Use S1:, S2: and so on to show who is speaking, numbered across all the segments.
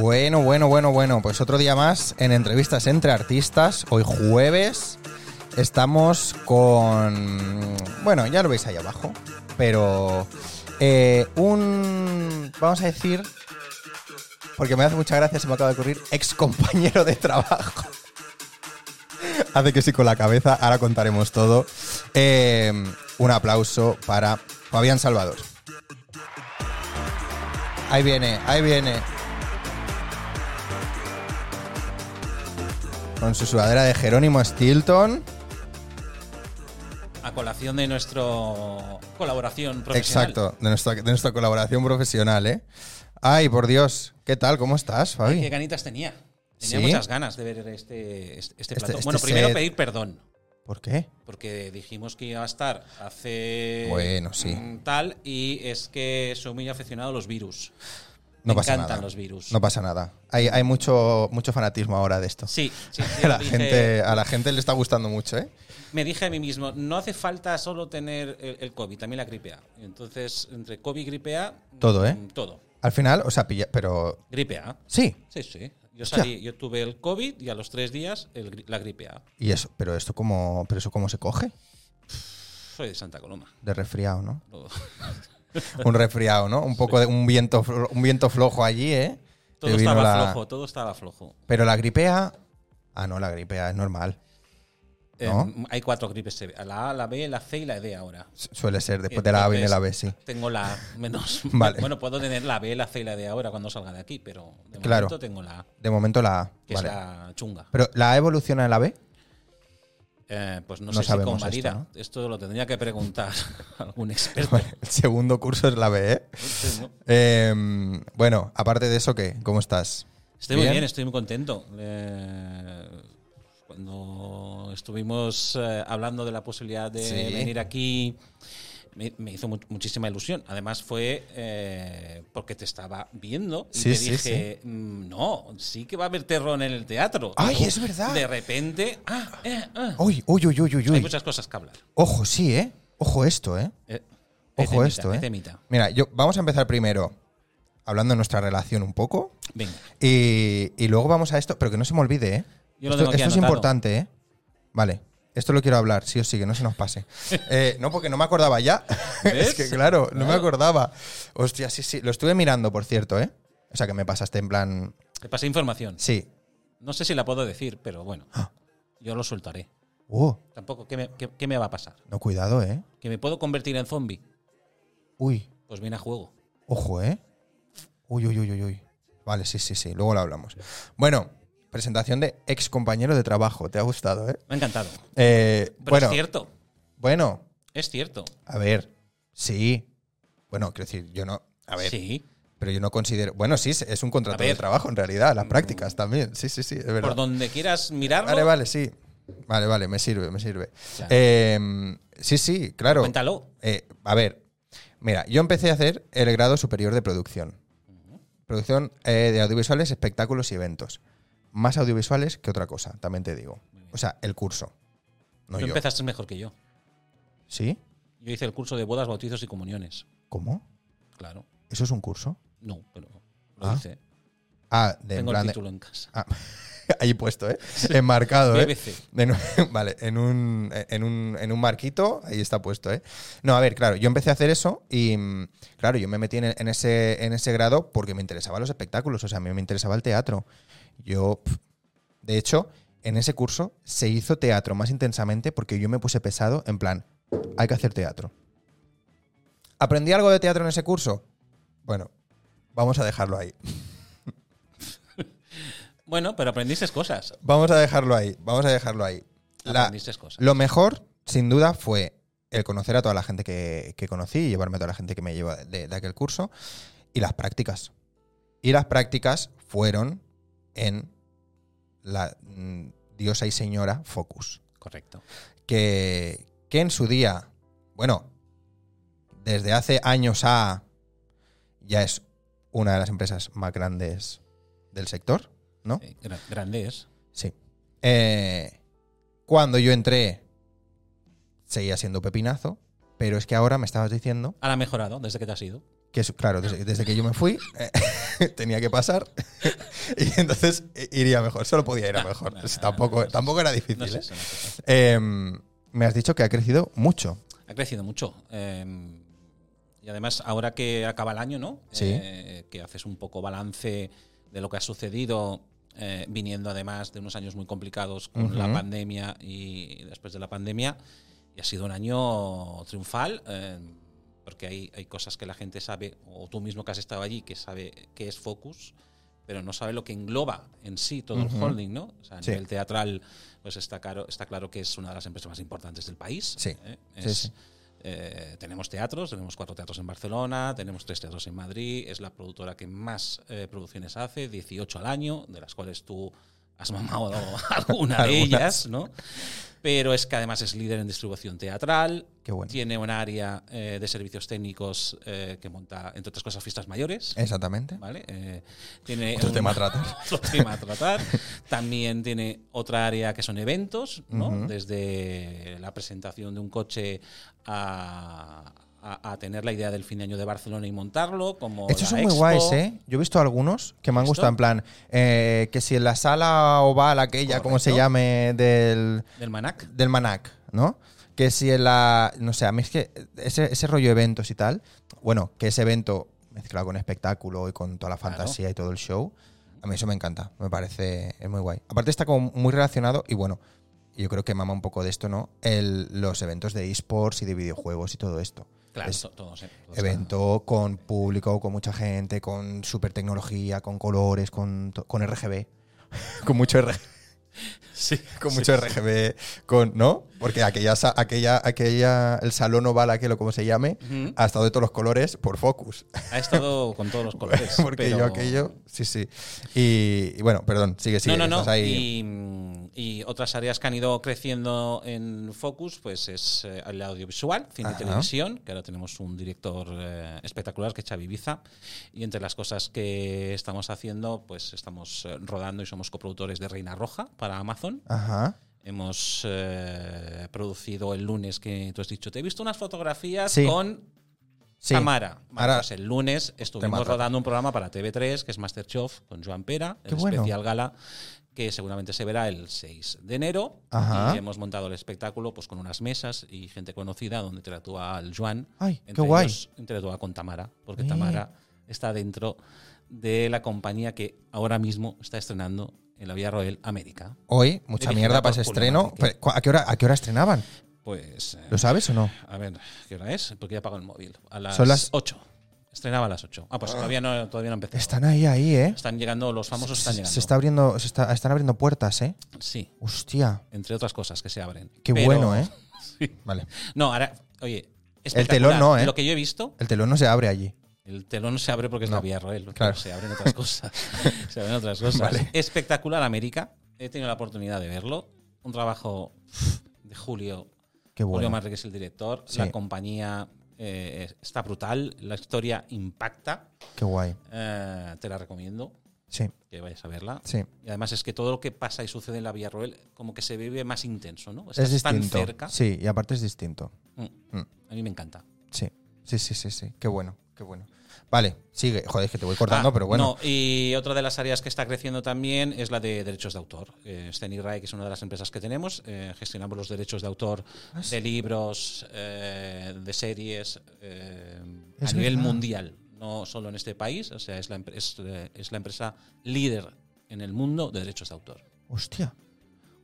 S1: Bueno, bueno, bueno, bueno. Pues otro día más en entrevistas entre artistas. Hoy jueves estamos con... Bueno, ya lo veis ahí abajo. Pero eh, un... Vamos a decir... Porque me hace mucha gracia, se me acaba de ocurrir, ex compañero de trabajo. hace que sí con la cabeza, ahora contaremos todo. Eh, un aplauso para Fabián Salvador. Ahí viene, ahí viene. Con su sudadera de Jerónimo Stilton.
S2: A colación de nuestra colaboración profesional.
S1: Exacto, de nuestra, de nuestra colaboración profesional, ¿eh? Ay, por Dios. ¿Qué tal? ¿Cómo estás,
S2: Ay,
S1: Fabi?
S2: ¿Qué ganitas tenía? Tenía
S1: ¿Sí?
S2: muchas ganas de ver este, este, este plato.
S1: este
S2: bueno, primero
S1: set.
S2: pedir perdón,
S1: ¿Por qué?
S2: porque dijimos que iba a estar hace
S1: Bueno, sí.
S2: mm, tal y es que soy muy aficionado a los virus.
S1: No
S2: Me
S1: pasa
S2: encantan
S1: nada.
S2: los virus.
S1: No pasa nada. Hay, hay mucho, mucho fanatismo ahora de esto.
S2: Sí, sí,
S1: A
S2: yo
S1: la,
S2: dije-
S1: gente, a la gente le está gustando mucho, ¿eh?
S2: Me dije a mí mismo, no hace falta solo tener el, el COVID, también la gripe A. Entonces, entre COVID y gripe A...
S1: Todo, ¿eh?
S2: mm, Todo.
S1: Al final, o sea, pilla, pero...
S2: Gripe A.
S1: Sí.
S2: Sí, sí. Yo salí, yo tuve el COVID y a los tres días el gri- la gripe A.
S1: ¿Y eso? ¿Pero esto cómo, pero eso cómo se coge?
S2: Soy de Santa Coloma.
S1: De resfriado, ¿no?
S2: Todo,
S1: Un resfriado, ¿no? Un poco de un viento, flo- un viento flojo allí, ¿eh?
S2: todo
S1: Te vino
S2: estaba
S1: la-
S2: flojo, todo estaba flojo.
S1: Pero la gripea... Ah, no, la gripea es normal. ¿No?
S2: Eh, hay cuatro gripes, se ve. la A, la B, la C y la D ahora.
S1: Su- Suele ser, después de la A viene
S2: Entonces,
S1: la B, sí.
S2: Tengo la A menos.
S1: Vale.
S2: Bueno, puedo tener la B, la C y la D ahora cuando salga de aquí, pero de
S1: Claro.
S2: momento tengo la A,
S1: De momento la A.
S2: que
S1: Vale.
S2: es la chunga.
S1: Pero la A evoluciona en la B.
S2: Eh, pues no,
S1: No
S2: sé si
S1: sabemos
S2: convalida.
S1: esto,
S2: Esto, lo tendría que preguntar a algún experto. Este,
S1: Vale, El segundo curso es la B, ¿eh? Em, bueno, aparte de eso, ¿qué? ¿Cómo estás?
S2: Estoy
S1: Bien.
S2: muy bien, estoy muy contento. Eh, cuando estuvimos eh, hablando de la posibilidad de
S1: Sí.
S2: venir aquí, me, me hizo mu- muchísima ilusión. Además fue eh, porque te estaba viendo y
S1: Sí,
S2: te
S1: sí,
S2: dije, "Mm, no, sí que va a haber terror en el teatro.
S1: Ay,
S2: Y tú,
S1: es verdad.
S2: De repente, ah, eh, ah.
S1: Uy, uy, uy, uy, uy,
S2: hay
S1: uy.
S2: muchas cosas que hablar.
S1: Ojo, sí, ¿eh? Ojo esto, ¿eh?
S2: Eh, hay
S1: Ojo
S2: temita,
S1: esto,
S2: hay
S1: ¿eh?
S2: temita.
S1: Mira, yo, vamos a empezar primero hablando de nuestra relación un poco.
S2: Venga.
S1: Y, y luego vamos a esto, pero que no se me olvide, ¿eh?
S2: Yo lo
S1: esto
S2: tengo aquí
S1: esto es
S2: anotado.
S1: importante, ¿eh? Vale, esto lo quiero hablar, sí o sí, que no se nos pase. Eh, no, porque no me acordaba ya. es
S2: ¿Ves?
S1: que claro, no me
S2: Claro.
S1: acordaba. Hostia, sí, sí, lo estuve mirando, por cierto, ¿eh? O sea, que me pasaste en plan...
S2: Te pasé información.
S1: Sí. Ah.
S2: No sé si la puedo decir, pero bueno, yo lo soltaré.
S1: Uh,
S2: Tampoco, ¿qué me- qué- qué me va a pasar?
S1: no, cuidado, ¿eh?
S2: ¿Que me puedo convertir en zombie?
S1: Uy,
S2: Pues viene a juego.
S1: ojo, ¿eh? Uy, uy, uy, uy, uy. Vale, sí, sí, sí, luego lo hablamos. Bueno, presentación de ex compañero de trabajo, te ha gustado, ¿eh?
S2: Me ha encantado.
S1: Eh,
S2: Pero
S1: bueno,
S2: es cierto,
S1: bueno,
S2: es cierto.
S1: a ver, sí. Bueno, quiero decir, yo no. A ver,
S2: Sí.
S1: pero yo no considero. Bueno, sí, es un contrato
S2: A ver.
S1: de trabajo en realidad, las prácticas también. Sí, sí, sí, es verdad.
S2: Por donde quieras mirarlo,
S1: Vale, vale, sí. Vale, vale, me sirve, me sirve.
S2: Claro.
S1: Eh, sí, sí, claro.
S2: cuéntalo.
S1: Eh, a ver, mira, yo empecé a hacer el grado superior de producción. Producción eh, de audiovisuales, espectáculos y eventos. Más audiovisuales que otra cosa, también te digo. O sea, el curso. No
S2: Tú
S1: yo.
S2: empezaste mejor que yo.
S1: ¿Sí?
S2: Yo hice el curso de bodas, bautizos y comuniones.
S1: ¿Cómo?
S2: Claro.
S1: ¿Eso es un curso?
S2: No, pero lo
S1: Ah,
S2: hice.
S1: Ah, de en
S2: Tengo
S1: plan
S2: el
S1: de-
S2: título en casa.
S1: Ah, ahí puesto, ¿eh? Enmarcado, ¿eh?
S2: BBC.
S1: En un- vale, en un, eh, en, un, en un marquito, ahí está puesto, ¿eh? No, a ver, claro, yo empecé a hacer eso y, mm, claro, yo me metí en, en ese, en ese grado porque me interesaban los espectáculos, o sea, a mí me interesaba el teatro. Yo, pf, de hecho, en ese curso se hizo teatro más intensamente porque yo me puse pesado en plan, hay que hacer teatro. ¿Aprendí algo de teatro en ese curso? Bueno, vamos a dejarlo ahí.
S2: Bueno, pero aprendiste cosas.
S1: Vamos a dejarlo ahí, vamos a dejarlo ahí. La-
S2: Aprendiste cosas.
S1: lo mejor, sin duda, fue el conocer a toda la gente que, que conocí y llevarme a toda la gente que me lleva de, de aquel curso y las prácticas. Y las prácticas fueron en la mm, diosa y señora Focus,
S2: Correcto.
S1: que, que en su día, bueno, desde hace años a ya es una de las empresas más grandes del sector, ¿no?
S2: Eh, gra- grande es.
S1: Sí. Eh, cuando yo entré, seguía siendo pepinazo, pero es que ahora me estabas diciendo
S2: Ahora ha mejorado desde que te has ido.
S1: que es- claro, desde, desde que yo me fui eh, tenía que pasar y entonces i- iría mejor, solo podía ir a mejor.
S2: no, no,
S1: tampoco,
S2: no es-
S1: tampoco era difícil.
S2: No es
S1: ¿eh?
S2: eso, no es eso.
S1: Em, me has dicho que ha crecido mucho.
S2: Ha crecido mucho. eh, y además, ahora que acaba el año, ¿no?
S1: Sí.
S2: Eh, que haces un poco balance de lo que ha sucedido, eh, viniendo además de unos años muy complicados con la
S1: Ujú.
S2: pandemia y después de la pandemia. Y ha sido un año triunfal, eh, porque hay, hay cosas que la gente sabe, o tú mismo que has estado allí, que sabe qué es Focus, pero no sabe lo que engloba en sí todo el
S1: Ujú.
S2: holding, ¿no? O sea, a
S1: Sí.
S2: nivel teatral, pues está, claro, está claro que es una de las empresas más importantes del país.
S1: Sí.
S2: ¿eh?
S1: Sí,
S2: Es-
S1: sí.
S2: eh, tenemos teatros, tenemos cuatro teatros en Barcelona, tenemos tres teatros en Madrid, es la productora que más eh, producciones hace, 18 al año, de las cuales tú has mamado alguna de
S1: Algunas.
S2: ellas, ¿no? Pero es que además es líder en distribución teatral,
S1: Qué bueno.
S2: tiene un área eh, de servicios técnicos eh, que monta, entre otras cosas, fiestas mayores.
S1: Exactamente.
S2: ¿Vale? Eh, tiene
S1: Otro
S2: un-
S1: tema a tratar.
S2: otro tema a tratar. También tiene otra área que son eventos, ¿no?
S1: Ujú.
S2: Desde la presentación de un coche a, a- a tener la idea del fin de año de Barcelona y montarlo. Como
S1: Estos
S2: la
S1: son muy
S2: Expo.
S1: guays, ¿eh? Yo he visto algunos que me han
S2: ¿Visto?
S1: gustado, en plan, eh, que si en la sala oval aquella, como se
S2: Correcto.
S1: llame, del,
S2: Del Manac.
S1: del Manac, ¿no? Que si en la. No sé, a mí es que ese, ese rollo de eventos y tal, bueno, que ese evento mezclado con espectáculo y con toda la
S2: Claro.
S1: fantasía y todo el show, a mí eso me encanta, me parece es muy guay. Aparte está como muy relacionado y bueno, yo creo que mama un poco de esto, ¿no? El- los eventos de esports y de videojuegos y todo esto.
S2: Claro,
S1: Es
S2: to- todos, eh, todos.
S1: evento con público, con mucha gente, con super tecnología, con colores, con, to- con RGB, con mucho RGB
S2: Sí,
S1: con mucho RGB, con, ¿no? Porque aquella, sa- aquella, aquella, el salón oval, aquello como se llame,
S2: Ujú.
S1: ha estado de todos los colores por Focus.
S2: Ha estado con todos los colores.
S1: Porque yo
S2: pero-
S1: aquello, sí, sí. Y, y bueno, perdón, sigue, sigue.
S2: no, no,
S1: estás
S2: no.
S1: ahí.
S2: Y, mm, y otras áreas que han ido creciendo en Focus, pues es eh, el audiovisual, cine
S1: Ajá.
S2: y televisión, que ahora tenemos un director eh, espectacular que es Xavi Biza. Y entre las cosas que estamos haciendo, pues estamos eh, rodando y somos coproductores de Reina Roja para Amazon.
S1: Ajá.
S2: Hemos eh, producido el lunes que tú has dicho, te he visto unas fotografías
S1: Sí.
S2: con
S1: Sí.
S2: Tamara. Bueno,
S1: Ahora-
S2: pues el lunes
S1: Tema a
S2: estuvimos
S1: tratar.
S2: rodando un programa para TV3, que es Masterchef, con Joan Pera,
S1: Qué
S2: el
S1: bueno.
S2: especial gala, que seguramente se verá el 6 de enero.
S1: Ajá.
S2: Y hemos montado el espectáculo pues, con unas mesas y gente conocida donde interactúa el Joan.
S1: Ay, qué
S2: Entre
S1: guay.
S2: ellos, interactúa con Tamara, porque
S1: Eh.
S2: Tamara está dentro de la compañía que ahora mismo está estrenando en la Vía Royal América.
S1: Hoy, mucha
S2: Dirigida
S1: mierda
S2: por
S1: para ese
S2: Julio
S1: estreno.
S2: Manrique.
S1: Pero, ¿cu- ¿a, qué hora, ¿A qué hora estrenaban?
S2: Pues, eh,
S1: ¿Lo sabes o no?
S2: a ver, ¿qué hora es? Porque ya apago el móvil. A las,
S1: Son las-
S2: 8. Estrenaba a las 8. Ah, pues todavía no, todavía no empecé.
S1: Están ahí, ahí, ¿eh?
S2: Están llegando, los famosos están
S1: Se-
S2: llegando.
S1: Se está abriendo, se está, están abriendo puertas, ¿eh?
S2: Sí,
S1: Hostia,
S2: entre otras cosas que se abren.
S1: qué
S2: Pero-
S1: bueno, ¿eh?
S2: Sí.
S1: Vale.
S2: No, ahora, oye,
S1: El telón no,
S2: espectacular.
S1: ¿eh?
S2: Lo que yo he visto,
S1: El telón no se abre allí.
S2: el telón no se abre porque es
S1: No,
S2: la vía Roel.
S1: claro.
S2: Se abren otras cosas. se abren otras cosas.
S1: Vale.
S2: Espectacular América. He tenido la oportunidad de verlo. Un trabajo de Julio.
S1: Qué
S2: Julio
S1: bueno.
S2: Manrique es el director.
S1: Sí.
S2: La compañía eh, está brutal. La historia impacta.
S1: Qué guay.
S2: Eh, te la recomiendo
S1: Sí,
S2: que vayas a verla.
S1: sí.
S2: Y además es que todo lo que pasa y sucede en la Vía Roel como que se vive más intenso, ¿no?
S1: Es
S2: Estás tan
S1: distinto.
S2: cerca.
S1: Sí, y aparte es distinto.
S2: Mm,
S1: Mm.
S2: a mí me encanta.
S1: Sí, sí, sí, sí, sí. Qué bueno, qué bueno. Vale, sigue. Joder, es que te voy cortando,
S2: Ah,
S1: pero bueno.
S2: no, y otra de las áreas que está creciendo también es la de derechos de autor. Eh, Steny Rai, que es una de las empresas que tenemos, eh, gestionamos los derechos de autor
S1: Ah, sí.
S2: de libros, eh, de series, eh, a
S1: Es
S2: nivel
S1: verdad.
S2: mundial, no solo en este país. O sea, es la, empre- es, eh, es la empresa líder en el mundo de derechos de autor.
S1: Hostia.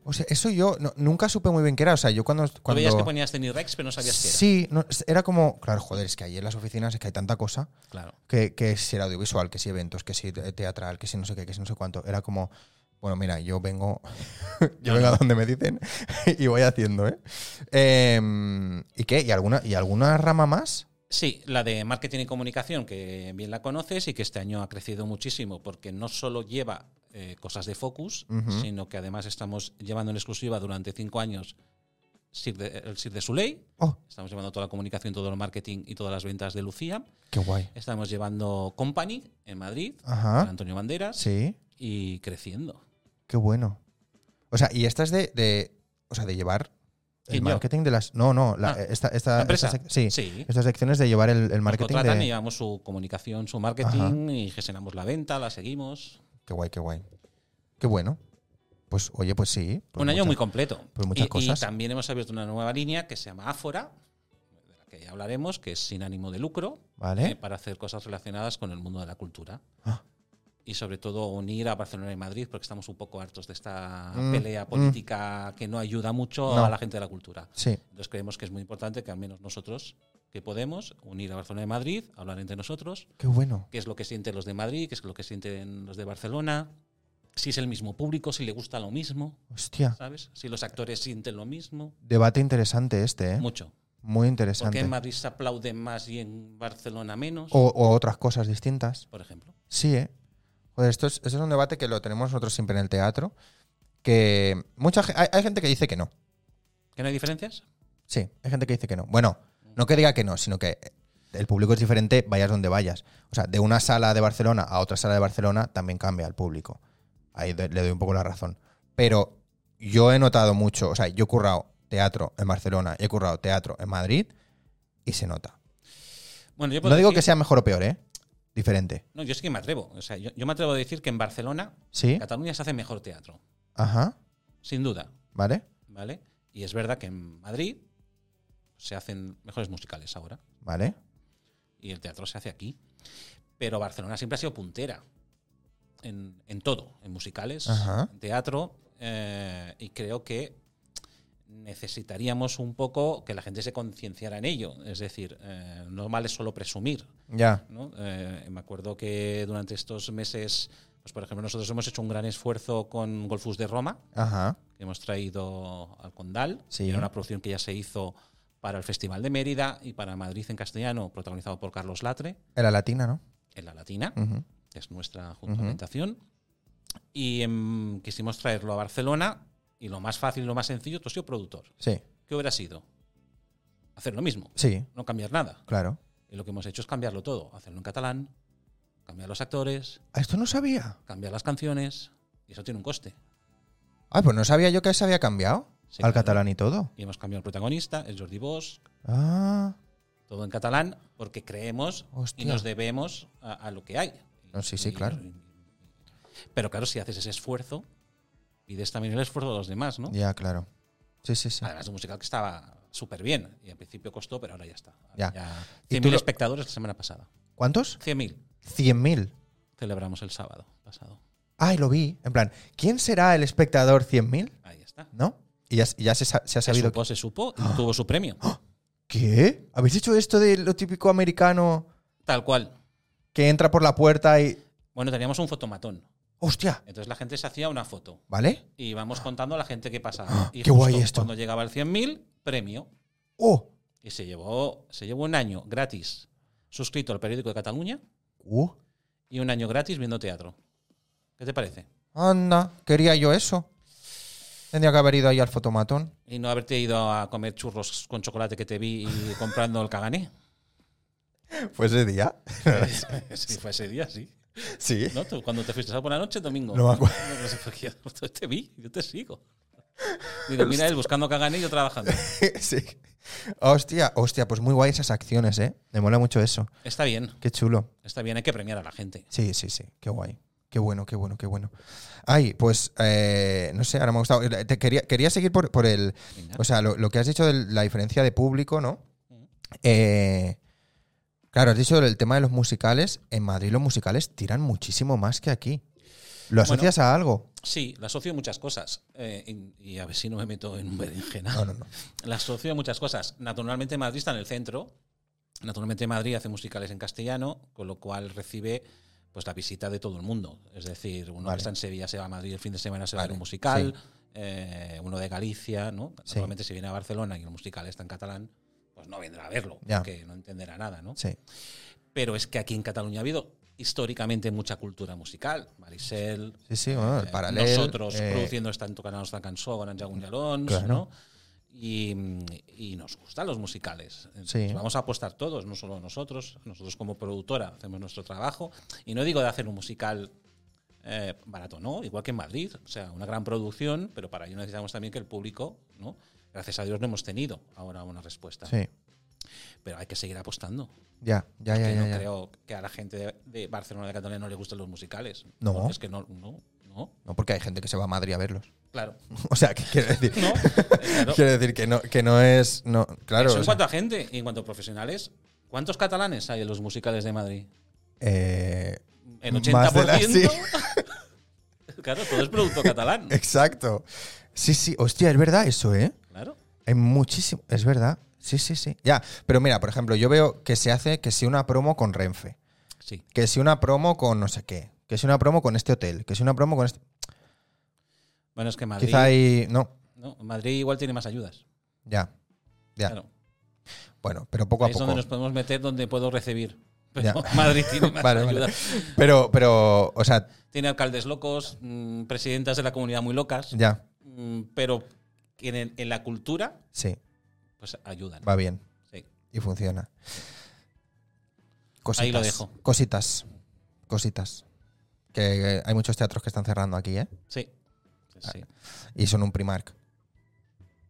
S1: O sea, eso yo no- nunca supe muy bien qué era. O sea, yo cuando.
S2: Tú
S1: cuando
S2: veías que ponías Steny Rex, pero no sabías qué era.
S1: sí, no, era como. Claro, joder, es que ahí en las oficinas es que hay tanta cosa.
S2: Claro.
S1: Que, que si era audiovisual, que si eventos, que si te- teatral, que si no sé qué, que si no sé cuánto. Era como. Bueno, mira, yo vengo. yo vengo a donde me dicen y voy haciendo, ¿eh? Em, ¿Y qué? ¿Y alguna, ¿Y alguna rama más?
S2: Sí, la de marketing y comunicación, que bien la conoces y que este año ha crecido muchísimo, porque no solo lleva eh, cosas de Focus,
S1: Ujú.
S2: sino que además estamos llevando en exclusiva durante cinco años Sir de- el Sir de Soleil,
S1: Oh,
S2: estamos llevando toda la comunicación, todo el marketing y todas las ventas de Lucía,
S1: qué guay.
S2: estamos llevando Company en Madrid, con
S1: Ajá.
S2: Antonio Banderas,
S1: Ah. Sí.
S2: y creciendo.
S1: Qué bueno. O sea, y esta es de, de- o sea, de llevar El
S2: ¿Quién, yo?
S1: marketing de las. No, no. la-
S2: Ah.
S1: esta, esta-
S2: ¿La empresa?
S1: esta sec- sí,
S2: Sí.
S1: Esta sección es de llevar el, el
S2: Nos
S1: marketing
S2: contratan y
S1: de.
S2: llevamos su comunicación, su marketing y gestionamos la venta, la seguimos.
S1: Qué guay, qué guay. Qué bueno. Pues oye, pues sí. pues
S2: un año
S1: muchas-
S2: muy completo.
S1: pues muchas
S2: y, y
S1: cosas.
S2: también hemos abierto una nueva línea que se llama Áfora, de la que ya hablaremos, que es sin ánimo de lucro,
S1: Vale.
S2: eh, para hacer cosas relacionadas con el mundo de la cultura.
S1: Ah.
S2: Y sobre todo unir a Barcelona y Madrid, porque estamos un poco hartos de esta
S1: Mm,
S2: pelea
S1: mm.
S2: política que no ayuda mucho
S1: No.
S2: a la gente de la cultura.
S1: Sí.
S2: Entonces creemos que es muy importante que al menos nosotros que podemos unir a Barcelona y Madrid, hablar entre nosotros,
S1: Qué bueno.
S2: qué es lo que sienten los de Madrid, qué es lo que sienten los de Barcelona, si es el mismo público, si le gusta lo mismo,
S1: Hostia.
S2: ¿sabes? Si los actores sienten lo mismo,
S1: Debate interesante este, ¿eh? Muy,
S2: mucho. Porque
S1: interesante.
S2: en Madrid se aplauden más y en Barcelona menos,
S1: O, o otras cosas distintas.
S2: por ejemplo.
S1: Sí, ¿eh? Joder, esto es, esto es un debate que lo tenemos nosotros siempre en el teatro. Que mucha ge- hay, hay gente que dice que no.
S2: ¿Que no hay diferencias?
S1: Sí, hay gente que dice que no. Bueno, no que diga que no, sino que el público es diferente, vayas donde vayas. O sea, de una sala de Barcelona a otra sala de Barcelona también cambia el público. Ahí do- le doy un poco la razón. Pero yo he notado mucho, o sea, yo he currado teatro en Barcelona y he currado teatro en Madrid y se nota.
S2: Bueno, yo puedo
S1: No digo
S2: decir-
S1: que sea mejor o peor, ¿eh? Diferente.
S2: No, yo sí que me atrevo. O sea, yo, yo me atrevo a decir que en Barcelona,
S1: ¿Sí?
S2: Cataluña se hace mejor teatro,
S1: Ajá.
S2: sin duda,
S1: ¿Vale?
S2: ¿vale? Y es verdad que en Madrid se hacen mejores musicales ahora.
S1: ¿Vale?
S2: y el teatro se hace aquí. Pero Barcelona siempre ha sido puntera en, en todo, en musicales,
S1: Ajá.
S2: en teatro, eh, y creo que necesitaríamos un poco que la gente se concienciara en ello. Es decir, eh, no vale solo presumir.
S1: Ya.
S2: ¿no? Eh, me acuerdo que durante estos meses, pues por ejemplo, nosotros hemos hecho un gran esfuerzo con Golfus de Roma,
S1: Ajá.
S2: que hemos traído al Condal.
S1: Sí.
S2: Era una producción que ya se hizo para el Festival de Mérida y para Madrid en castellano, protagonizado por Carlos Latre,
S1: Era latina, ¿no?
S2: en La Latina,
S1: Ujú.
S2: que es nuestra junta de orientación. Y em, quisimos traerlo a Barcelona y lo más fácil y lo más sencillo, tú has sido productor.
S1: Sí.
S2: ¿Qué hubiera sido? Hacer lo mismo,
S1: Sí,
S2: no cambiar nada.
S1: claro.
S2: Y lo que hemos hecho es cambiarlo todo, hacerlo en catalán, cambiar los actores,
S1: Ah, Esto no sabía.
S2: cambiar las canciones, y eso tiene un coste.
S1: Ah, pues no sabía yo que se había cambiado.
S2: Sí,
S1: al
S2: claro.
S1: catalán y todo.
S2: Y hemos cambiado el protagonista, el Jordi Bosch,
S1: Ah,
S2: todo en catalán porque creemos
S1: Hostia.
S2: y nos debemos a, a lo que hay.
S1: No, sí, sí,
S2: Y-
S1: claro.
S2: Pero claro, si haces ese esfuerzo, pides también el esfuerzo de los demás, ¿no?
S1: ya, claro. Sí, sí, sí.
S2: Además de un musical que estaba súper bien y al principio costó, pero ahora ya está. Ahora
S1: Ya.
S2: ya
S1: Y
S2: 100.000
S1: tú lo-
S2: espectadores la semana pasada.
S1: ¿Cuántos?
S2: 100.000
S1: 100.000.
S2: celebramos el sábado pasado.
S1: Ay, lo vi. En plan, ¿quién será el espectador 100.000?
S2: Ahí está.
S1: ¿No? Y ya, y ya se, sa- se ha
S2: Se
S1: sabido. ¡Ah!
S2: supo, se supo y tuvo su premio.
S1: ¿Qué? ¿Habéis hecho esto de lo típico americano
S2: Tal cual.
S1: que entra por la puerta y.
S2: Bueno, teníamos un fotomatón.
S1: ¡Hostia!
S2: Entonces la gente se hacía una foto.
S1: ¿Vale?
S2: y vamos contando a la gente que pasaba. Y
S1: ¡Ah! ¡Qué guay esto!
S2: Cuando llegaba al 100.000, premio.
S1: ¡Oh!
S2: Y se llevó, se llevó un año gratis suscrito al periódico de Cataluña
S1: ¡Uh!
S2: y un año gratis viendo teatro. ¿Qué te parece?
S1: Anda, quería yo eso. Tendría que haber ido ahí al fotomatón.
S2: Y no haberte ido a comer churros con chocolate que te vi y comprando el cagané.
S1: ¿Fue ese día?
S2: sí, fue ese día, sí.
S1: Sí.
S2: ¿No? Tú, cuando te fuiste a por la noche, domingo.
S1: No me acuerdo.
S2: No sé por qué, yo te vi, yo te sigo. Digo, mira él buscando cagané y yo trabajando.
S1: sí. Hostia, hostia, pues muy guay esas acciones, ¿eh? Me mola mucho eso.
S2: Está bien,
S1: Qué chulo.
S2: está bien, hay que premiar a la gente.
S1: Sí, sí, sí. Qué guay. Qué bueno, qué bueno, qué bueno. Ay, pues eh, no sé, ahora me ha gustado. Eh, te quería, quería seguir por, por el.
S2: Venga.
S1: O sea, lo, lo que has dicho de la diferencia de público, ¿no?
S2: Mm.
S1: Eh, claro, has dicho el tema de los musicales. En Madrid los musicales tiran muchísimo más que aquí. ¿Lo
S2: Bueno.
S1: asocias a algo?
S2: Sí, la asocio a muchas cosas. eh, y, y a ver si no me meto en un berenjena.
S1: No, no, no.
S2: La asocio a muchas cosas. Naturalmente Madrid está en el centro. Naturalmente Madrid hace musicales en castellano, con lo cual recibe pues la visita de todo el mundo. Es decir, uno
S1: Vale.
S2: que está en Sevilla se va a Madrid el fin de semana se va a ver
S1: Vale,
S2: un musical, eh, uno de Galicia, ¿no?
S1: Sí.
S2: Naturalmente si viene a Barcelona y el musical está en catalán, pues no vendrá a verlo,
S1: Ya.
S2: porque no entenderá nada, ¿no?
S1: Sí.
S2: Pero es que aquí en Cataluña ha habido históricamente mucha cultura musical. Marisel,
S1: Sí, sí, bueno, el
S2: eh,
S1: paralelo.
S2: Nosotros
S1: eh,
S2: produciendo esta en tu canal esta canción con Anja Gunyalons,
S1: Claro.
S2: ¿no? Y, y nos gustan los musicales. Entonces,
S1: Sí.
S2: Vamos a apostar todos, no solo nosotros. Nosotros como productora hacemos nuestro trabajo. Y no digo de hacer un musical eh, barato, no. Igual que en Madrid. O sea, una gran producción, pero para ello necesitamos también que el público, ¿no? gracias a Dios no hemos tenido ahora una respuesta.
S1: Sí,
S2: Pero hay que seguir apostando.
S1: ya, ya, ya,
S2: que
S1: ya.
S2: no
S1: ya.
S2: creo que a la gente de, de Barcelona de Cataluña no le gusten los musicales.
S1: No.
S2: Porque Es que no, no, no,
S1: No, porque hay gente que se va a Madrid a verlos.
S2: claro.
S1: O sea, ¿qué quiero decir?
S2: No, claro.
S1: Quiero decir que no, que no es. No, claro.
S2: Eso
S1: o
S2: en
S1: sea,
S2: cuanto a gente y en cuanto a profesionales, ¿cuántos catalanes hay en los musicales de Madrid?
S1: eh,
S2: El
S1: Más de la-
S2: 80%. claro, todo es producto catalán.
S1: Eh, exacto. Sí, sí, hostia, es verdad eso, ¿eh?
S2: Claro.
S1: Hay muchísimo, es verdad. Sí, sí, sí. Ya, pero mira, por ejemplo, yo veo que se hace que si una promo con Renfe,
S2: Sí.
S1: que si una promo con no sé qué, que si una promo con este hotel, que si una promo con este.
S2: Bueno, es que Madrid.
S1: Quizá hay. No,
S2: ¿no? Madrid igual tiene más ayudas.
S1: ya. Ya.
S2: Claro.
S1: Bueno, pero poco a
S2: Ahí es donde
S1: poco.
S2: nos podemos meter, donde puedo recibir.
S1: Ya.
S2: Pero Madrid tiene más
S1: Vale, vale.
S2: ayudas.
S1: Pero, pero, o sea,
S2: Tiene alcaldes locos, mm, presidentas de la comunidad muy locas,
S1: ya,
S2: mm, pero en, el- en la cultura,
S1: sí,
S2: pues ayudan.
S1: va bien
S2: Sí.
S1: y funciona. Cositas.
S2: Ahí lo dejo.
S1: Cositas. Cositas. Que que hay muchos teatros que están cerrando aquí, ¿eh?
S2: Sí. Sí.
S1: Ah. Y son un Primark.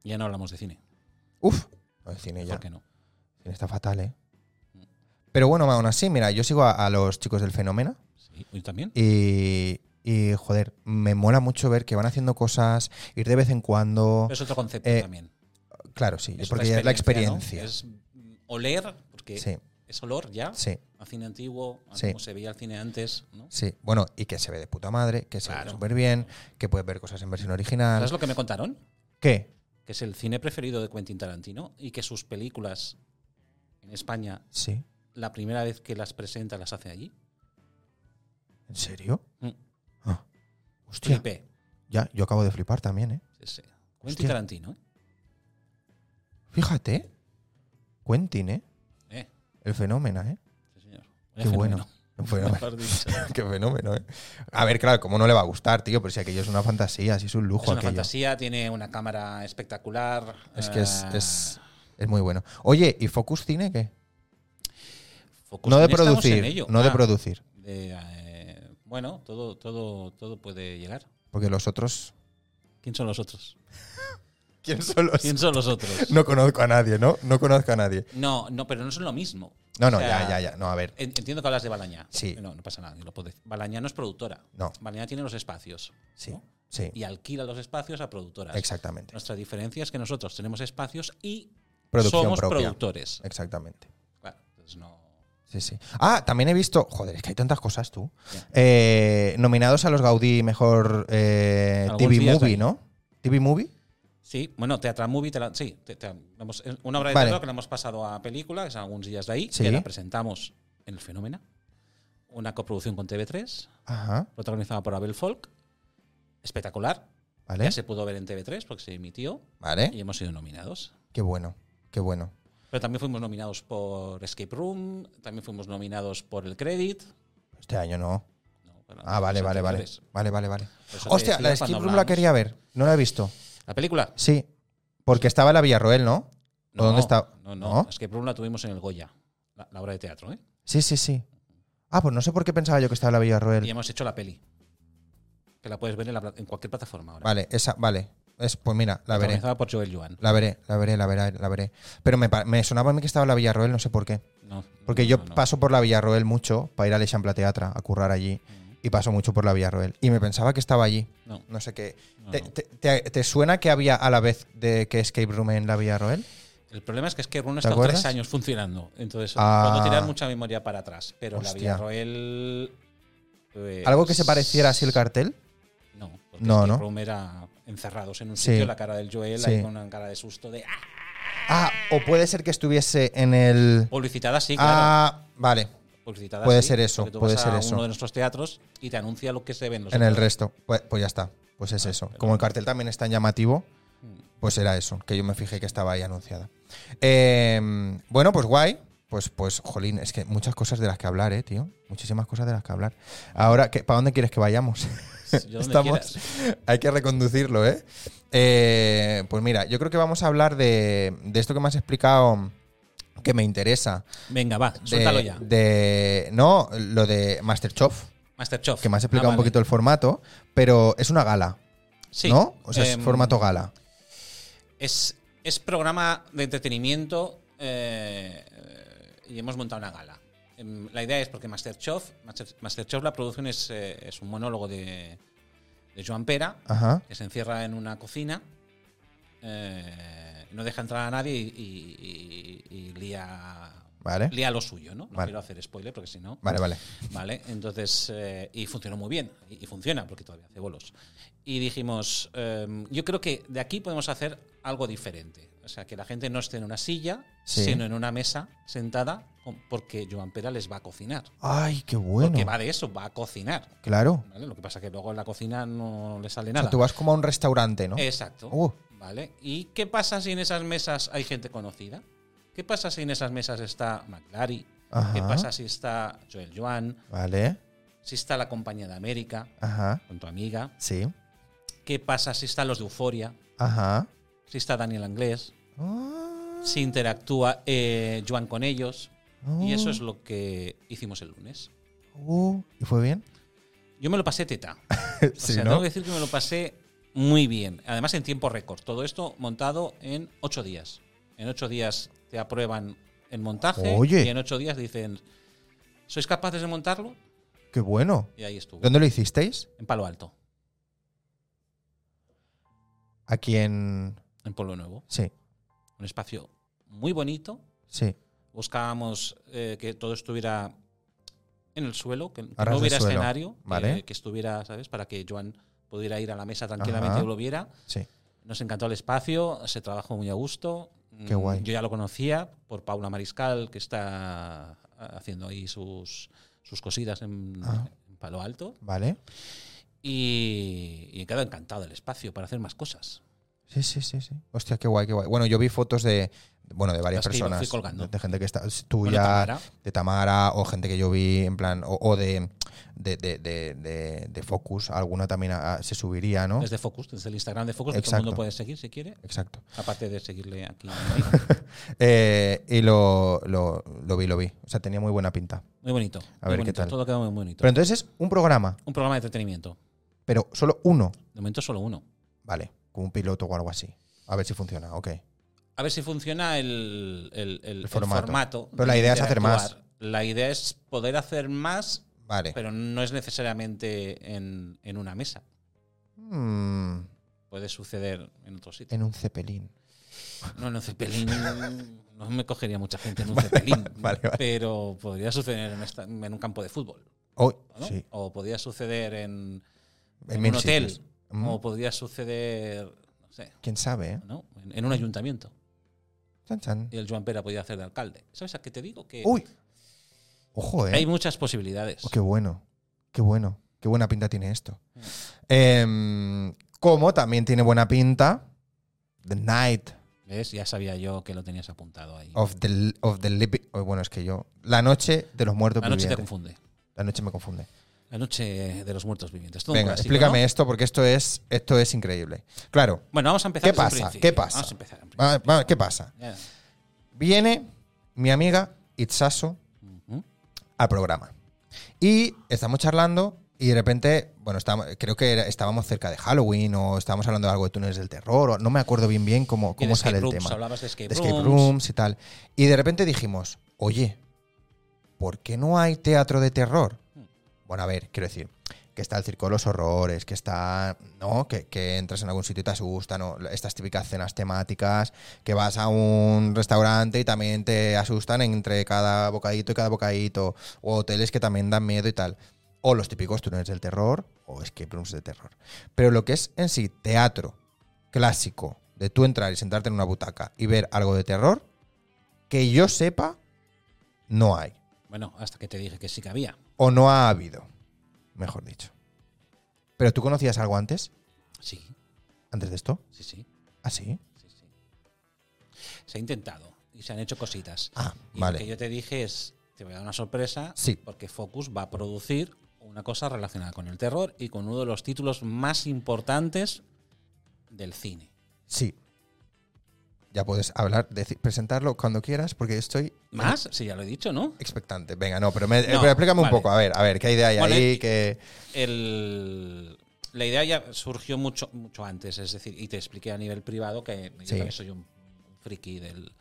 S2: Ya no hablamos de cine.
S1: Uf. El cine ya.
S2: ¿Por qué no?
S1: cine Está fatal, ¿eh? Pero bueno, aún así, mira, yo sigo a, a los chicos del Fenómeno.
S2: Sí. ¿Y también?
S1: Y, y, joder, me mola mucho ver que van haciendo cosas, ir de vez en cuando.
S2: Es otro concepto
S1: Eh,
S2: también.
S1: claro, sí,
S2: Es
S1: porque
S2: otra
S1: ya es la
S2: ¿no?
S1: experiencia.
S2: Es mm, oler, porque
S1: Sí,
S2: es olor ya,
S1: sí,
S2: a cine antiguo, a
S1: Sí.
S2: cómo se veía el cine antes. ¿no?
S1: sí. Bueno, y que se ve de puta madre, que se ve
S2: Claro.
S1: súper bien, que puedes ver cosas en versión original.
S2: ¿Sabes lo que me contaron?
S1: ¿Qué?
S2: Que es el cine preferido de Quentin Tarantino y que sus películas en España,
S1: Sí.
S2: la primera vez que las presenta, las hace allí.
S1: ¿En serio?
S2: Mm.
S1: Ah. Hostia.
S2: Flipé.
S1: Ya, yo acabo de flipar también, ¿eh?
S2: Sí, sí. Quentin
S1: Hostia.
S2: Tarantino, ¿eh?
S1: Fíjate. Quentin, ¿eh?
S2: Eh,
S1: El fenómeno, ¿eh?
S2: sí, señor.
S1: Qué
S2: Vaya
S1: bueno.
S2: fenómeno,
S1: Un fenómeno.
S2: mejor dicho.
S1: Qué fenómeno, ¿eh? A ver, claro, ¿cómo no le va a gustar, tío? Pero si aquello es una fantasía, si es un lujo
S2: Es una
S1: aquello.
S2: fantasía, tiene una cámara espectacular.
S1: Es que es,
S2: eh,
S1: es, es muy bueno. Oye, ¿y Focus Cine qué?
S2: Focus
S1: No de
S2: Cine, estamos
S1: producir,
S2: Pues en ello.
S1: no de
S2: Ah,
S1: producir.
S2: de, eh, bueno, todo, todo, todo puede llegar.
S1: Porque los otros...
S2: ¿Quién son los otros?
S1: ¿Quién son los...?
S2: ¿Quién son los otros?
S1: No conozco a nadie, ¿no? No conozco a nadie.
S2: No, no, pero no son lo mismo.
S1: No, no,
S2: O sea,
S1: ya, ya, ya. No, a ver.
S2: en- Entiendo que hablas de Balañá.
S1: Sí.
S2: No, no pasa nada. Lo puedo decir. Balañá no es productora.
S1: No.
S2: Balañá tiene los espacios.
S1: Sí,
S2: ¿no?
S1: sí.
S2: Y alquila los espacios a productoras.
S1: Exactamente.
S2: Nuestra diferencia es que nosotros tenemos espacios y
S1: Producción
S2: somos
S1: propia.
S2: productores.
S1: Exactamente.
S2: Claro, entonces no.
S1: Sí, sí. Ah, también he visto... Joder, es que hay tantas cosas, tú.
S2: Ya.
S1: Eh, nominados a los Gaudí Mejor eh,
S2: Algunos
S1: TV
S2: días
S1: Movie,
S2: hay.
S1: ¿no? TV Movie.
S2: Sí, bueno, Teatra Movie, te la- sí, te- te- hemos- es una obra de
S1: Vale.
S2: teatro que la hemos pasado a película, que son algunos días de ahí,
S1: Sí.
S2: que la presentamos en El Fenómeno, una coproducción con TV3,
S1: Ajá,
S2: protagonizada por Abel Folk, espectacular,
S1: vale.
S2: ya se pudo ver en TV3 porque se emitió y
S1: Vale.
S2: hemos sido nominados.
S1: Qué bueno, qué bueno.
S2: Pero también fuimos nominados por Escape Room, también fuimos nominados por El Credit.
S1: Este año no.
S2: No, bueno, pues
S1: Ah, vale,
S2: los
S1: vale, vale.
S2: anteriores.
S1: Vale, vale, vale.
S2: Por Pues eso te
S1: Hostia, la
S2: decía
S1: de
S2: cuando
S1: Skip Room la
S2: hablábamos-
S1: quería ver. No la he visto.
S2: ¿La película?
S1: Sí. Porque estaba en la Villarroel, ¿no? ¿O dónde está?
S2: No,
S1: ¿No?
S2: no, Escape Room la tuvimos en el Goya, la, la obra de teatro, ¿eh?
S1: Sí, sí, sí. Ah, pues no sé por qué pensaba yo que estaba en la
S2: Y
S1: Villarroel.
S2: hemos hecho la peli. Que la puedes ver en, la pla- en cualquier plataforma ahora.
S1: Vale, esa, vale. Es, pues mira, la veré.
S2: Protagonizada por Joel Joan.
S1: La veré, la veré, la veré, la veré. Pero me, pa- me sonaba a mí que estaba en la Villarroel, no sé por qué.
S2: No,
S1: Porque
S2: no,
S1: yo
S2: no, no.
S1: paso por la Villarroel mucho para ir al Eixample Teatra a currar allí. Y paso mucho por la Villarroel. Y me pensaba que estaba allí.
S2: No,
S1: No sé qué.
S2: no,
S1: ¿Te,
S2: no.
S1: te- te- te suena que había a la vez de que Escape Room en la Villarroel?
S2: El problema es que es que Run
S1: ¿Te
S2: ha estado
S1: acuerdas?
S2: tres años funcionando. Entonces,
S1: Ah.
S2: puedo tirar mucha memoria para atrás. Pero
S1: Hostia.
S2: la Villarroel. pues,
S1: ¿Algo que se pareciera así el cartel?
S2: No, porque
S1: No,
S2: es que
S1: ¿no?
S2: Room era encerrados en un
S1: Sí.
S2: sitio, la cara del Joel
S1: Sí.
S2: ahí con una cara de susto de. ¡ah!
S1: Ah, o puede ser que estuviese en el.
S2: Publicitada, sí, claro.
S1: Ah, vale,
S2: Publicitada,
S1: puede
S2: sí,
S1: ser eso,
S2: porque tú
S1: puede
S2: vas
S1: ser
S2: a
S1: eso.
S2: uno de nuestros teatros y te anuncia lo que se ve en los
S1: en el
S2: otros. Ah,
S1: resto. Pues, pues ya está, pues es eso. Como el cartel también es tan llamativo,
S2: Mm.
S1: pues era eso, que yo me fijé que estaba ahí anunciada. Eh, bueno, pues guay. Pues, pues, jolín, es que muchas cosas de las que hablar, eh, tío. Muchísimas cosas de las que hablar. Ahora, ¿qué- ¿para dónde quieres que vayamos?
S2: Yo donde
S1: Estamos,
S2: quieras.
S1: hay que reconducirlo, ¿eh? Eh, Pues mira, yo creo que vamos a hablar de, de esto que me has explicado que me interesa.
S2: Venga, va,
S1: de-
S2: suéltalo ya.
S1: de- no, lo de Masterchef,
S2: Masterchef.
S1: que me has explicado
S2: Ah,
S1: un
S2: vale.
S1: poquito el formato, pero es una gala,
S2: Sí.
S1: ¿no? O sea, es
S2: Em,
S1: formato gala.
S2: Es es programa de entretenimiento eh, y hemos montado una gala. Em, La idea es porque Masterchef, Master- Masterchef la producción es, eh, es un monólogo de, de Joan Pera,
S1: Ajá.
S2: que se encierra en una cocina, eh, no deja entrar a nadie y, y- y- y lía,
S1: Vale.
S2: lía lo suyo, ¿no? No
S1: ¿Eh? Vale.
S2: quiero hacer spoiler porque si no...
S1: Vale, vale.
S2: Vale, entonces, eh, y funcionó muy bien, y, y funciona porque todavía hace bolos. Y dijimos, em, yo creo que de aquí podemos hacer algo diferente. O sea, que la gente no esté en una silla,
S1: Sí.
S2: sino en una mesa sentada, con- porque Joan Pera les va a cocinar.
S1: Ay, qué bueno.
S2: Porque va de eso, va a cocinar.
S1: Claro.
S2: ¿vale? Lo que pasa es que luego en la cocina no le sale
S1: O
S2: nada.
S1: sea, tú vas como a un restaurante, ¿no?
S2: Exacto.
S1: Uh.
S2: ¿Vale? ¿Y qué pasa si en esas mesas hay gente conocida? ¿Qué pasa si en esas mesas está McLary?
S1: Ajá.
S2: ¿Qué pasa si está Joel Joan?
S1: Vale.
S2: si está la compañía de América,
S1: Ajá.
S2: con tu amiga,
S1: Sí.
S2: qué pasa si están los de Euforia,
S1: Ajá.
S2: si está Daniel Anglés,
S1: Ah,
S2: si interactúa eh, Joan con ellos. Y eso
S1: ah,
S2: es lo que hicimos el lunes.
S1: uh, ¿Y fue bien?
S2: Yo me lo pasé teta. O
S1: Sí,
S2: sea,
S1: ¿no?
S2: tengo que decir que me lo pasé muy bien. Además, en tiempo récord. Todo esto montado en ocho días. En ocho días te aprueban el montaje
S1: Oye.
S2: y en ocho días dicen, ¿sois capaces de montarlo?
S1: Qué bueno.
S2: Y ahí estuvo.
S1: ¿Dónde lo hicisteis?
S2: En Palo Alto,
S1: Aquí en.
S2: en Pueblo Nuevo.
S1: Sí,
S2: Un espacio muy bonito,
S1: sí.
S2: buscábamos eh, que todo estuviera en el suelo, que, que
S1: Arras
S2: no
S1: de
S2: hubiera
S1: suelo,
S2: escenario, que-
S1: vale.
S2: que, estuviera, ¿sabes? Para que Joan pudiera ir a la mesa tranquilamente
S1: Ajá.
S2: y lo viera.
S1: Sí.
S2: Nos encantó el espacio, se trabajó muy a gusto.
S1: Qué
S2: Mm,
S1: guay.
S2: Yo ya lo conocía por Paula Mariscal, que está ah, haciendo ahí sus, sus cositas en,
S1: Ah.
S2: en Palo Alto.
S1: Vale.
S2: Y, y he quedado encantado del espacio para hacer más cosas.
S1: Sí, sí, sí, sí. Hostia, qué guay, qué guay. Bueno, yo vi fotos de. Bueno, de varias
S2: Las que yo fui
S1: personas.
S2: colgando.
S1: De, de gente que está. Tú
S2: Bueno,
S1: ya.
S2: Tamara.
S1: De Tamara, o gente que yo vi en plan. O, o de, de, de, de, de- de Focus. Alguna también ah, se subiría, ¿no?
S2: Desde Focus, desde el Instagram de Focus, que todo
S1: Exacto.
S2: el mundo puede seguir si quiere,
S1: Exacto.
S2: aparte de seguirle aquí.
S1: Eh, y lo, lo, lo vi, lo vi. O sea, tenía muy buena pinta.
S2: Muy bonito.
S1: A ver
S2: muy
S1: qué
S2: bonito,
S1: tal.
S2: Todo queda muy bonito.
S1: Pero entonces es un programa,
S2: un programa de entretenimiento.
S1: pero solo uno.
S2: De momento solo uno.
S1: Vale, como un piloto o algo así. A ver si funciona, ok.
S2: A ver si funciona el, el- el- el
S1: formato.
S2: formato.
S1: Pero
S2: de
S1: la idea es hacer
S2: interactuar. La idea es poder hacer más,
S1: Vale.
S2: pero no es necesariamente en, en una mesa.
S1: Mm,
S2: Puede suceder en otro sitio.
S1: en un cepelín.
S2: No, en un cepelín no me cogería mucha gente en un cepelín.
S1: Eh. vale, vale.
S2: Pero podría suceder en, esta- en un campo de fútbol.
S1: Oh,
S2: ¿no?
S1: sí.
S2: O podría suceder en,
S1: En
S2: en
S1: mil
S2: un hotel.
S1: sitios. Mm,
S2: O podría suceder, no sé,
S1: ¿Quién sabe? eh?
S2: ¿no? En- en un ayuntamiento.
S1: Chan, chan.
S2: y el Joan Pera podía hacer de alcalde. ¿Sabes a qué te digo? Que
S1: Uy. Ojo, eh.
S2: hay muchas posibilidades.
S1: Oh, qué bueno. Qué bueno. Qué buena pinta tiene esto.
S2: Mm.
S1: Em, como también tiene buena pinta The Night
S2: ¿Ves? Ya sabía yo que lo tenías apuntado ahí.
S1: of the, of the Living. oh, bueno, es que yo. La noche de los muertos
S2: La noche te
S1: vivientes.
S2: confunde.
S1: La noche me confunde.
S2: La noche de los muertos vivientes. Todo un
S1: Venga,
S2: clásico,
S1: explícame
S2: ¿no?
S1: esto porque esto es, esto es increíble. Claro,
S2: Bueno, vamos a empezar.
S1: ¿Qué
S2: desde el
S1: pasa?
S2: principio.
S1: ¿Qué pasa?
S2: Vamos a empezar. en principio.
S1: va- va- ¿qué pasa?
S2: Ya.
S1: Viene mi amiga Itsaso
S2: Ujú.
S1: al programa. Y estamos charlando y de repente, bueno, estábamos- creo que era- estábamos cerca de Halloween o estábamos hablando de algo de túneles del terror o no me acuerdo bien bien cómo,
S2: Y de
S1: cómo sale
S2: escape
S1: el
S2: rooms,
S1: tema.
S2: Hablabas de escape,
S1: de escape
S2: rooms.
S1: rooms y tal. Y de repente dijimos, oye, ¿por qué no hay teatro de terror?
S2: Hmm.
S1: Bueno, a ver, quiero decir, que está el circo de los horrores, que está, ¿no? Que, que entras en algún sitio y te asustan, o estas típicas cenas temáticas, que vas a un restaurante y también te asustan entre cada bocadito y cada bocadito, o hoteles que también dan miedo y tal. O los típicos túneles del terror, o escape rooms de terror. Pero lo que es en sí teatro clásico de tú entrar y sentarte en una butaca y ver algo de terror, que yo sepa, no hay.
S2: Bueno, hasta que te dije que sí que había.
S1: O no ha habido, mejor dicho. ¿Pero tú conocías algo antes?
S2: Sí,
S1: ¿Antes de esto?
S2: sí, sí.
S1: ¿Ah, sí?
S2: sí, sí. Se ha intentado y se han hecho cositas.
S1: Ah,
S2: Y
S1: vale.
S2: lo que yo te dije es, te voy a dar una sorpresa,
S1: Sí.
S2: porque Focus va a producir una cosa relacionada con el terror y con uno de los títulos más importantes del cine.
S1: Sí. Ya puedes hablar, decir, presentarlo cuando quieras, porque estoy
S2: ¿Más? Sí, ya lo he dicho, ¿no?
S1: expectante. Venga, no, pero, me,
S2: No,
S1: pero explícame
S2: vale.
S1: un poco, a ver, a ver, qué idea hay
S2: Bueno,
S1: ahí,
S2: y-
S1: que...
S2: El- la idea ya surgió mucho, mucho antes, es decir, y te expliqué a nivel privado que yo
S1: Sí.
S2: también soy un friki del,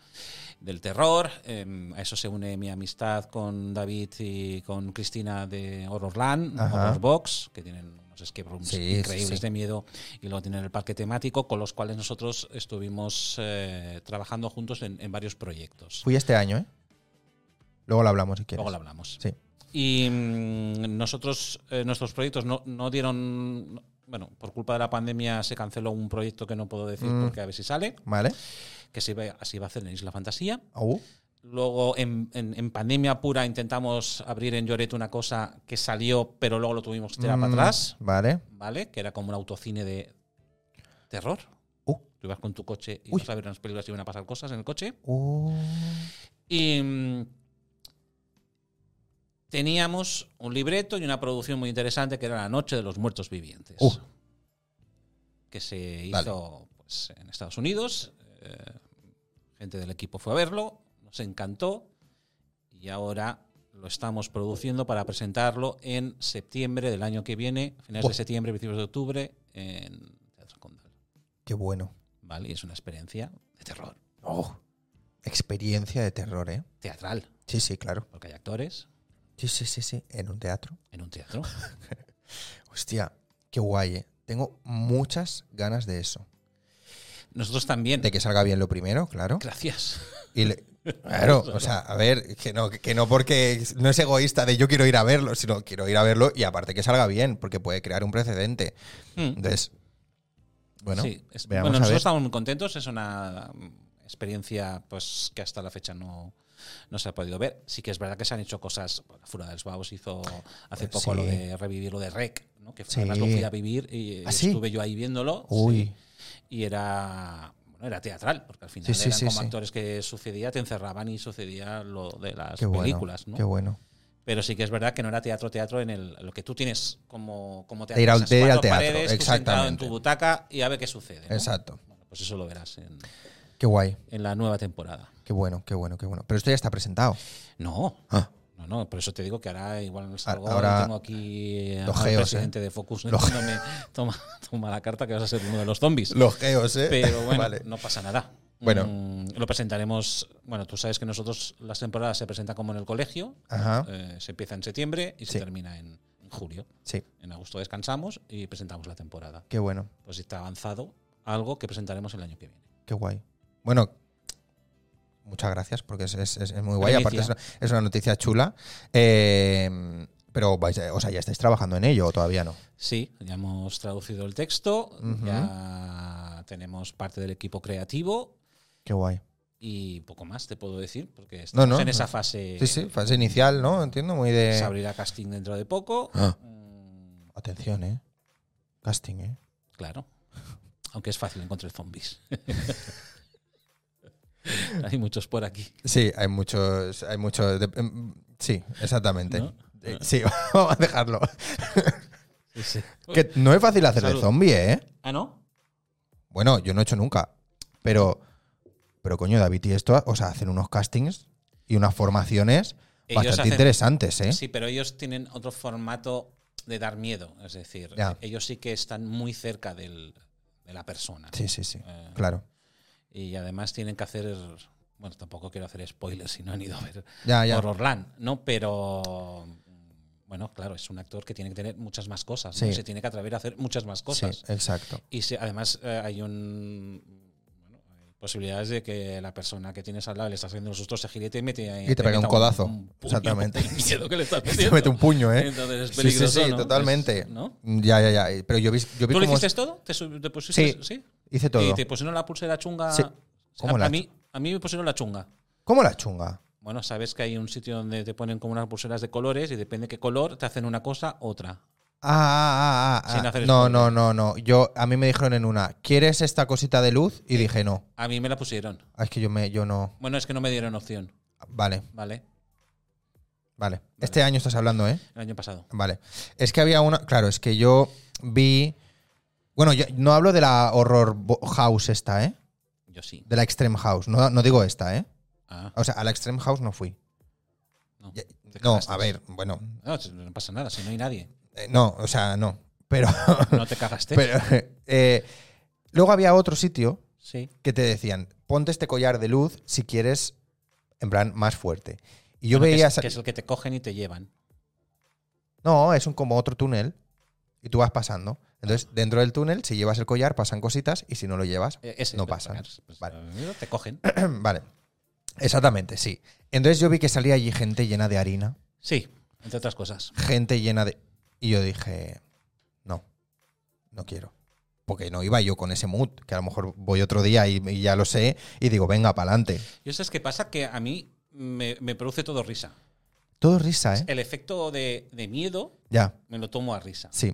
S2: del terror. Eh, a eso se une mi amistad con David y con Cristina de Horrorland,
S1: Ajá.
S2: Horror Box, que tienen unos escape rooms
S1: Sí, sí,
S2: increíbles
S1: sí.
S2: de miedo y luego tienen el parque temático, con los cuales nosotros estuvimos eh, trabajando juntos en, en varios proyectos.
S1: Fui este año, ¿eh? Luego lo hablamos si quieres.
S2: Luego lo hablamos.
S1: Sí.
S2: Y mm, nosotros, eh, nuestros proyectos no, no dieron. Bueno, por culpa de la pandemia se canceló un proyecto que no puedo decir
S1: Mm.
S2: porque a ver si sale,
S1: ¿Vale?
S2: Pues que se iba, se iba a hacer en Isla Fantasía.
S1: Au.
S2: Luego, en, en- en pandemia pura, intentamos abrir en Lloret una cosa que salió, pero luego lo tuvimos que tirar para
S1: Mm,
S2: atrás,
S1: Vale.
S2: ¿vale? Que era como un autocine de terror.
S1: Uh.
S2: Tú ibas con tu coche y
S1: Uy.
S2: vas a ver unas películas y iban a pasar cosas en el coche.
S1: Uh,
S2: Y mm, teníamos un libreto y una producción muy interesante que era La Noche de los Muertos Vivientes.
S1: Uh.
S2: Que se
S1: Vale.
S2: hizo pues, en Estados Unidos. Eh, gente del equipo fue a verlo, nos encantó y ahora lo estamos produciendo para presentarlo en septiembre del año que viene, finales
S1: Buah.
S2: de septiembre, principios de octubre, en Teatro Condal.
S1: qué bueno.
S2: ¿Vale? Y es una experiencia de terror,
S1: Oh, experiencia de terror, ¿eh?
S2: teatral,
S1: Sí, sí, claro.
S2: porque hay actores
S1: Sí, sí, sí, sí. En un teatro.
S2: en un teatro.
S1: Hostia, qué guay, ¿eh? Tengo muchas ganas de eso.
S2: Nosotros también.
S1: De que salga bien lo primero, claro.
S2: Gracias.
S1: Y le- claro, o sea, a ver, que no, que no porque no es egoísta de yo quiero ir a verlo, sino quiero ir a verlo y aparte que salga bien, porque puede crear un precedente. Entonces, bueno,
S2: Hmm. Sí, es-
S1: veamos
S2: bueno,
S1: a
S2: nosotros
S1: ver.
S2: estamos muy contentos. Es una mm, experiencia pues que hasta la fecha no, no se ha podido ver. Sí que es verdad que se han hecho cosas. bueno, La Fura del Baos hizo hace
S1: Pues
S2: poco lo
S1: sí.
S2: de revivir lo de Rec, ¿no? que
S1: Sí.
S2: además lo fui a vivir y
S1: ¿Ah,
S2: y
S1: sí?
S2: estuve yo ahí viéndolo.
S1: Uy,
S2: sí, y era. bueno, Era teatral, porque al final
S1: Sí, sí,
S2: eran
S1: sí,
S2: como
S1: sí.
S2: actores que sucedía, te encerraban y sucedía lo de las
S1: qué bueno.
S2: películas, ¿no?
S1: Qué bueno.
S2: Pero sí que es verdad que no era teatro, teatro en el, lo que tú tienes como, como teatro.
S1: De ir al-
S2: esas
S1: de ir
S2: cuatro
S1: al teatro,
S2: paredes, tú
S1: exactamente.
S2: sentado en tu butaca y a ver qué sucede. ¿no?
S1: Exacto.
S2: Bueno, pues eso lo verás en,
S1: Qué guay,
S2: en la nueva temporada.
S1: qué bueno, qué bueno, qué bueno. Pero esto ya está presentado.
S2: No.
S1: Ah,
S2: No, no, por eso te digo que ahora igual salgo,
S1: ahora
S2: tengo aquí al
S1: los geos, ¿eh?
S2: presidente de Focus no me toma, toma la carta que vas a ser uno de los zombies.
S1: los geos, ¿eh?
S2: Pero bueno,
S1: vale.
S2: no pasa nada.
S1: Bueno.
S2: Mm, lo presentaremos. Bueno, tú sabes que nosotros las temporadas se presentan como en el colegio.
S1: Ajá,
S2: Eh, se empieza en septiembre y
S1: Sí.
S2: se termina en- en julio.
S1: sí,
S2: En agosto descansamos y presentamos la temporada.
S1: qué bueno,
S2: Pues está avanzado algo que presentaremos el año que viene.
S1: qué guay. Bueno, muchas gracias porque es, es- es- es muy guay. Aparte, es
S2: Primicia.
S1: una, es una noticia chula. Eh, pero, vais, a- o sea, ya estáis trabajando en ello o todavía no.
S2: Sí, ya hemos traducido el texto,
S1: Ujú.
S2: ya tenemos parte del equipo creativo
S1: Qué guay.
S2: y poco más te puedo decir, porque estamos
S1: no,
S2: en
S1: no.
S2: esa fase.
S1: Sí, sí, fase inicial, ¿no? Entiendo, muy de.
S2: Se abrirá casting dentro de poco.
S1: Ah.
S2: Mm,
S1: Atención, ¿eh? Casting, ¿eh?
S2: Claro. Aunque es fácil encontrar zombies. Hay muchos por aquí.
S1: Sí, hay muchos. Hay muchos de- em, sí, exactamente.
S2: ¿No?
S1: Eh, Sí, vamos a dejarlo.
S2: Sí, sí.
S1: Que no es fácil hacer de
S2: Salud.
S1: zombie, ¿eh?
S2: Ah, ¿no?
S1: Bueno, yo no he hecho nunca. Pero. Pero coño, David y esto, o sea, hacen unos castings y unas formaciones
S2: Ellos
S1: bastante
S2: hacen-
S1: interesantes, ¿eh?
S2: Sí, pero ellos tienen otro formato de dar miedo. Es decir,
S1: Ya.
S2: ellos sí que están muy cerca del- de la persona.
S1: Sí, sí, sí.
S2: Eh,
S1: Claro.
S2: Y además tienen que hacer. Bueno, tampoco quiero hacer spoilers si no han ido a ver
S1: Ah, Ya, ya.
S2: Horrorland, ¿no? Pero. Bueno, claro, es un actor que tiene que tener muchas más cosas. ¿no?
S1: Sí.
S2: Se tiene que atrever a hacer muchas más
S1: Sí,
S2: cosas.
S1: exacto.
S2: Y se- además eh, hay un. bueno, hay Posibilidades de que la persona que tienes al lado le está haciendo los sustos se girete y mete
S1: Y te pega un
S2: meta
S1: codazo.
S2: puño
S1: Exactamente.
S2: de miedo que le estás
S1: Te mete
S2: metiendo.
S1: un puño, ¿eh?
S2: Entonces es
S1: Sí, sí,
S2: peligroso.
S1: sí,
S2: ¿no?
S1: totalmente.
S2: Es- ¿no?
S1: Ya, ya, ya. Pero yo vi, yo vi
S2: ¿Tú lo
S1: cómo
S2: hiciste todo? ¿Te, sub- te pusiste?
S1: Sí.
S2: sí.
S1: hice todo.
S2: ¿Y te pusieron la pulsera chunga?
S1: Sí. ¿Cómo
S2: a,
S1: la
S2: a mí, a mí me pusieron la chunga.
S1: ¿Cómo la chunga?
S2: Bueno, sabes que hay un sitio donde te ponen como unas pulseras de colores y depende qué color te hacen una cosa, otra.
S1: Ah, ah, ah, ah,
S2: Sin
S1: ah.
S2: hacer
S1: no,
S2: spoiler.
S1: no, no, no. Yo a mí me dijeron en una, ¿quieres esta cosita de luz? Y dije no.
S2: A mí me la pusieron.
S1: Ah, Es que yo me, yo no.
S2: Bueno, es que no me dieron opción,
S1: Vale,
S2: ¿vale?
S1: vale. Este año estás hablando, ¿eh?
S2: El año pasado.
S1: Vale. Es que había una. Claro, es que yo vi. Bueno, yo no hablo de la horror bo- house esta, ¿eh?
S2: Yo sí.
S1: De la extreme house. No, no digo esta, ¿eh?
S2: Ah,
S1: O sea, a la extreme house no fui.
S2: no.
S1: Ya-
S2: Te
S1: No,
S2: cagaste.
S1: a ver, bueno,
S2: No, no pasa nada, si no hay nadie.
S1: eh, no, o sea, no. Pero,
S2: No te cagaste.
S1: pero eh, luego había otro sitio
S2: Sí.
S1: que te decían, ponte este collar de luz si quieres, en plan, más fuerte. Y yo
S2: Bueno, que
S1: veía...
S2: es-
S1: esa-
S2: que es el que te cogen y te llevan.
S1: No, es un, como otro túnel y tú vas pasando. Entonces, dentro del túnel, si llevas el collar, pasan cositas y si no lo llevas,
S2: Eh, ese,
S1: no
S2: pues,
S1: pasan.
S2: pues,
S1: Vale.
S2: eh, Te cogen.
S1: vale. Exactamente, sí. Entonces yo vi que salía allí gente llena de harina,
S2: Sí, entre otras cosas.
S1: gente llena de... Y yo dije, no, no quiero. Porque no iba yo con ese mood, que a lo mejor voy otro día y, y ya lo sé, y digo, venga, pa'lante.
S2: Y sabes qué pasa que a mí me, me produce todo risa.
S1: Todo risa, ¿eh?
S2: El efecto de, de miedo
S1: Ya.
S2: me lo tomo a risa.
S1: Sí.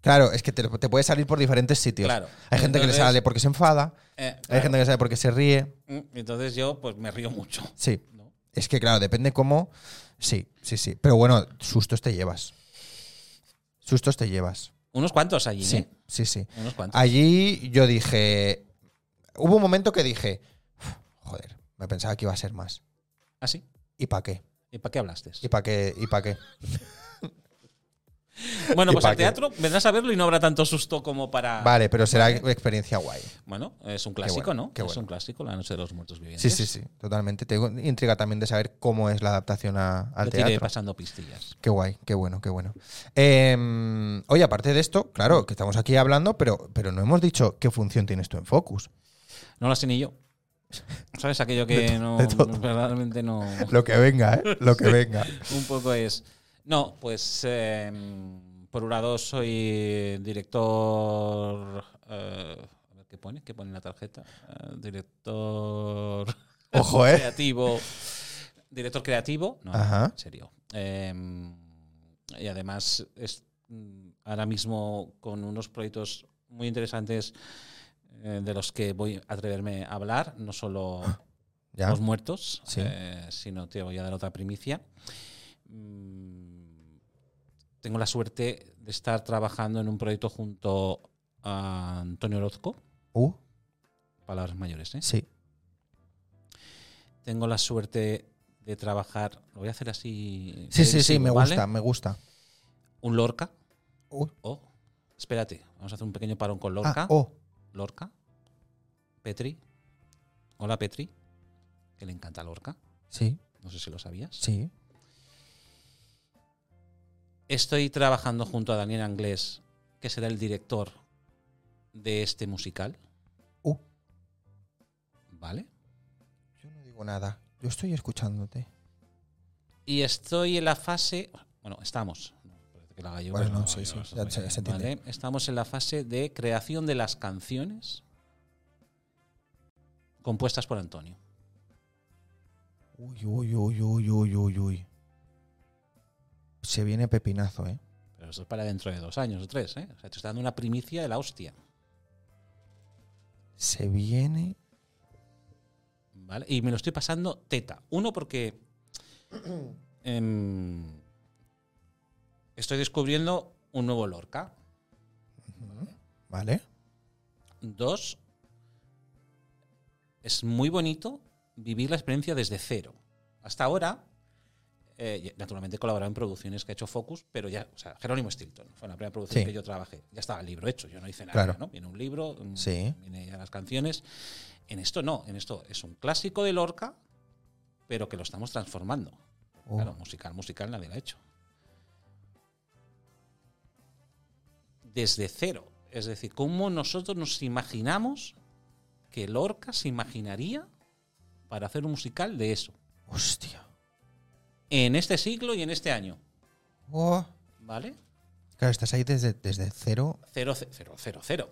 S1: Claro, es que te, te puede salir por diferentes sitios.
S2: Claro.
S1: Hay gente que le
S2: Entonces,
S1: sale porque se enfada,
S2: Eh,
S1: hay
S2: claro.
S1: gente que le sale porque se ríe.
S2: Mm, Entonces yo pues me río mucho.
S1: Sí.
S2: ¿no?
S1: Es que, claro, depende cómo. Sí, sí, sí. Pero bueno, sustos te llevas. Sustos te llevas.
S2: Unos cuantos allí,
S1: Sí, Ah.
S2: ¿eh?
S1: sí, sí.
S2: Unos cuantos.
S1: Allí yo dije. Hubo un momento que dije, joder, me pensaba que iba a ser más.
S2: ¿Ah, sí?
S1: ¿Y para qué?
S2: ¿Y para qué hablaste?
S1: ¿Y para qué? ¿Y para qué?
S2: Bueno,
S1: y
S2: pues
S1: pa'
S2: al
S1: qué?
S2: teatro vendrás a verlo y no habrá tanto susto como para.
S1: Vale, pero será una experiencia guay.
S2: Bueno, es un clásico,
S1: bueno,
S2: ¿no?
S1: qué
S2: Es
S1: bueno.
S2: un clásico, La Noche de los Muertos Vivientes.
S1: Sí, sí, sí, totalmente. Tengo intriga también de saber cómo es la adaptación a- al
S2: Yo te iré
S1: teatro.
S2: pasando pistillas.
S1: Qué guay, qué bueno, qué bueno. Eh, oye, aparte de esto, claro, que estamos aquí hablando, pero, pero no hemos dicho qué función tienes tú en Focus.
S2: No lo sé ni yo. ¿Sabes? Aquello que no.
S1: de todo.
S2: Realmente no.
S1: Lo que venga, ¿eh? Lo que venga.
S2: Un poco es. No, pues. eh, por un lado, soy director. eh, a ver, ¿Qué pone? ¿Qué pone en la tarjeta? Eh, director.
S1: Ojo, ¿eh?
S2: creativo. Director creativo. No,
S1: Ajá.
S2: en serio. Eh, y además, es mm, ahora mismo con unos proyectos muy interesantes eh, de los que voy a atreverme a hablar, no solo
S1: Ah. Ya.
S2: los muertos,
S1: Sí.
S2: eh, sino te voy a dar otra primicia. Mm, Tengo la suerte de estar trabajando en un proyecto junto a Antonio Orozco,
S1: Uh,
S2: palabras mayores, ¿eh?
S1: sí.
S2: tengo la suerte de trabajar, lo voy a hacer así.
S1: Sí, sí, sí,
S2: televisivo,
S1: me
S2: ¿vale?
S1: gusta, me gusta.
S2: Un Lorca.
S1: Uh,
S2: Oh, espérate, vamos a hacer un pequeño parón con Lorca.
S1: ah, oh,
S2: Lorca. Petri. Hola Petri, que le encanta Lorca.
S1: sí,
S2: No sé si lo sabías.
S1: sí.
S2: Estoy trabajando junto a Daniel Anglés, que será el director de este musical,
S1: Uh,
S2: ¿vale?
S1: yo no digo nada. Yo estoy escuchándote.
S2: Y estoy en la fase. Bueno, estamos. Parece que la haga yo,
S1: Bueno,
S2: pero
S1: no, sí,
S2: yo
S1: sí,
S2: no sé.
S1: ya se- se entiende.
S2: Vale, Estamos en la fase de creación de las canciones compuestas por Antonio.
S1: Uy, uy, uy, uy, uy, uy, uy. Se viene pepinazo, ¿eh?
S2: Pero eso es para dentro de dos años o tres, ¿eh? O sea, te está dando una primicia de la hostia.
S1: Se viene...
S2: ¿vale? Y me lo estoy pasando teta. Uno, porque em, estoy descubriendo un nuevo Lorca.
S1: ¿Vale?
S2: Dos, es muy bonito vivir la experiencia desde cero. Hasta ahora, eh, ya- naturalmente he colaborado en producciones que ha hecho Focus, pero ya, o sea, Jerónimo Stilton fue la primera producción
S1: Sí.
S2: que yo trabajé. Ya estaba el libro hecho, yo no hice nada,
S1: Claro.
S2: ¿no? Viene un libro, mm,
S1: Sí.
S2: viene ya las canciones. En esto no, en esto es un clásico de Lorca, pero que lo estamos transformando.
S1: Uh,
S2: Claro, musical, musical nadie lo ha hecho. Desde cero. Es decir, cómo nosotros nos imaginamos que Lorca se imaginaría para hacer un musical de eso.
S1: Hostia.
S2: En este siglo y en este año.
S1: Oh.
S2: ¿Vale?
S1: Claro, estás ahí desde, desde cero.
S2: Cero, ce- cero, cero, cero.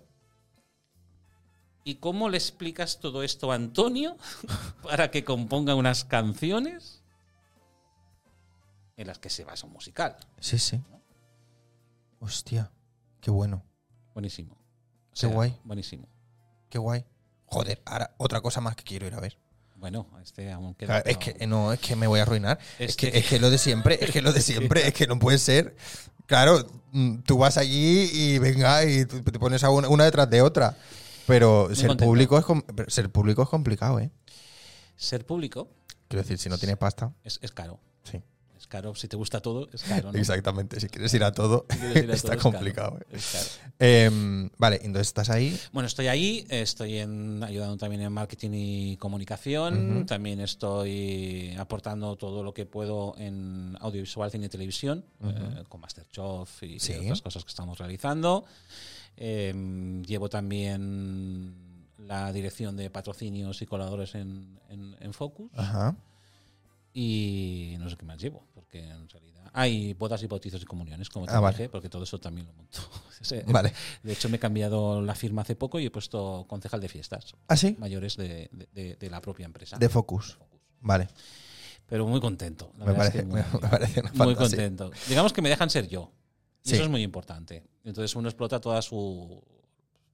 S2: ¿Y cómo le explicas todo esto a Antonio para que componga unas canciones en las que se basa un musical?
S1: Sí, sí. Hostia. Qué bueno.
S2: Buenísimo. O
S1: Qué guay.
S2: Buenísimo.
S1: Qué guay. Joder, ahora otra cosa más que quiero ir a ver.
S2: Bueno, este aún queda.
S1: Claro, es
S2: pero-
S1: que eh, no, es que me voy a arruinar. Es que,
S2: Este-
S1: es que lo de siempre, es que lo de siempre, es que no puede ser. Claro, mm, tú vas allí y venga y tú te pones a una, una detrás de otra. Pero ser
S2: contento.
S1: público es com- pero ser público es complicado, ¿eh?
S2: Ser público
S1: Quiero decir, si no tienes pasta,
S2: es, es caro.
S1: sí.
S2: Es caro. Si te gusta todo, es caro. ¿no?
S1: Exactamente, si quieres ir a todo,
S2: Si quieres ir a
S1: está
S2: todo, es caro.
S1: complicado. ¿eh?
S2: Es caro.
S1: Em, vale, entonces estás ahí.
S2: Bueno, estoy ahí, estoy en- ayudando también en marketing y comunicación,
S1: Ujú.
S2: también estoy aportando todo lo que puedo en audiovisual, cine y televisión,
S1: Ujú.
S2: eh, con Masterchef y, y
S1: Sí.
S2: otras cosas que estamos realizando. Eh, llevo también la dirección de patrocinios y colaboradores en, en- en Focus
S1: Ajá.
S2: y no sé qué más llevo, porque en realidad hay bodas y bautizos y comuniones, como te
S1: Ah, vale.
S2: dije, porque todo eso también lo monto. O sea,
S1: Vale.
S2: de hecho, me he cambiado la firma hace poco y he puesto concejal de fiestas
S1: Así.
S2: mayores de, de- de- de la propia empresa.
S1: Ah, De Focus. Vale.
S2: Pero muy contento. la
S1: Me
S2: verdad es
S1: parece,
S2: que muy,
S1: me parece una
S2: muy
S1: fantasía.
S2: contento. Digamos que me dejan ser yo. Y
S1: Sí.
S2: eso es muy importante. Entonces uno explota toda su.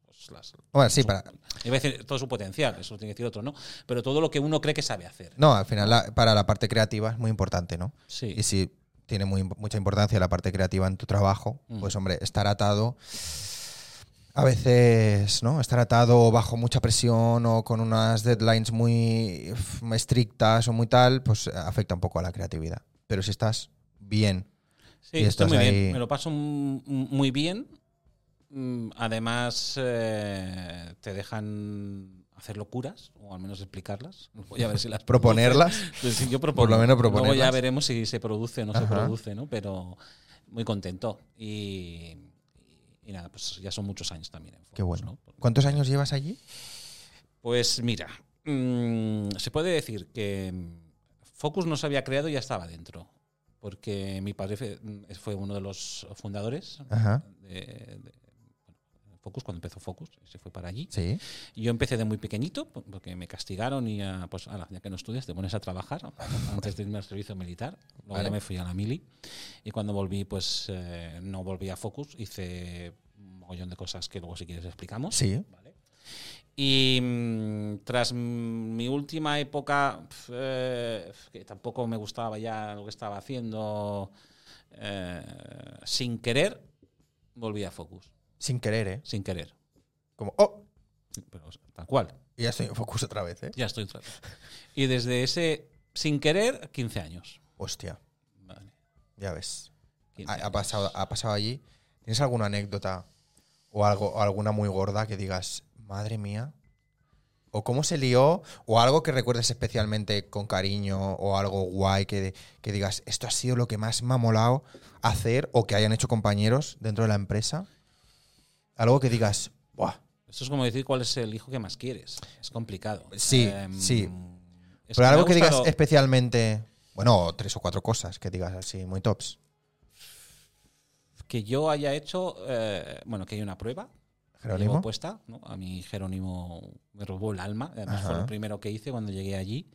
S2: pues, las-
S1: Bueno, sí, para,
S2: iba a decir todo su potencial, eso tiene que decir otro, ¿no? Pero todo lo que uno cree que sabe hacer.
S1: no, al final la- para la parte creativa es muy importante, ¿no?
S2: Sí.
S1: Y si tiene muy, mucha importancia la parte creativa en tu trabajo,
S2: Mm.
S1: pues hombre, estar atado a veces, ¿no? Estar atado bajo mucha presión o con unas deadlines muy f- estrictas o muy tal, pues afecta un poco a la creatividad. Pero si estás bien,
S2: Sí,
S1: Y
S2: estoy
S1: estás
S2: muy
S1: ahí.
S2: bien. Me lo paso m- m- muy bien. Mm, Además, eh, te dejan hacer locuras, o al menos explicarlas. Voy a ver si las
S1: proponerlas,
S2: Pues sí, yo propongo.
S1: Por lo menos
S2: Luego ya
S1: proponerlas.
S2: veremos si se produce o no se
S1: Ajá.
S2: produce, ¿no? Pero muy contento. Y, y nada, pues ya son muchos años también. en
S1: qué
S2: Focus,
S1: bueno.
S2: pues, ¿no?
S1: ¿Cuántos años llevas allí?
S2: Pues mira, mm, se puede decir que mm, Focus no se había creado y ya estaba dentro. Porque mi padre fe- mm, fue uno de los fundadores
S1: Ajá.
S2: de, de- bueno, Focus, cuando empezó Focus, se fue para allí.
S1: Sí.
S2: Y Yo empecé de muy pequeñito, po- porque me castigaron y ah, pues, ala, ya que no estudias, te pones a trabajar antes de irme al servicio militar. Luego
S1: Vale.
S2: ya me fui a la mili. Y cuando volví, pues eh, no volví a Focus. Hice un mogollón de cosas que luego, si quieres, explicamos.
S1: Sí.
S2: ¿vale? Y mm, tras mm, mi última época, pf, eh, que tampoco me gustaba ya lo que estaba haciendo, eh, sin querer, volví a Focus.
S1: Sin querer, ¿eh?
S2: Sin querer.
S1: Como, oh,
S2: Pero o sea, tal cual.
S1: y ya estoy en focus otra vez, ¿eh?
S2: Ya estoy otra vez. Y desde ese, sin querer, 15 años.
S1: Hostia,
S2: Vale,
S1: ya ves.
S2: 15
S1: ha, ha
S2: años.
S1: pasado, ha pasado allí. ¿Tienes alguna anécdota o, algo, o alguna muy gorda que digas, madre mía? ¿O cómo se lió? ¿O algo que recuerdes especialmente con cariño? ¿O algo guay que, que digas, esto ha sido lo que más me ha molado hacer o que hayan hecho compañeros dentro de la empresa? Algo que digas, ¡buah!
S2: Esto es como decir cuál es el hijo que más quieres. Es complicado.
S1: Sí,
S2: Em,
S1: sí.
S2: es
S1: Pero
S2: me
S1: algo
S2: ha
S1: que digas
S2: gustado-
S1: especialmente, bueno, tres o cuatro cosas que digas así, muy tops.
S2: que yo haya hecho, eh, bueno, que hay una prueba
S1: Jerónimo.
S2: puesta, ¿no? A mí Jerónimo me robó el alma, además fue
S1: Ajá.
S2: lo primero que hice cuando llegué allí.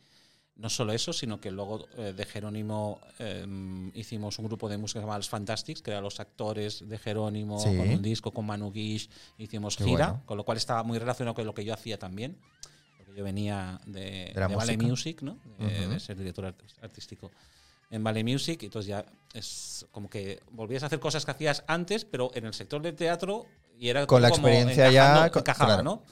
S2: No solo eso, sino que luego eh, de Jerónimo em, hicimos un grupo de música llamado Los Fantastics, que eran los actores de Jerónimo,
S1: Sí.
S2: con un disco, con Manu Guix, hicimos
S1: Qué
S2: gira,
S1: bueno.
S2: con lo cual estaba muy relacionado con lo que yo hacía también. Porque yo venía
S1: De
S2: de,
S1: la
S2: de Vale
S1: música.
S2: Music, ¿no? De,
S1: Ujú.
S2: de ser director art- artístico en Vale Music, y entonces ya es como que volvías a hacer cosas que hacías antes, pero en el sector del teatro y era
S1: Con la
S2: como
S1: experiencia ya,
S2: encajando-
S1: con-
S2: encajaba,
S1: claro.
S2: ¿no?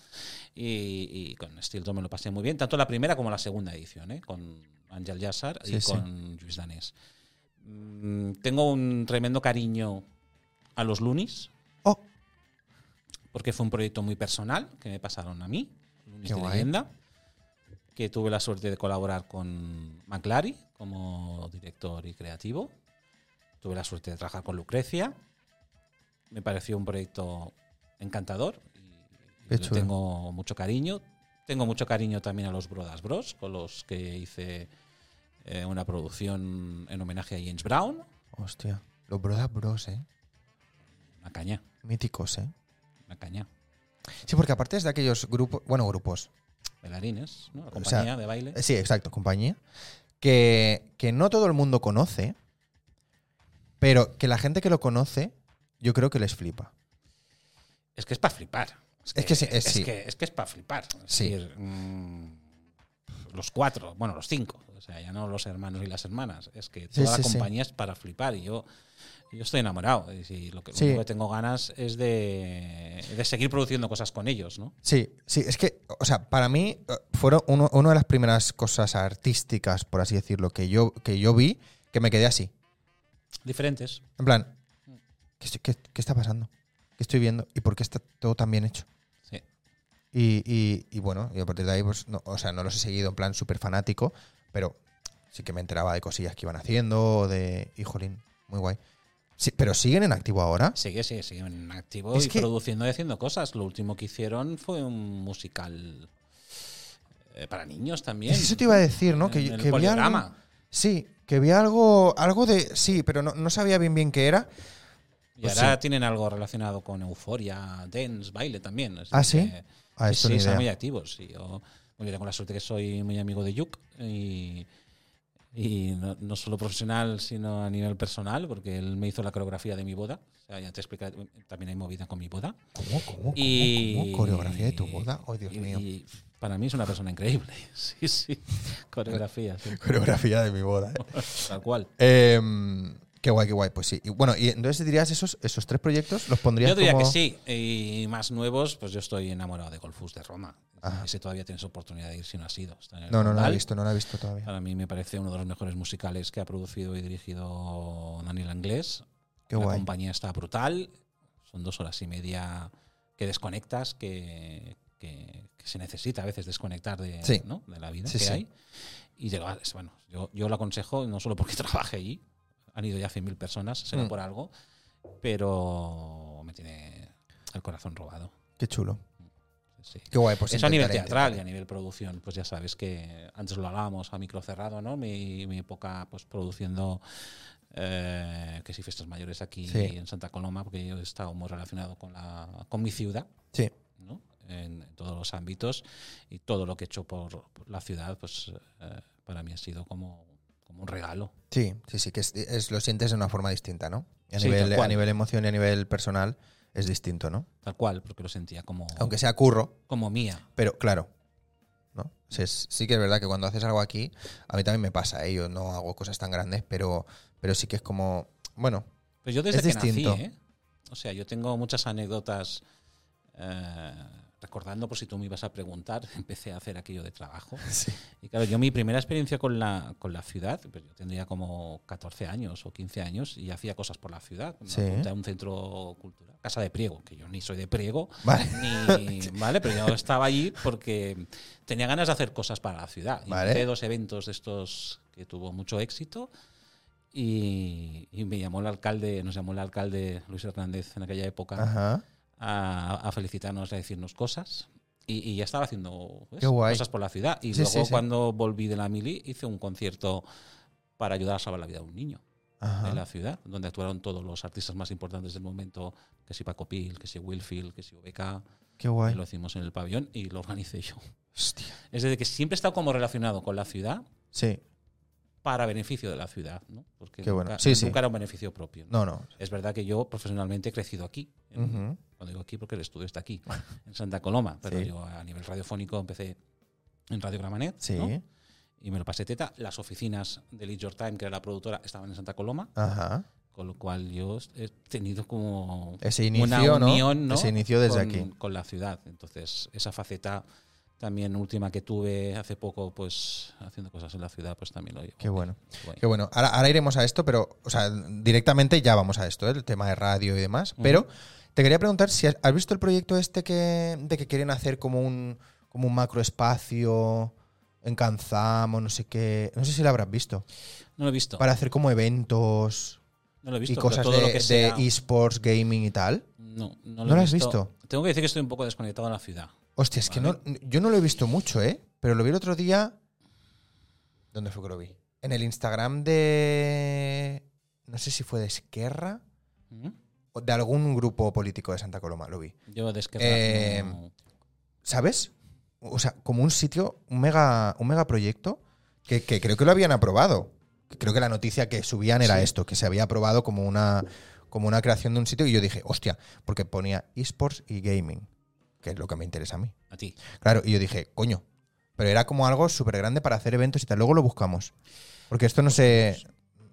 S2: Y, y con Steel Dome me lo pasé muy bien, tanto la primera como la segunda edición, ¿eh? con Ángel Yassar
S1: Sí,
S2: y
S1: sí.
S2: con Luis Danés. Mm, tengo un tremendo cariño a los Lunis,
S1: Oh,
S2: porque fue un proyecto muy personal que me pasaron a mí, Lunis
S1: Qué
S2: de
S1: guay.
S2: leyenda, que tuve la suerte de colaborar con McLary como director y creativo. Tuve la suerte de trabajar con Lucrecia. Me pareció un proyecto encantador y
S1: Qué
S2: le
S1: chulo.
S2: tengo mucho cariño. Tengo mucho cariño también a los Brodas Bros, con los que hice eh, una producción en homenaje a James Brown.
S1: hostia. Los Brothers Bros, ¿eh?
S2: Una caña,
S1: Míticos, ¿eh?
S2: una caña.
S1: Sí, porque aparte es de aquellos grupos, bueno, grupos,
S2: Bailarines, ¿no? La
S1: O sea,
S2: compañía de baile.
S1: eh, sí, exacto, compañía, que, que no todo el mundo conoce, pero que la gente que lo conoce, yo creo que les flipa.
S2: Es que es para flipar.
S1: Es que sí, es sí.
S2: que, es que es para flipar. Es
S1: Sí.
S2: decir, mm, los cuatro, bueno, los cinco. O sea, ya no los hermanos y las hermanas. Es que
S1: Sí,
S2: toda la
S1: sí, sí.
S2: compañía es para flipar. Y yo, yo estoy enamorado. Y si lo que, lo
S1: Sí.
S2: único que tengo ganas es de, de seguir produciendo cosas con ellos, ¿no?
S1: Sí, sí, es que, o sea, para mí eh, fueron uno- una de las primeras cosas artísticas, por así decirlo, que yo, que yo vi, que me quedé así.
S2: Diferentes.
S1: En plan, ¿qué, estoy- qué- qué está pasando? ¿Qué estoy viendo? ¿Y por qué está todo tan bien hecho?
S2: Sí.
S1: Y, y- y bueno, y a partir de ahí, pues, no, o sea, no los he seguido en plan súper fanático, pero sí que me enteraba de cosillas que iban haciendo, de. Hijolín, muy guay. Sí, pero siguen en activo ahora.
S2: Sigue, sigue, sigue en activo
S1: Es
S2: y
S1: que-
S2: produciendo y haciendo cosas. Lo último que hicieron fue un musical eh, para niños también.
S1: Eso te iba a decir, ¿no?
S2: En
S1: Que,
S2: el
S1: que vi algo,
S2: Polidrama.
S1: Sí, que vi algo, algo de. Sí, pero no, no sabía bien bien qué era.
S2: Y
S1: Pues
S2: ahora
S1: sí.
S2: tienen algo relacionado con euforia, dance, baile también. así
S1: ¿Ah, sí?
S2: que-
S1: Ah,
S2: sí,
S1: esto
S2: sí,
S1: ni
S2: están
S1: idea.
S2: muy activos. Y yo, bueno, yo tengo la suerte que soy muy amigo de Yuk y, y no, no solo profesional, sino a nivel personal, porque él me hizo la coreografía de mi boda. O sea, ya te explicaré, también hay movida con mi boda.
S1: ¿Cómo, cómo, cómo,
S2: Y,
S1: cómo? ¿Coreografía de tu boda? Oh, Dios
S2: y-
S1: mío.
S2: y para mí es una persona increíble. Sí, sí. Coreografía, sí,
S1: Coreografía de mi boda, ¿eh?
S2: tal cual.
S1: Em, qué guay, qué guay, pues sí. Y bueno, y entonces dirías esos, esos tres proyectos, los pondrías
S2: Yo diría
S1: como-
S2: que sí. Y más nuevos, pues yo estoy enamorado de Golfus de Roma.
S1: Ajá.
S2: Ese todavía tienes oportunidad de ir si no has sido. Está en el
S1: No, no, no la he
S2: Condal.
S1: visto, no la he visto todavía.
S2: Para mí me parece uno de los mejores musicales que ha producido y dirigido Daniel Anglés.
S1: Qué
S2: la
S1: guay.
S2: compañía está brutal. Son dos horas y media que desconectas, que, que- que se necesita a veces desconectar de,
S1: Sí.
S2: ¿no? de la vida
S1: Sí,
S2: que
S1: sí.
S2: hay. Y de lo- bueno, yo, yo lo aconsejo, no solo porque trabaje allí, han ido ya 100.000 personas, será
S1: Mm.
S2: por algo, pero me tiene el corazón robado.
S1: Qué chulo.
S2: Sí.
S1: Qué guay, pues
S2: Eso a nivel
S1: intentaré,
S2: teatral y a nivel producción, pues ya sabes que antes lo hablábamos a micro cerrado, ¿no? Mi, mi época pues produciendo eh, que si fiestas mayores aquí
S1: Sí.
S2: en Santa Coloma, porque yo he estado muy relacionado con la con mi ciudad,
S1: intentaré. Sí.
S2: ¿no? En, todos los ámbitos y todo lo que he hecho por, por la ciudad, pues eh, para mí ha sido como, como un regalo.
S1: Sí, sí, sí, que es, es- lo sientes de una forma distinta, ¿no? A,
S2: Sí,
S1: nivel,
S2: tal
S1: a
S2: cual.
S1: nivel emoción y a nivel personal es distinto, ¿no?
S2: Tal cual, porque lo sentía como,
S1: Aunque sea curro,
S2: como mía.
S1: pero claro. ¿no? O sea, es- sí que es verdad que cuando haces algo aquí, a mí también me pasa, ¿eh? yo no hago cosas tan grandes, pero, pero sí que es como, bueno,
S2: Pues yo desde
S1: Es
S2: que
S1: distinto.
S2: nací, ¿eh? O sea, yo tengo muchas anécdotas eh, recordando, por si tú me ibas a preguntar, empecé a hacer aquello de trabajo.
S1: sí.
S2: Y claro, yo mi primera experiencia con la, con la ciudad, pues yo tendría como 14 años o 15 años y hacía cosas por la ciudad. Me
S1: Sí.
S2: apunté a un centro cultural, Casa de Priego, que yo ni soy de Priego,
S1: Vale.
S2: ni, vale, pero yo estaba allí porque tenía ganas de hacer cosas para la ciudad. Y
S1: Vale.
S2: Hice dos eventos de estos que tuvo mucho éxito y, y me llamó el alcalde, nos llamó el alcalde Luis Hernández en aquella época
S1: Ajá.
S2: a, a felicitarnos y a decirnos cosas. Y, y ya estaba haciendo pues,
S1: Qué guay.
S2: cosas por la ciudad. Y
S1: Sí,
S2: luego
S1: sí, sí.
S2: cuando volví de la mili hice un concierto para ayudar a salvar la vida de un niño
S1: Ajá.
S2: en la ciudad, donde actuaron todos los artistas más importantes del momento, que si Paco Pil, que si Wilfield, que si UBK,
S1: Qué guay.
S2: y lo hicimos en el pabellón y lo organicé yo.
S1: Hostia.
S2: Es decir, que siempre he estado como relacionado con la ciudad
S1: Sí,
S2: para beneficio de la ciudad, ¿no? Porque
S1: Qué bueno.
S2: nunca,
S1: Sí, sí.
S2: nunca era un beneficio propio. ¿no?
S1: no, no.
S2: Es verdad que yo profesionalmente he crecido aquí. en-
S1: Ujú.
S2: Cuando digo aquí porque el estudio está aquí, en Santa Coloma. Pero
S1: Sí.
S2: yo a nivel radiofónico empecé en Radio Gramanet
S1: Sí.
S2: ¿no? y me lo pasé teta. Las oficinas de Leeds Your Time, que era la productora, estaban en Santa Coloma.
S1: Ajá.
S2: Con lo cual yo he tenido como
S1: Ese
S2: una
S1: inicio, ¿no?
S2: unión, ¿no?
S1: Ese inicio desde
S2: con,
S1: aquí.
S2: con la ciudad. Entonces, esa faceta también última que tuve hace poco, pues haciendo cosas en la ciudad, pues también lo llevo.
S1: Qué bueno.
S2: Guay.
S1: Qué bueno. Ahora, ahora iremos a esto, pero, o sea, directamente ya vamos a esto, ¿eh? el tema de radio y demás. Pero te quería preguntar si has, has visto el proyecto este que, de que quieren hacer como un, como un macroespacio en Canzamo, no sé qué. No sé si lo habrás visto.
S2: No lo he visto.
S1: Para hacer como eventos
S2: no lo he visto.
S1: y
S2: pero
S1: cosas
S2: todo lo
S1: de,
S2: que
S1: de
S2: sea-
S1: esports, gaming y tal.
S2: No,
S1: ¿No
S2: no lo,
S1: lo
S2: he
S1: has
S2: visto.
S1: visto?
S2: Tengo que decir que estoy un poco desconectado de la ciudad.
S1: Hostia, es que no,
S2: Vale.
S1: yo no lo he visto mucho, ¿eh? Pero lo vi el otro día. ¿Dónde fue que lo vi? En el Instagram de. No sé si fue de Esquerra
S2: ¿Mm?
S1: o de algún grupo político de Santa Coloma, lo vi.
S2: Yo de Esquerra
S1: Eh,
S2: no-
S1: ¿Sabes? O sea, como un sitio, un mega, un mega proyecto que, que creo que lo habían aprobado. Creo que la noticia que subían era
S2: Sí.
S1: esto, que se había aprobado como una, como una creación de un sitio. Y yo dije, hostia, porque ponía esports y gaming, que es lo que me interesa a mí.
S2: a ti.
S1: Claro, y yo dije, coño. Pero era como algo súper grande para hacer eventos y tal. Luego lo buscamos. Porque esto no sé.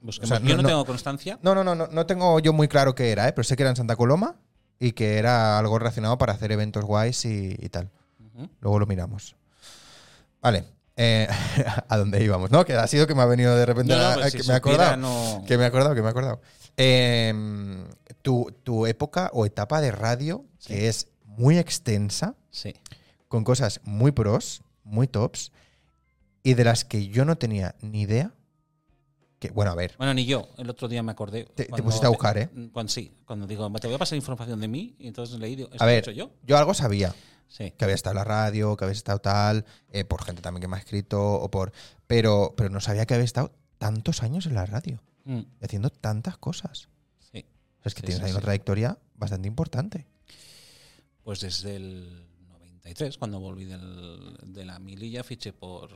S2: Busquemos-
S1: o sea,
S2: Pues
S1: no-
S2: yo no,
S1: no-
S2: tengo constancia.
S1: No, no, no, no, no tengo yo muy claro qué era, ¿eh? pero sé que era en Santa Coloma y que era algo relacionado para hacer eventos guays y, y tal.
S2: Ujú.
S1: Luego lo miramos. Vale. Eh, a dónde íbamos, ¿no? Que ha sido que me ha venido de repente.
S2: No, no,
S1: la-
S2: pero
S1: eh,
S2: si
S1: que, me he acordado,
S2: supiera, no-
S1: que me he acordado, que me he acordado. Eh, tu, tu época o etapa de radio,
S2: Sí.
S1: que es muy extensa,
S2: Sí.
S1: con cosas muy pros, muy tops, y de las que yo no tenía ni idea. Que, bueno, a ver,
S2: Bueno, ni yo. El otro día me acordé.
S1: Te- te
S2: cuando- Mm,
S1: pusiste a buscar, ¿eh?
S2: Cuando, sí, cuando digo, te voy a pasar información de mí, y entonces leí, digo, ¿esto
S1: A
S2: lo he
S1: ver.
S2: hecho yo?
S1: yo algo sabía.
S2: Sí.
S1: que había estado en la radio, que habéis estado tal, eh, por gente también que me ha escrito, o por. Pero, pero no sabía que había estado tantos años en la radio,
S2: Mm,
S1: y haciendo tantas cosas.
S2: sí.
S1: O sea, es que
S2: Sí,
S1: tienes
S2: sí,
S1: ahí una
S2: sí.
S1: trayectoria bastante importante.
S2: Pues desde el 93, cuando volví del- de la mililla, fiché por,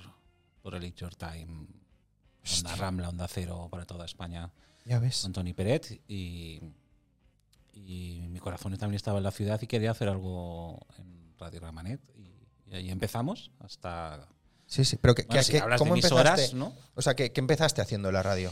S2: por el Your Time. Onda Rambla, Onda Cero, para toda España,
S1: Ya ves.
S2: con Tony Peret. Y, y mi corazón también estaba en la ciudad y quería hacer algo en Radio Ramanet. Y, y ahí empezamos hasta...
S1: Sí, sí. Pero que,
S2: Bueno,
S1: que-
S2: si
S1: que-
S2: hablas de
S1: ¿cómo
S2: emisoras,
S1: empezaste?
S2: ¿no?
S1: O sea, ¿qué, qué empezaste haciendo en la radio?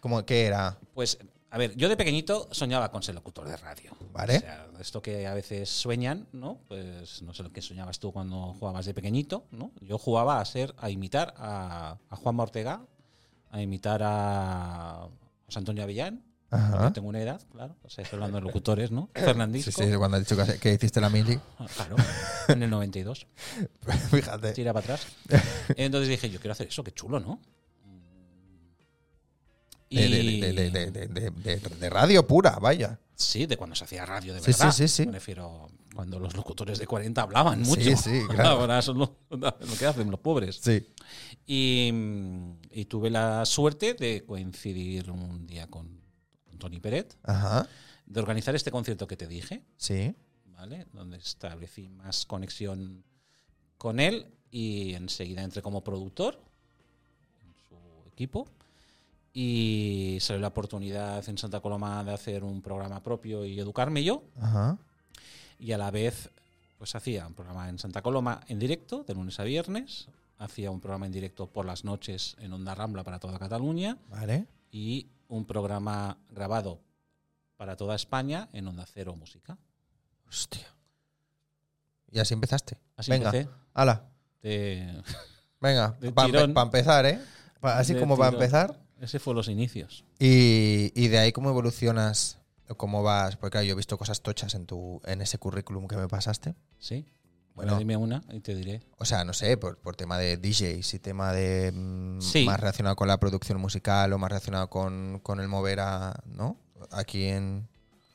S1: Como que era.
S2: Pues, a ver, yo de pequeñito soñaba con ser locutor de radio.
S1: Vale.
S2: O sea, esto que a veces sueñan, ¿no? Pues no sé lo que soñabas tú cuando jugabas de pequeñito, ¿no? Yo jugaba a ser, a imitar a, a Juan Ortega, a imitar a José Antonio Avellán.
S1: Ajá.
S2: Yo tengo una edad, claro. O sea, estoy hablando de locutores, ¿no? Fernandisco.
S1: Sí, sí, cuando has dicho que, que hiciste la mili.
S2: Ah, Claro, en el 92.
S1: Fíjate.
S2: Tira para atrás. Entonces dije, yo quiero hacer eso, qué chulo, ¿no?
S1: De, de- de- de- de- de- de- de- de radio pura, vaya.
S2: Sí, de cuando se hacía radio de
S1: Sí,
S2: verdad.
S1: sí, sí, sí.
S2: Me refiero cuando los locutores de 40 hablaban mucho.
S1: Sí, sí, claro.
S2: Ahora son lo, lo que hacen los pobres.
S1: Sí.
S2: Y, y tuve la suerte de coincidir un día con, con Tony Peret,
S1: Ajá.
S2: de organizar este concierto que te dije,
S1: Sí.
S2: ¿vale? Donde establecí más conexión con él y enseguida entré como productor en su equipo. Y salió la oportunidad en Santa Coloma de hacer un programa propio y educarme yo
S1: Ajá.
S2: y a la vez pues hacía un programa en Santa Coloma en directo de lunes a viernes, hacía un programa en directo por las noches en Onda Rambla para toda Cataluña
S1: Vale.
S2: y un programa grabado para toda España en Onda Cero Música.
S1: Hostia. Y así empezaste.
S2: Así
S1: Venga.
S2: empecé.
S1: Ala.
S2: De-
S1: Venga,
S2: De
S1: para
S2: tirón.
S1: empezar, ¿eh? Pa- así
S2: de
S1: como para
S2: tirón.
S1: empezar.
S2: Ese fue los inicios.
S1: Y, y de ahí cómo evolucionas, o cómo vas, porque claro, yo he visto cosas tochas en tu en ese currículum que me pasaste.
S2: ¿Sí?
S1: Bueno.
S2: Bueno, dime una y te diré.
S1: O sea, no sé, por, por tema de DJs y tema de mm,
S2: Sí.
S1: más relacionado con la producción musical o más relacionado con, con el mover a, ¿no? Aquí en...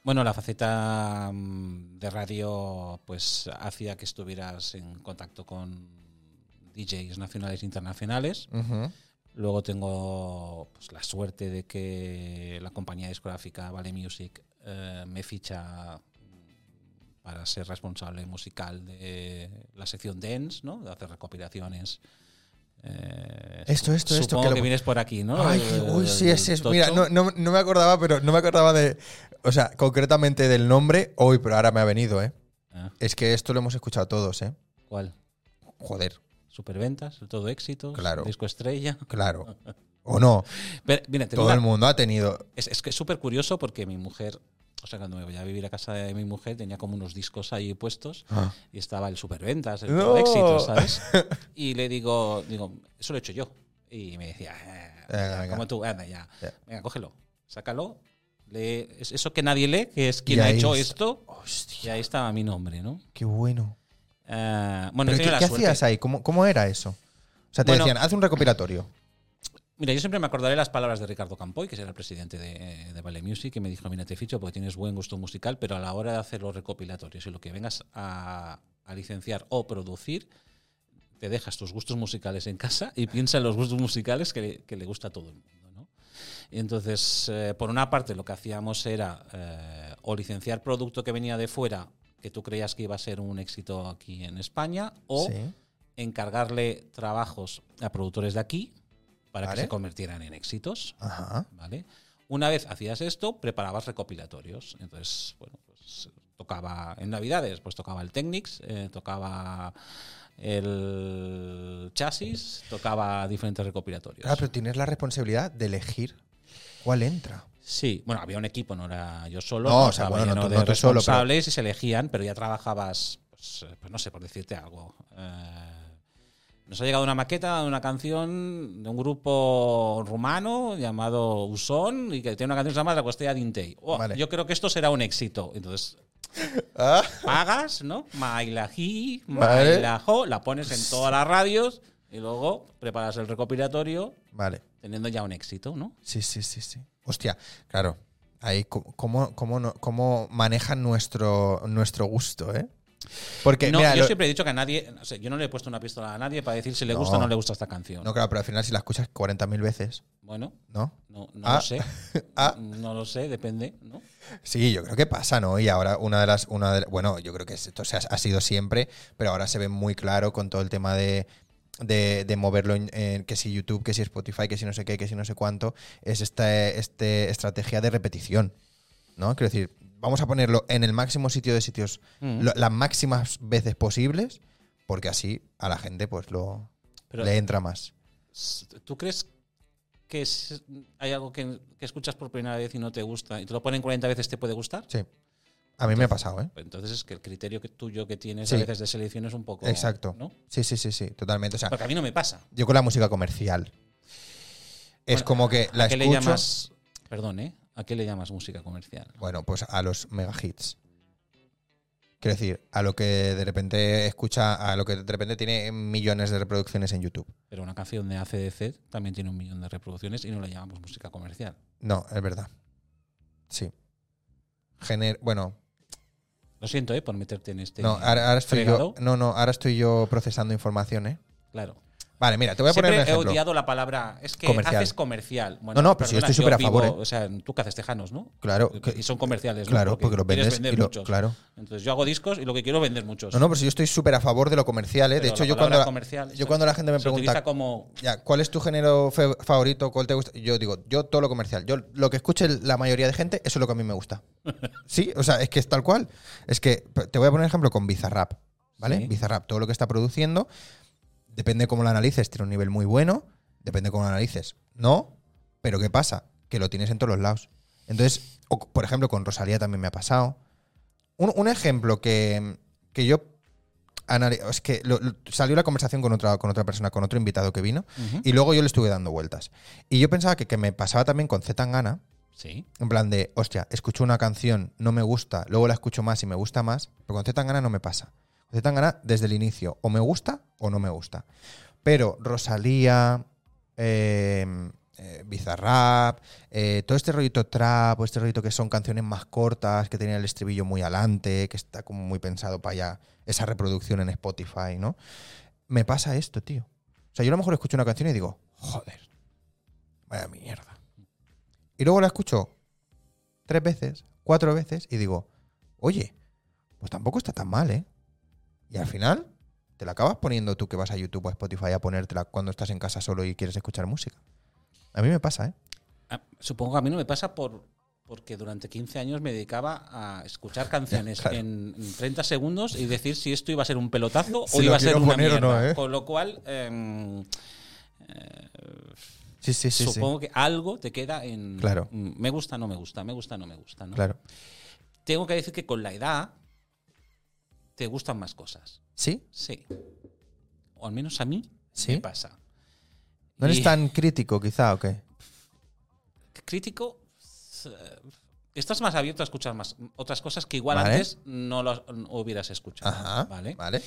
S2: Bueno, la faceta mm, de radio pues hacía que estuvieras en contacto con DJs nacionales e internacionales.
S1: Ujú.
S2: Luego tengo pues, la suerte de que la compañía discográfica Vale Music eh, me ficha para ser responsable musical de la sección dance, ¿no? De hacer recopilaciones. eh,
S1: Esto, esto, esto,
S2: supongo
S1: que
S2: que,
S1: lo-
S2: vienes por aquí, ¿no?
S1: Ay,
S2: Del-
S1: uy, sí,
S2: del
S1: es, es-
S2: tocho.
S1: Mira, no, no- no me acordaba, pero no me acordaba de... O sea, concretamente del nombre hoy, pero ahora me ha venido, ¿eh?
S2: Ah,
S1: Es que esto lo hemos escuchado todos, ¿eh?
S2: ¿Cuál?
S1: Joder.
S2: Superventas, todo éxito,
S1: Claro.
S2: disco estrella.
S1: Claro. O no.
S2: Pero, mira, te digo
S1: Todo el
S2: una-
S1: mundo ha tenido.
S2: Es, es que es súper curioso porque mi mujer, o sea, cuando me voy a vivir a casa de mi mujer, tenía como unos discos ahí puestos
S1: Ah.
S2: y estaba el superventas, el
S1: No.
S2: todo éxito, ¿sabes? Y le digo, digo, eso lo he hecho yo. Y me decía, "Ah,
S1: Venga,
S2: ya,
S1: venga.
S2: como tú, anda ya.
S1: Ya.
S2: Venga, cógelo, sácalo. lee es- eso que nadie lee, que es quien
S1: Y
S2: ha
S1: ahí
S2: hecho
S1: es-
S2: esto, y
S1: Hostia,
S2: ahí estaba mi nombre, ¿no?
S1: qué bueno.
S2: Ah, bueno,
S1: Pero ¿Qué,
S2: he tenido la
S1: qué
S2: suerte.
S1: hacías ahí? ¿Cómo, cómo era eso? O sea, te
S2: Bueno.
S1: decían, haz un recopilatorio.
S2: Mira, yo siempre me acordaré las palabras de Ricardo Campoy, que era el presidente de, de Vale Music, que me dijo, mira, te ficho porque tienes buen gusto musical, pero a la hora de hacer los recopilatorios y lo que vengas a, a licenciar o producir, te dejas tus gustos musicales en casa y piensa en los gustos musicales que le, que le gusta a todo el mundo. ¿no? Y entonces, eh, por una parte, lo que hacíamos era eh, o licenciar producto que venía de fuera, que tú creías que iba a ser un éxito aquí en España, o
S1: Sí.
S2: encargarle trabajos a productores de aquí para
S1: Vale.
S2: que se convirtieran en éxitos,
S1: Ajá.
S2: ¿vale? Una vez hacías esto, preparabas recopilatorios. Entonces, bueno, pues tocaba en Navidades, pues tocaba el Technics, eh, tocaba el Chasis, tocaba diferentes recopilatorios.
S1: Claro, Ah, pero tienes la responsabilidad de elegir cuál entra.
S2: Sí, bueno, había un equipo, no era yo solo.
S1: No, o sea,
S2: estaba
S1: bueno, no
S2: lleno
S1: tú-
S2: de
S1: no tú solo, pero-
S2: responsables y se elegían, pero ya trabajabas, pues, eh, pues no sé, por decirte algo. eh, Nos ha llegado una maqueta de una canción de un grupo rumano llamado Usón y que tiene una canción llamada La Costella de Intei. Oh,
S1: Vale.
S2: Yo creo que esto será un éxito. Entonces,
S1: Ah,
S2: pagas, ¿no? Mailají,
S1: Vale. Pues
S2: Mailajo, la pones en todas las radios y luego preparas el recopilatorio
S1: Vale.
S2: teniendo ya un éxito, ¿no?
S1: Sí, sí, sí, sí. Hostia, claro. Ahí co- cómo, cómo, no- cómo manejan nuestro, nuestro gusto, ¿eh? Porque,
S2: no,
S1: mira,
S2: yo
S1: lo-
S2: siempre he dicho que a nadie, o sea, yo no le he puesto una pistola a nadie para decir si le gusta o
S1: No.
S2: no le gusta esta canción.
S1: no, claro, pero al final si la escuchas 40.000 veces,
S2: Bueno,
S1: ¿no?
S2: no, no
S1: Ah.
S2: lo sé.
S1: Ah.
S2: No lo sé, depende, ¿no?
S1: Sí, yo creo que pasa, ¿no? Y ahora una de las, una de, bueno, yo creo que esto se ha, ha sido siempre, pero ahora se ve muy claro con todo el tema de, de, de moverlo en, en que si YouTube, que si Spotify, que si no sé qué, que si no sé cuánto, es esta este estrategia de repetición, ¿no? Quiero decir, vamos a ponerlo en el máximo sitio de sitios,
S2: Mm.
S1: lo- las máximas veces posibles, porque así a la gente pues lo
S2: Pero-
S1: le entra más.
S2: S- ¿Tú crees que es- hay algo que, que escuchas por primera vez y no te gusta y te lo ponen 40 veces te puede gustar?
S1: Sí. A mí me ha pasado, ¿eh?
S2: Pues Entonces es que el criterio que tuyo que tienes
S1: Sí.
S2: a veces de selección es un poco...
S1: Exacto.
S2: ¿no?
S1: Sí, sí, sí, sí, totalmente. O sea,
S2: Porque a mí no me pasa.
S1: Yo con la música comercial. Es
S2: Bueno,
S1: como que la
S2: ¿A qué
S1: escucho.
S2: le llamas... Perdón, ¿eh? ¿A qué le llamas música comercial?
S1: Bueno, pues a los mega hits. Quiero decir, a lo que de repente escucha, a lo que de repente tiene millones de reproducciones en YouTube.
S2: Pero una canción de ACDC también tiene un millón de reproducciones y no la llamamos música comercial.
S1: No, es verdad. Sí. Gener bueno,
S2: Lo siento, ¿eh? Por meterte en este...
S1: no, ahora, ahora estoy yo,
S2: fregado.
S1: no, no, ahora estoy yo procesando información, ¿eh?
S2: Claro.
S1: Vale, mira, te voy a poner un
S2: Siempre he
S1: ejemplo.
S2: odiado la palabra. Es que
S1: Comercial.
S2: haces comercial.
S1: No, no, pero si yo estoy súper a
S2: vivo-
S1: favor, ¿eh?
S2: O sea, tú que haces tejanos, ¿no?
S1: Claro, que-
S2: Y son comerciales. ¿no?
S1: claro, porque los
S2: quieres
S1: vendes
S2: vender
S1: y lo-
S2: muchos.
S1: claro.
S2: Entonces yo hago discos y lo que quiero es vender muchos.
S1: No, no, pero si yo estoy súper a favor de lo comercial, ¿eh?
S2: Pero
S1: de hecho,
S2: la
S1: yo
S2: palabra
S1: cuando la,
S2: comercial,
S1: yo
S2: se-
S1: cuando la gente me
S2: se utiliza
S1: pregunta
S2: como
S1: Ya, ¿cuál es tu género fe- favorito? ¿Cuál te gusta? Yo digo, yo todo lo comercial. Yo lo que escuche la mayoría de gente, eso es lo que a mí me gusta. Sí, o sea, es que es tal cual. Es que p- te voy a poner ejemplo con Bizarrap, ¿vale?
S2: Sí.
S1: Bizarrap, todo lo que está produciendo, depende cómo lo analices, tiene un nivel muy bueno, depende cómo lo analices. No, pero ¿qué pasa? Que lo tienes en todos los lados. Entonces, o c- por ejemplo, con Rosalía también me ha pasado. Un, un ejemplo que, que yo... anali- Es que lo- lo- salió la conversación con otra, con otra persona, con otro invitado que vino,
S2: Ujú.
S1: y luego yo le estuve dando vueltas. Y yo pensaba que, que me pasaba también con Z Tangana,
S2: Sí.
S1: en plan de, hostia, escucho una canción, no me gusta, luego la escucho más y me gusta más, pero con Z Tangana no me pasa. Con Z Tangana desde el inicio, o me gusta o no me gusta. Pero Rosalía, eh, eh, Bizarrap, eh, todo este rollito trap, o este rollito que son canciones más cortas, que tienen el estribillo muy adelante, que está como muy pensado para allá, esa reproducción en Spotify, ¿no? Me pasa esto, tío. O sea, yo a lo mejor escucho una canción y digo, joder, vaya mierda. Y luego la escucho tres veces, cuatro veces y digo, oye, pues tampoco está tan mal, ¿eh? Y al final te la acabas poniendo tú que vas a YouTube o a Spotify a ponértela cuando estás en casa solo y quieres escuchar música. A mí me pasa, ¿eh?
S2: Ah, Supongo que a mí no me pasa por porque durante 15 años me dedicaba a escuchar canciones
S1: claro.
S2: en en 30 segundos y decir si esto iba a ser un pelotazo
S1: Si
S2: o
S1: lo
S2: iba a ser
S1: quiero
S2: una
S1: poner o
S2: mierda.
S1: no, ¿eh?
S2: Con lo cual, em,
S1: Sí, sí, sí, sí.
S2: supongo que algo te queda en...
S1: Claro.
S2: mm, Me gusta, no me gusta, me gusta, no me gusta. ¿no?
S1: Claro.
S2: Tengo que decir que con la edad te gustan más cosas.
S1: ¿Sí?
S2: Sí. O al menos a mí
S1: ¿Sí?
S2: me pasa.
S1: ¿No eres
S2: Y-
S1: tan crítico quizá o qué?
S2: crítico, eh, estás más abierto a escuchar más mm, otras cosas que igual
S1: Vale.
S2: antes no las no hubieras escuchado.
S1: Ajá.
S2: ¿vale?
S1: Vale. Vale.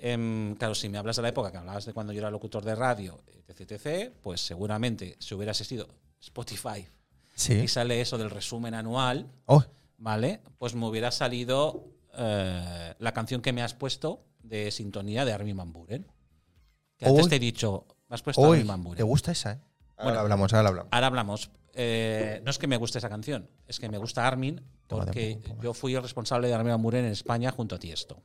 S2: Em, claro, si me hablas de la época que hablabas de cuando yo era locutor de radio, etc., etc., pues seguramente si hubiera asistido Spotify
S1: Sí.
S2: y sale eso del resumen anual,
S1: Oh,
S2: ¿vale? Pues me hubiera salido eh, la canción que me has puesto de sintonía de Armin Van Buren. Que antes
S1: Uy.
S2: te he dicho, me has puesto
S1: hoy
S2: Armin Van Buren.
S1: te gusta esa, ¿eh? Ahora
S2: Bueno.
S1: la hablamos, ahora la hablamos.
S2: Ahora hablamos. Eh, no es que me guste esa canción, es que me gusta Armin
S1: Toma de
S2: porque
S1: un poco más.
S2: yo fui el responsable de Armin Van Buren en España junto a Tiesto.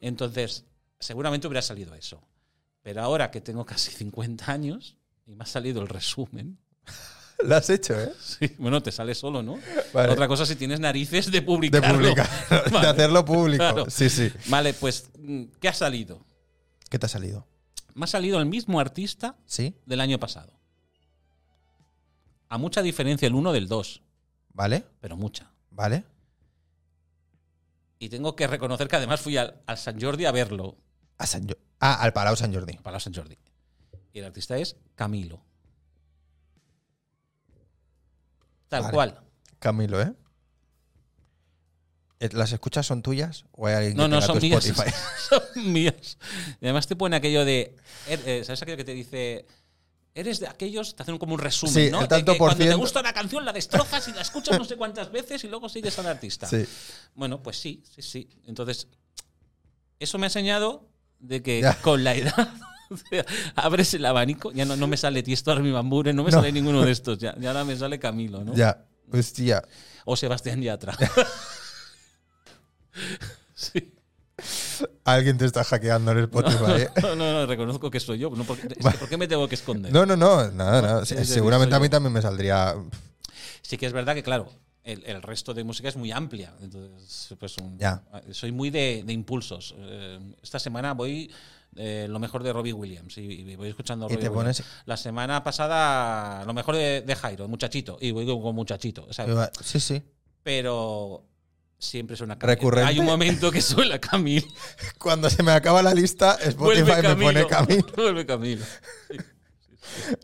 S2: Entonces, seguramente hubiera salido eso. Pero ahora que tengo casi 50 años y me ha salido el resumen,
S1: La has hecho, ¿eh?
S2: sí, bueno, te sale solo, ¿no?
S1: Vale.
S2: Otra cosa si tienes narices de
S1: De
S2: publicarlo.
S1: publicar, de
S2: Vale.
S1: hacerlo público.
S2: Claro.
S1: Sí, sí.
S2: Vale, pues, mm, ¿qué ha salido?
S1: ¿Qué te ha salido?
S2: Me ha salido el mismo artista
S1: ¿Sí?
S2: del año pasado. A mucha diferencia el uno del dos,
S1: ¿Vale?
S2: pero mucha.
S1: ¿Vale?
S2: Y tengo que reconocer que además fui al, al San Jordi a verlo.
S1: A San Jo- ah, al Palau Sant Jordi.
S2: Palau Sant Jordi. Y el artista es Camilo. Tal
S1: Vale.
S2: cual.
S1: Camilo, ¿eh? Eh, ¿Las escuchas son tuyas o hay alguien que
S2: No, no,
S1: tenga
S2: son
S1: tu
S2: míos.
S1: Spotify?
S2: Son míos. Y además te pone aquello de. er- eh, ¿Sabes aquello que te dice.? Eres de aquellos, te hacen como un resumen,
S1: Sí,
S2: ¿no?
S1: el
S2: De
S1: tanto
S2: que
S1: por
S2: cuando te
S1: ciento.
S2: gusta una canción la destrozas y la escuchas no sé cuántas veces y luego sigues al artista.
S1: Sí.
S2: Bueno, pues sí, sí, sí. Entonces, eso me ha enseñado de que
S1: Ya.
S2: con la edad o sea, abres el abanico, ya no, no me sale Tiesto Armin Van Buuren, no me
S1: No.
S2: sale ninguno de estos, ya, ya ahora me sale Camilo, ¿no?
S1: Ya. Hostia.
S2: O Sebastián Yatra. sí.
S1: Alguien te está hackeando en el Spotify. ¿eh?
S2: No, no, no, reconozco que soy yo. No, porque, es que, ¿Por qué me tengo que esconder?
S1: No, no, no. Nada, nada.
S2: sí, sí, sí,
S1: Seguramente
S2: soy
S1: a mí
S2: yo.
S1: también me saldría.
S2: Sí que es verdad que, claro, el, el resto de música es muy amplia. Entonces, pues un-
S1: Ya.
S2: soy muy de, de impulsos. Eh, esta semana voy eh, lo mejor de Robbie Williams y, y voy escuchando
S1: Y
S2: Robbie
S1: te
S2: Williams.
S1: pones-
S2: La semana pasada lo mejor de, de Jairo, muchachito. Y voy con muchachito. o sea,
S1: Sí, sí.
S2: pero siempre suena
S1: Recurrente.
S2: Hay un momento que suena Camilo.
S1: Cuando se me acaba la lista, Spotify
S2: Vuelve
S1: me
S2: Camilo.
S1: pone Camilo.
S2: Vuelve Camilo. Sí.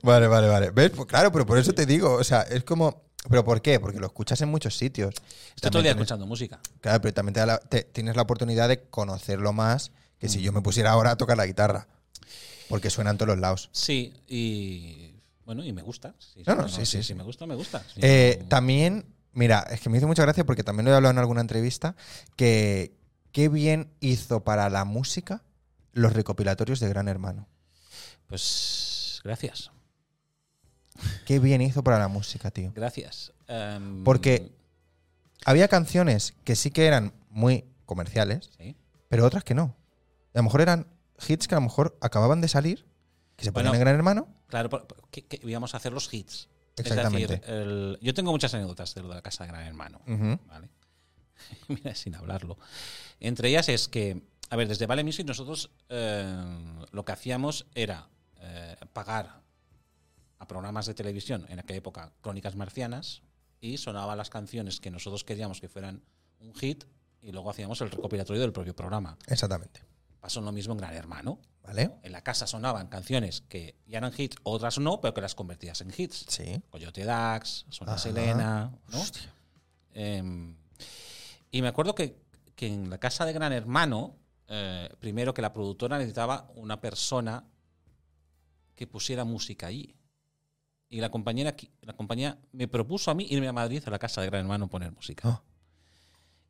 S1: Vale, vale, vale. ¿Ves? Pues claro, pero por eso te digo. O sea, es como. ¿Pero por qué? Porque lo escuchas en muchos sitios.
S2: Estoy todo el día
S1: También tienes-
S2: escuchando música.
S1: Claro, pero también te da la- te- tienes la oportunidad de conocerlo más que si yo me pusiera ahora a tocar la guitarra. Porque suena en todos los lados.
S2: Sí, y bueno, y me gusta. Sí,
S1: No, no, sí, sí, sí.
S2: me gusta, me gusta. Sí,
S1: Eh,
S2: no-
S1: también, mira, es que me hizo mucha gracia porque también lo he hablado en alguna entrevista, que qué bien hizo para la música los recopilatorios de Gran Hermano.
S2: Pues gracias,
S1: Qué bien hizo para la música, tío.
S2: gracias. Em,
S1: Porque- Había canciones que sí que eran muy comerciales,
S2: sí.
S1: pero otras que no. A lo mejor eran hits que a lo mejor acababan de salir, que se ponían
S2: Bueno.
S1: en Gran Hermano.
S2: Claro, por- por- que, que íbamos a hacer los hits.
S1: Exactamente.
S2: Es decir, el- yo tengo muchas anécdotas de lo de la casa de Gran Hermano.
S1: Ujú.
S2: ¿vale? Mira, sin hablarlo. Entre ellas es que, a ver, desde Vale Music nosotros eh, lo que hacíamos era eh, pagar a programas de televisión, en aquella época, Crónicas Marcianas, y sonaban las canciones que nosotros queríamos que fueran un hit, y luego hacíamos el recopilatorio del propio programa.
S1: Exactamente.
S2: Pasó lo mismo en Gran Hermano.
S1: ¿Vale?
S2: En la casa sonaban canciones que ya eran hits, otras no, pero que las convertías en hits.
S1: Sí.
S2: Coyote Dax, Sona
S1: Ajá.
S2: Selena, ¿no?
S1: Hostia.
S2: Eh, y me acuerdo que, que en la casa de Gran Hermano, eh, primero que la productora necesitaba una persona que pusiera música allí. Y la compañera, qui- la compañía me propuso a mí irme a Madrid a la casa de Gran Hermano a poner música.
S1: Ah.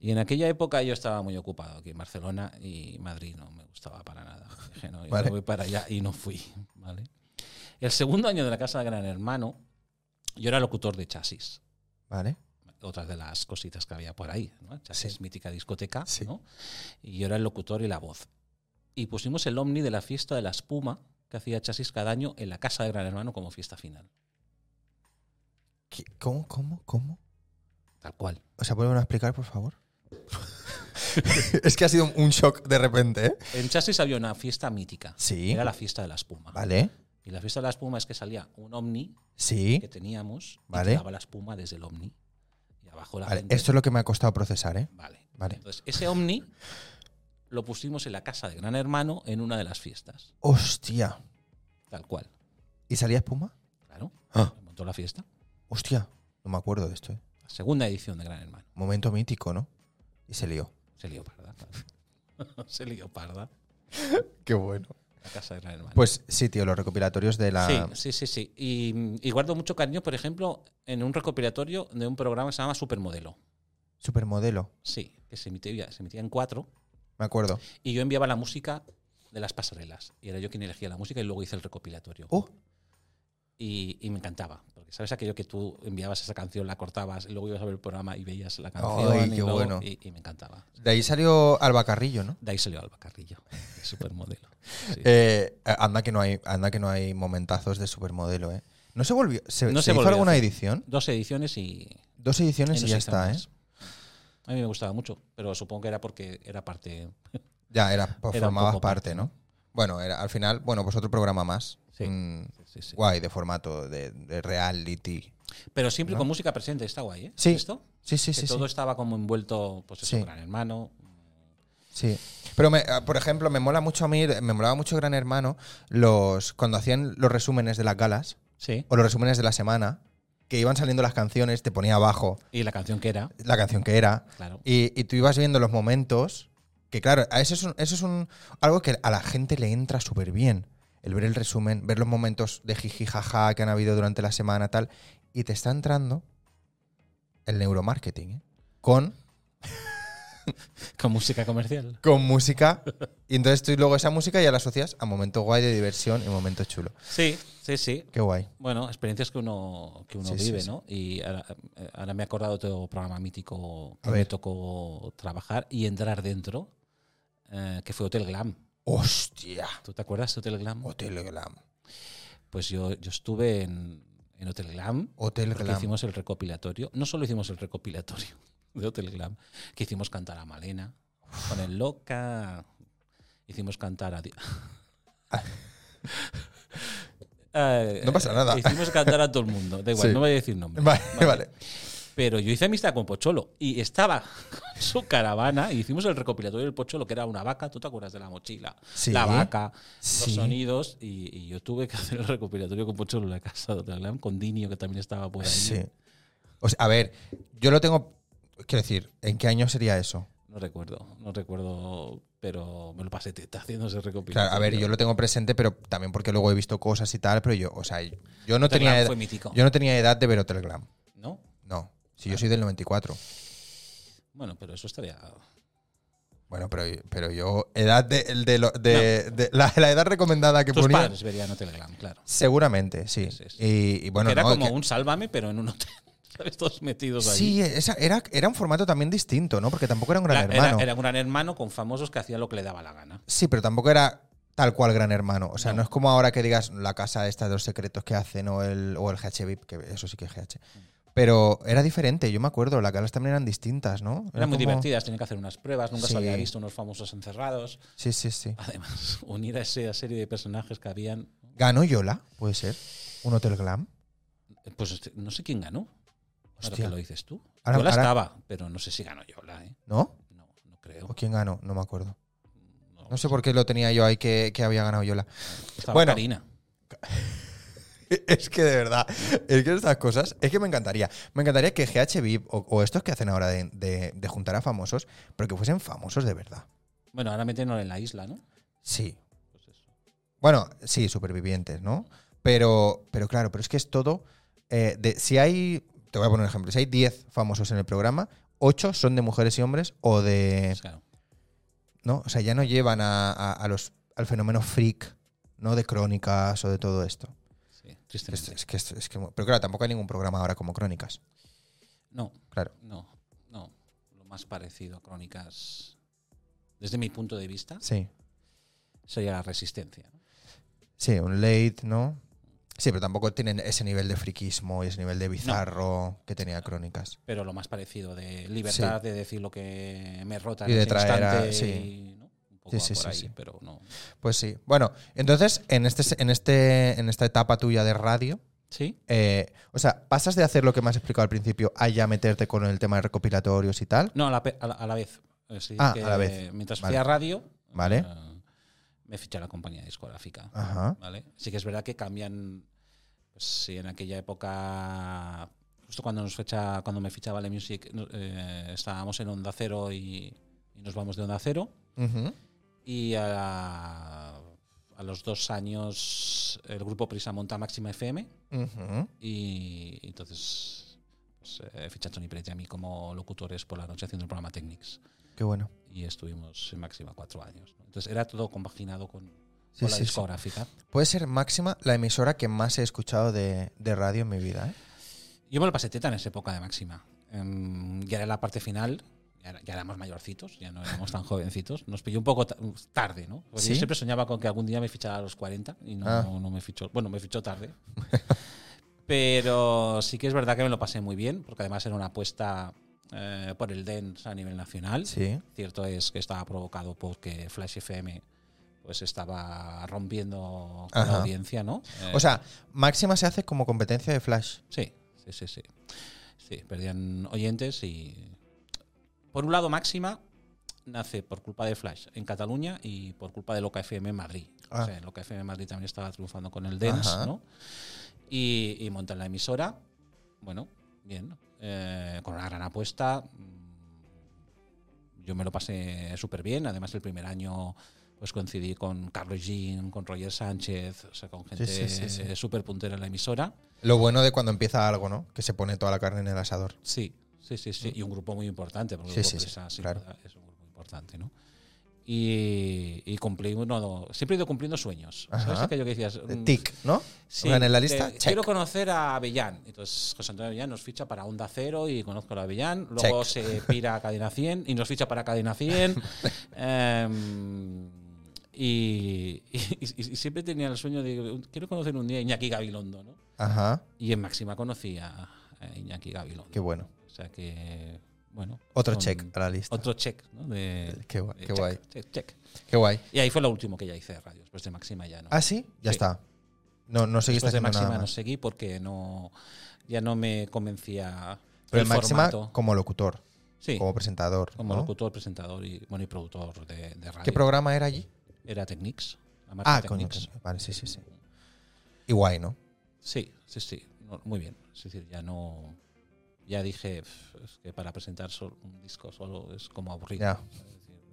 S2: Y en aquella época yo estaba muy ocupado aquí en Barcelona y Madrid no me gustaba para nada. Dije, no, yo
S1: Vale.
S2: me voy para allá y no fui. ¿vale? El segundo año de la casa de Gran Hermano, yo era locutor de chasis
S1: ¿Vale?
S2: otras de las cositas que había por ahí, ¿no? Chasis,
S1: Sí.
S2: mítica discoteca,
S1: Sí.
S2: ¿no? Y yo era el locutor y la voz. Y pusimos el ovni de la fiesta de la espuma que hacía Chasis cada año en la casa de Gran Hermano como fiesta final.
S1: ¿Qué- ¿Cómo, cómo, cómo?
S2: Tal cual.
S1: O sea, ¿pueden explicar, por favor? es que ha sido un shock de repente, ¿eh?
S2: En Chasis había una fiesta mítica.
S1: Sí.
S2: Era la fiesta de la espuma.
S1: Vale.
S2: Y la fiesta de la espuma es que salía un ovni
S1: Sí.
S2: que teníamos
S1: Vale.
S2: y tiraba la espuma desde el ovni. Y abajo la
S1: Vale,
S2: gente.
S1: Esto es lo que me ha costado procesar, ¿eh?
S2: Vale.
S1: Vale.
S2: Entonces, ese ovni lo pusimos en la casa de Gran Hermano en una de las fiestas.
S1: Hostia.
S2: Tal cual.
S1: ¿Y salía espuma?
S2: Claro.
S1: Ah.
S2: Montó la fiesta.
S1: Hostia. No me acuerdo de esto, ¿eh?
S2: La segunda edición de Gran Hermano.
S1: Momento mítico, ¿no? Y se lió.
S2: Se lió parda. claro. Se lió parda.
S1: Qué bueno.
S2: La casa de Gran Hermano.
S1: Pues sí, tío, los recopilatorios de la.
S2: Sí, sí, sí. sí. Y, y guardo mucho cariño, por ejemplo, en un recopilatorio de un programa que se llama Supermodelo.
S1: Supermodelo.
S2: Sí, que se emitía, se emitía en cuatro.
S1: Me acuerdo.
S2: Y yo enviaba la música de las pasarelas. Y era yo quien elegía la música y luego hice el recopilatorio.
S1: Oh,
S2: Y, y me encantaba. Porque sabes aquello que tú enviabas esa canción, la cortabas, y luego ibas a ver el programa y veías la canción.
S1: Ay,
S2: y,
S1: qué
S2: luego-
S1: bueno.
S2: y- y me encantaba.
S1: de ahí salió Alba Carrillo, ¿no?
S2: De ahí salió Alba Carrillo, de Supermodelo. Sí.
S1: Eh, anda, que no hay, anda que no hay momentazos de supermodelo, ¿eh? No se volvió. ¿Se,
S2: No
S1: se
S2: se
S1: hizo
S2: volvió a
S1: alguna
S2: hacer.
S1: edición?
S2: Dos ediciones y,
S1: Dos ediciones
S2: Y
S1: y
S2: no
S1: ya
S2: se hizo
S1: está, ¿eh?
S2: más. A mí me gustaba mucho, pero supongo que era porque era parte.
S1: Ya, era, pues,
S2: Era un
S1: formabas
S2: poco
S1: parte,
S2: parte,
S1: ¿no? Bueno, era, al final, bueno, pues otro programa más.
S2: Sí.
S1: Mm,
S2: Sí, sí.
S1: Guay, de formato, de, de reality.
S2: Pero siempre
S1: ¿No?
S2: con música presente, está guay, ¿eh?
S1: Sí,
S2: ¿Visto?
S1: Sí, sí,
S2: que
S1: sí. sí.
S2: todo estaba como envuelto, pues eso,
S1: Sí.
S2: Gran Hermano.
S1: Sí. Pero, me- ah, por ejemplo, me mola mucho a mí, me molaba mucho Gran Hermano, los, cuando hacían los resúmenes de las galas
S2: Sí.
S1: o los resúmenes de la semana, que iban saliendo las canciones, te ponía abajo
S2: Y la canción que era,
S1: la canción que era,
S2: claro.
S1: y, y tú ibas viendo los momentos, que claro, a eso es, un- eso es un, algo que a la gente le entra súper bien, el ver el resumen, ver los momentos de jiji jaja que han habido durante la semana, tal, y te está entrando el neuromarketing, ¿eh? Con
S2: Con música comercial.
S1: con música. Y entonces tú luego esa música ya la asocias a momentos guay de diversión y momentos chulos.
S2: Sí, sí, sí.
S1: Qué guay.
S2: Bueno, experiencias que uno, que uno
S1: Sí, sí,
S2: vive,
S1: sí.
S2: ¿no? Y ahora, eh, ahora me he acordado de otro programa mítico
S1: A
S2: que me
S1: ver.
S2: tocó trabajar y entrar dentro, eh, que fue Hotel Glam.
S1: Hostia.
S2: ¿Tú te acuerdas de Hotel Glam?
S1: Hotel Glam.
S2: Pues yo, yo estuve en, en Hotel Glam,
S1: Hotel
S2: porque
S1: Glam.
S2: hicimos el recopilatorio. No solo hicimos el recopilatorio de Hotel Glam, que hicimos cantar a Malena con el Loca. Hicimos cantar a... Di- Eh,
S1: No pasa nada.
S2: Hicimos cantar a todo el mundo. Da igual,
S1: Sí.
S2: no voy a decir nombres.
S1: Vale, vale.
S2: Pero yo hice amistad con Pocholo y estaba con su caravana y hicimos el recopilatorio del Pocholo, que era una vaca, ¿tú te acuerdas de la mochila?
S1: Sí.
S2: La vaca,
S1: Sí.
S2: los sonidos, y, y yo tuve que hacer el recopilatorio con Pocholo en la casa de Hotel Glam, con Dinio, que también estaba por ahí.
S1: Sí. O sea, a ver, yo lo tengo. Quiero decir, ¿en qué año sería eso?
S2: No recuerdo, no recuerdo, pero me lo pasé teta haciendo ese recopilatorio.
S1: Claro, a ver, yo lo tengo presente, pero también porque luego he visto cosas y tal, pero yo, o sea, yo no
S2: Hotel
S1: tenía
S2: Glam
S1: edad,
S2: fue mítico.
S1: yo no tenía edad de ver Hotel Glam.
S2: ¿No?
S1: No. Si
S2: Ah.
S1: yo soy del 94.
S2: Bueno, pero eso estaría...
S1: Bueno, pero, pero yo, edad de, de lo- de- de- la, la edad recomendada que
S2: Tus
S1: ponía.
S2: padres verían Hotel Glam, claro.
S1: Seguramente, sí.
S2: Sí, sí, sí.
S1: Y, y bueno,
S2: Que era
S1: no,
S2: como
S1: que-
S2: un sálvame, pero en un hotel. ¿Sabes? Todos metidos ahí.
S1: Sí, esa- era, era un formato también distinto, ¿no? Porque tampoco era un gran
S2: Era-
S1: hermano.
S2: Era, era un gran hermano con famosos que hacían lo que le daba la gana.
S1: Sí, pero tampoco era tal cual gran hermano. O sea, no,
S2: No.
S1: es como ahora que digas la casa esta de los secretos que hacen o el, o el GH VIP, que eso sí que es GH. Pero era diferente, yo me acuerdo, las galas también eran distintas, ¿no?
S2: Eran
S1: como-
S2: muy divertidas, tenían que hacer unas pruebas, nunca
S1: Sí.
S2: se había visto unos famosos encerrados.
S1: Sí, sí, sí.
S2: Además, unir a esa serie de personajes que habían.
S1: ¿Ganó Yola? ¿Puede ser? ¿Un Hotel Glam?
S2: Pues este, no sé quién ganó. Ahora
S1: Hostia.
S2: que lo dices tú.
S1: Ahora-
S2: Yola
S1: ahora-
S2: estaba, pero no sé si ganó Yola, ¿eh?
S1: ¿No?
S2: No, no
S1: ¿O
S2: creo.
S1: quién ganó? No me acuerdo.
S2: No,
S1: No sé por qué lo tenía yo ahí que, que había ganado Yola. Pues,
S2: Estaba
S1: Bueno.
S2: Karina.
S1: Es que de verdad, es que estas cosas, es que me encantaría. Me encantaría que GH VIP o, o estos que hacen ahora de, de- de juntar a famosos, pero que fuesen famosos de verdad.
S2: Bueno, ahora metieron en la isla, ¿no?
S1: Sí.
S2: Pues eso.
S1: Bueno, sí, supervivientes, ¿no? Pero, pero claro, pero es que es todo. eh, de, si hay, te voy a poner un ejemplo, si hay 10 famosos en el programa, 8 son de mujeres y hombres o de.
S2: Pues claro.
S1: ¿no? O sea, ya no llevan a, a- a los, al fenómeno freak, ¿no? De crónicas o de todo esto.
S2: Sí,
S1: Es,
S2: tristemente.
S1: es que, es que- pero claro, tampoco hay ningún programa ahora como crónicas.
S2: No,
S1: Claro.
S2: no, no. Lo más parecido a Crónicas, desde mi punto de vista,
S1: Sí.
S2: sería la resistencia. ¿no?
S1: Sí, un late, ¿no? Sí, pero tampoco tienen ese nivel de friquismo y ese nivel de bizarro que tenía Crónicas.
S2: pero lo más parecido de libertad de decir lo que me rota en
S1: Y de
S2: ese
S1: traer a-
S2: instante
S1: sí.
S2: y, ¿no? un poco
S1: Sí, sí,
S2: va por
S1: sí,
S2: ahí,
S1: sí.
S2: pero no.
S1: Pues sí. Bueno, entonces, en, este, en, este, en esta etapa tuya de radio,
S2: Sí,
S1: eh, o sea, pasas de hacer lo que me has explicado al principio a ya meterte con el tema de recopilatorios y tal.
S2: no a la, pe- a la- a la vez. Es decir,
S1: Ah,
S2: que
S1: a la vez.
S2: Mientras
S1: Vale.
S2: fui a radio,
S1: Vale.
S2: eh, me fiché a la compañía discográfica.
S1: Ajá.
S2: ¿vale? Sí que es verdad que cambian, pues, si en aquella época, justo cuando nos fecha, cuando me fichaba la Music, no- eh, estábamos en Onda Cero y, y nos vamos de Onda Cero.
S1: Ujú.
S2: Y a, a los dos años el grupo Prisa monta Máxima FM
S1: Ujú.
S2: y entonces pues, eh, ficha Tony Pérez y a mí como locutores por la noche haciendo el programa Technics.
S1: Qué bueno.
S2: Y estuvimos en Máxima cuatro años. ¿no? Entonces era todo compaginado con,
S1: Sí,
S2: con la
S1: sí, sí.
S2: discográfica.
S1: Puede ser máxima la emisora que más he escuchado de, de radio en mi vida, ¿eh?
S2: Yo me lo pasé teta en esa época de Máxima. Em, ya era la parte final. Ya, era- ya éramos mayorcitos, ya no éramos tan jovencitos. Nos pilló un poco ta- tarde, ¿no? Porque
S1: ¿Sí?
S2: Yo siempre soñaba con que algún día me fichara a los 40 y no,
S1: Ah.
S2: no me fichó. Bueno, me fichó tarde. Pero sí que es verdad que me lo pasé muy bien, porque además era una apuesta eh, por el dance a nivel nacional.
S1: Sí.
S2: Cierto es que estaba provocado porque Flash FM pues estaba rompiendo con
S1: Ajá.
S2: la audiencia, ¿no? Eh,
S1: O sea, máxima se hace como competencia de Flash.
S2: Sí, sí, sí, sí. Sí, perdían oyentes y. Por un lado, Máxima nace por culpa de Flash en Cataluña y por culpa de Loca FM en Madrid.
S1: Ah.
S2: O sea, Loca FM en Madrid también estaba triunfando con el dance,
S1: Ajá.
S2: ¿no? Y, y montan la emisora, bueno, bien, eh, con una gran apuesta. mm, Yo me lo pasé súper bien, además el primer año pues coincidí con Carlos Jean, con Roger Sánchez, o sea, con gente
S1: sí,
S2: súper
S1: sí, sí.
S2: puntera en la emisora.
S1: Lo bueno de cuando empieza algo, ¿no? Que se pone toda la carne en el asador.
S2: Sí, sí, sí, sí. Y un grupo muy importante, porque
S1: Sí,
S2: el
S1: sí,
S2: grupo
S1: sí,
S2: Prisa, sin
S1: claro.
S2: duda, es un grupo importante, ¿no? Y, y cumplí uno, siempre he ido cumpliendo sueños. ¿Sabes
S1: Ajá.
S2: aquello que decías?
S1: De
S2: mm,
S1: tic, ¿no?
S2: sí,
S1: Van en la
S2: de,
S1: lista, check.
S2: Quiero conocer a Avellán. Entonces José Antonio Avellán nos ficha para Onda Cero y conozco a Avellán. Luego
S1: Check.
S2: se pira a Cadena 100 y nos ficha para Cadena 100. Em, y, y- y- y siempre tenía el sueño de quiero conocer un día a Iñaki Gabilondo, ¿no?
S1: Ajá,
S2: Y en Máxima conocí a a Iñaki Gabilondo.
S1: qué bueno.
S2: O sea que, bueno.
S1: Otro
S2: son-
S1: check a la lista.
S2: Otro check, ¿no? De,
S1: Qué guay,
S2: de
S1: qué
S2: check,
S1: guay.
S2: check, check.
S1: Qué guay.
S2: Y ahí fue lo último que ya hice de radio, después de Máxima ya no.
S1: Ah, sí, ya
S2: Sí.
S1: está. No, no seguiste
S2: después de
S1: haciendo nada
S2: Máxima no
S1: más.
S2: seguí porque no ya no me convencía
S1: Pero
S2: el
S1: en máxima
S2: formato.
S1: como locutor,
S2: sí,
S1: como
S2: como,
S1: presentador. ¿no?
S2: locutor, presentador y, bueno, y productor de, de radio.
S1: ¿Qué programa era allí?
S2: Era Technics. la marca
S1: Ah, coño.
S2: Technics.
S1: coño. Vale, sí, sí, sí. Y guay, ¿no?
S2: Sí, sí, sí. No, muy bien. Es decir, ya no. Ya dije "Pf, es que para presentar sol- un disco solo es como aburrido.
S1: Ya.
S2: Es decir,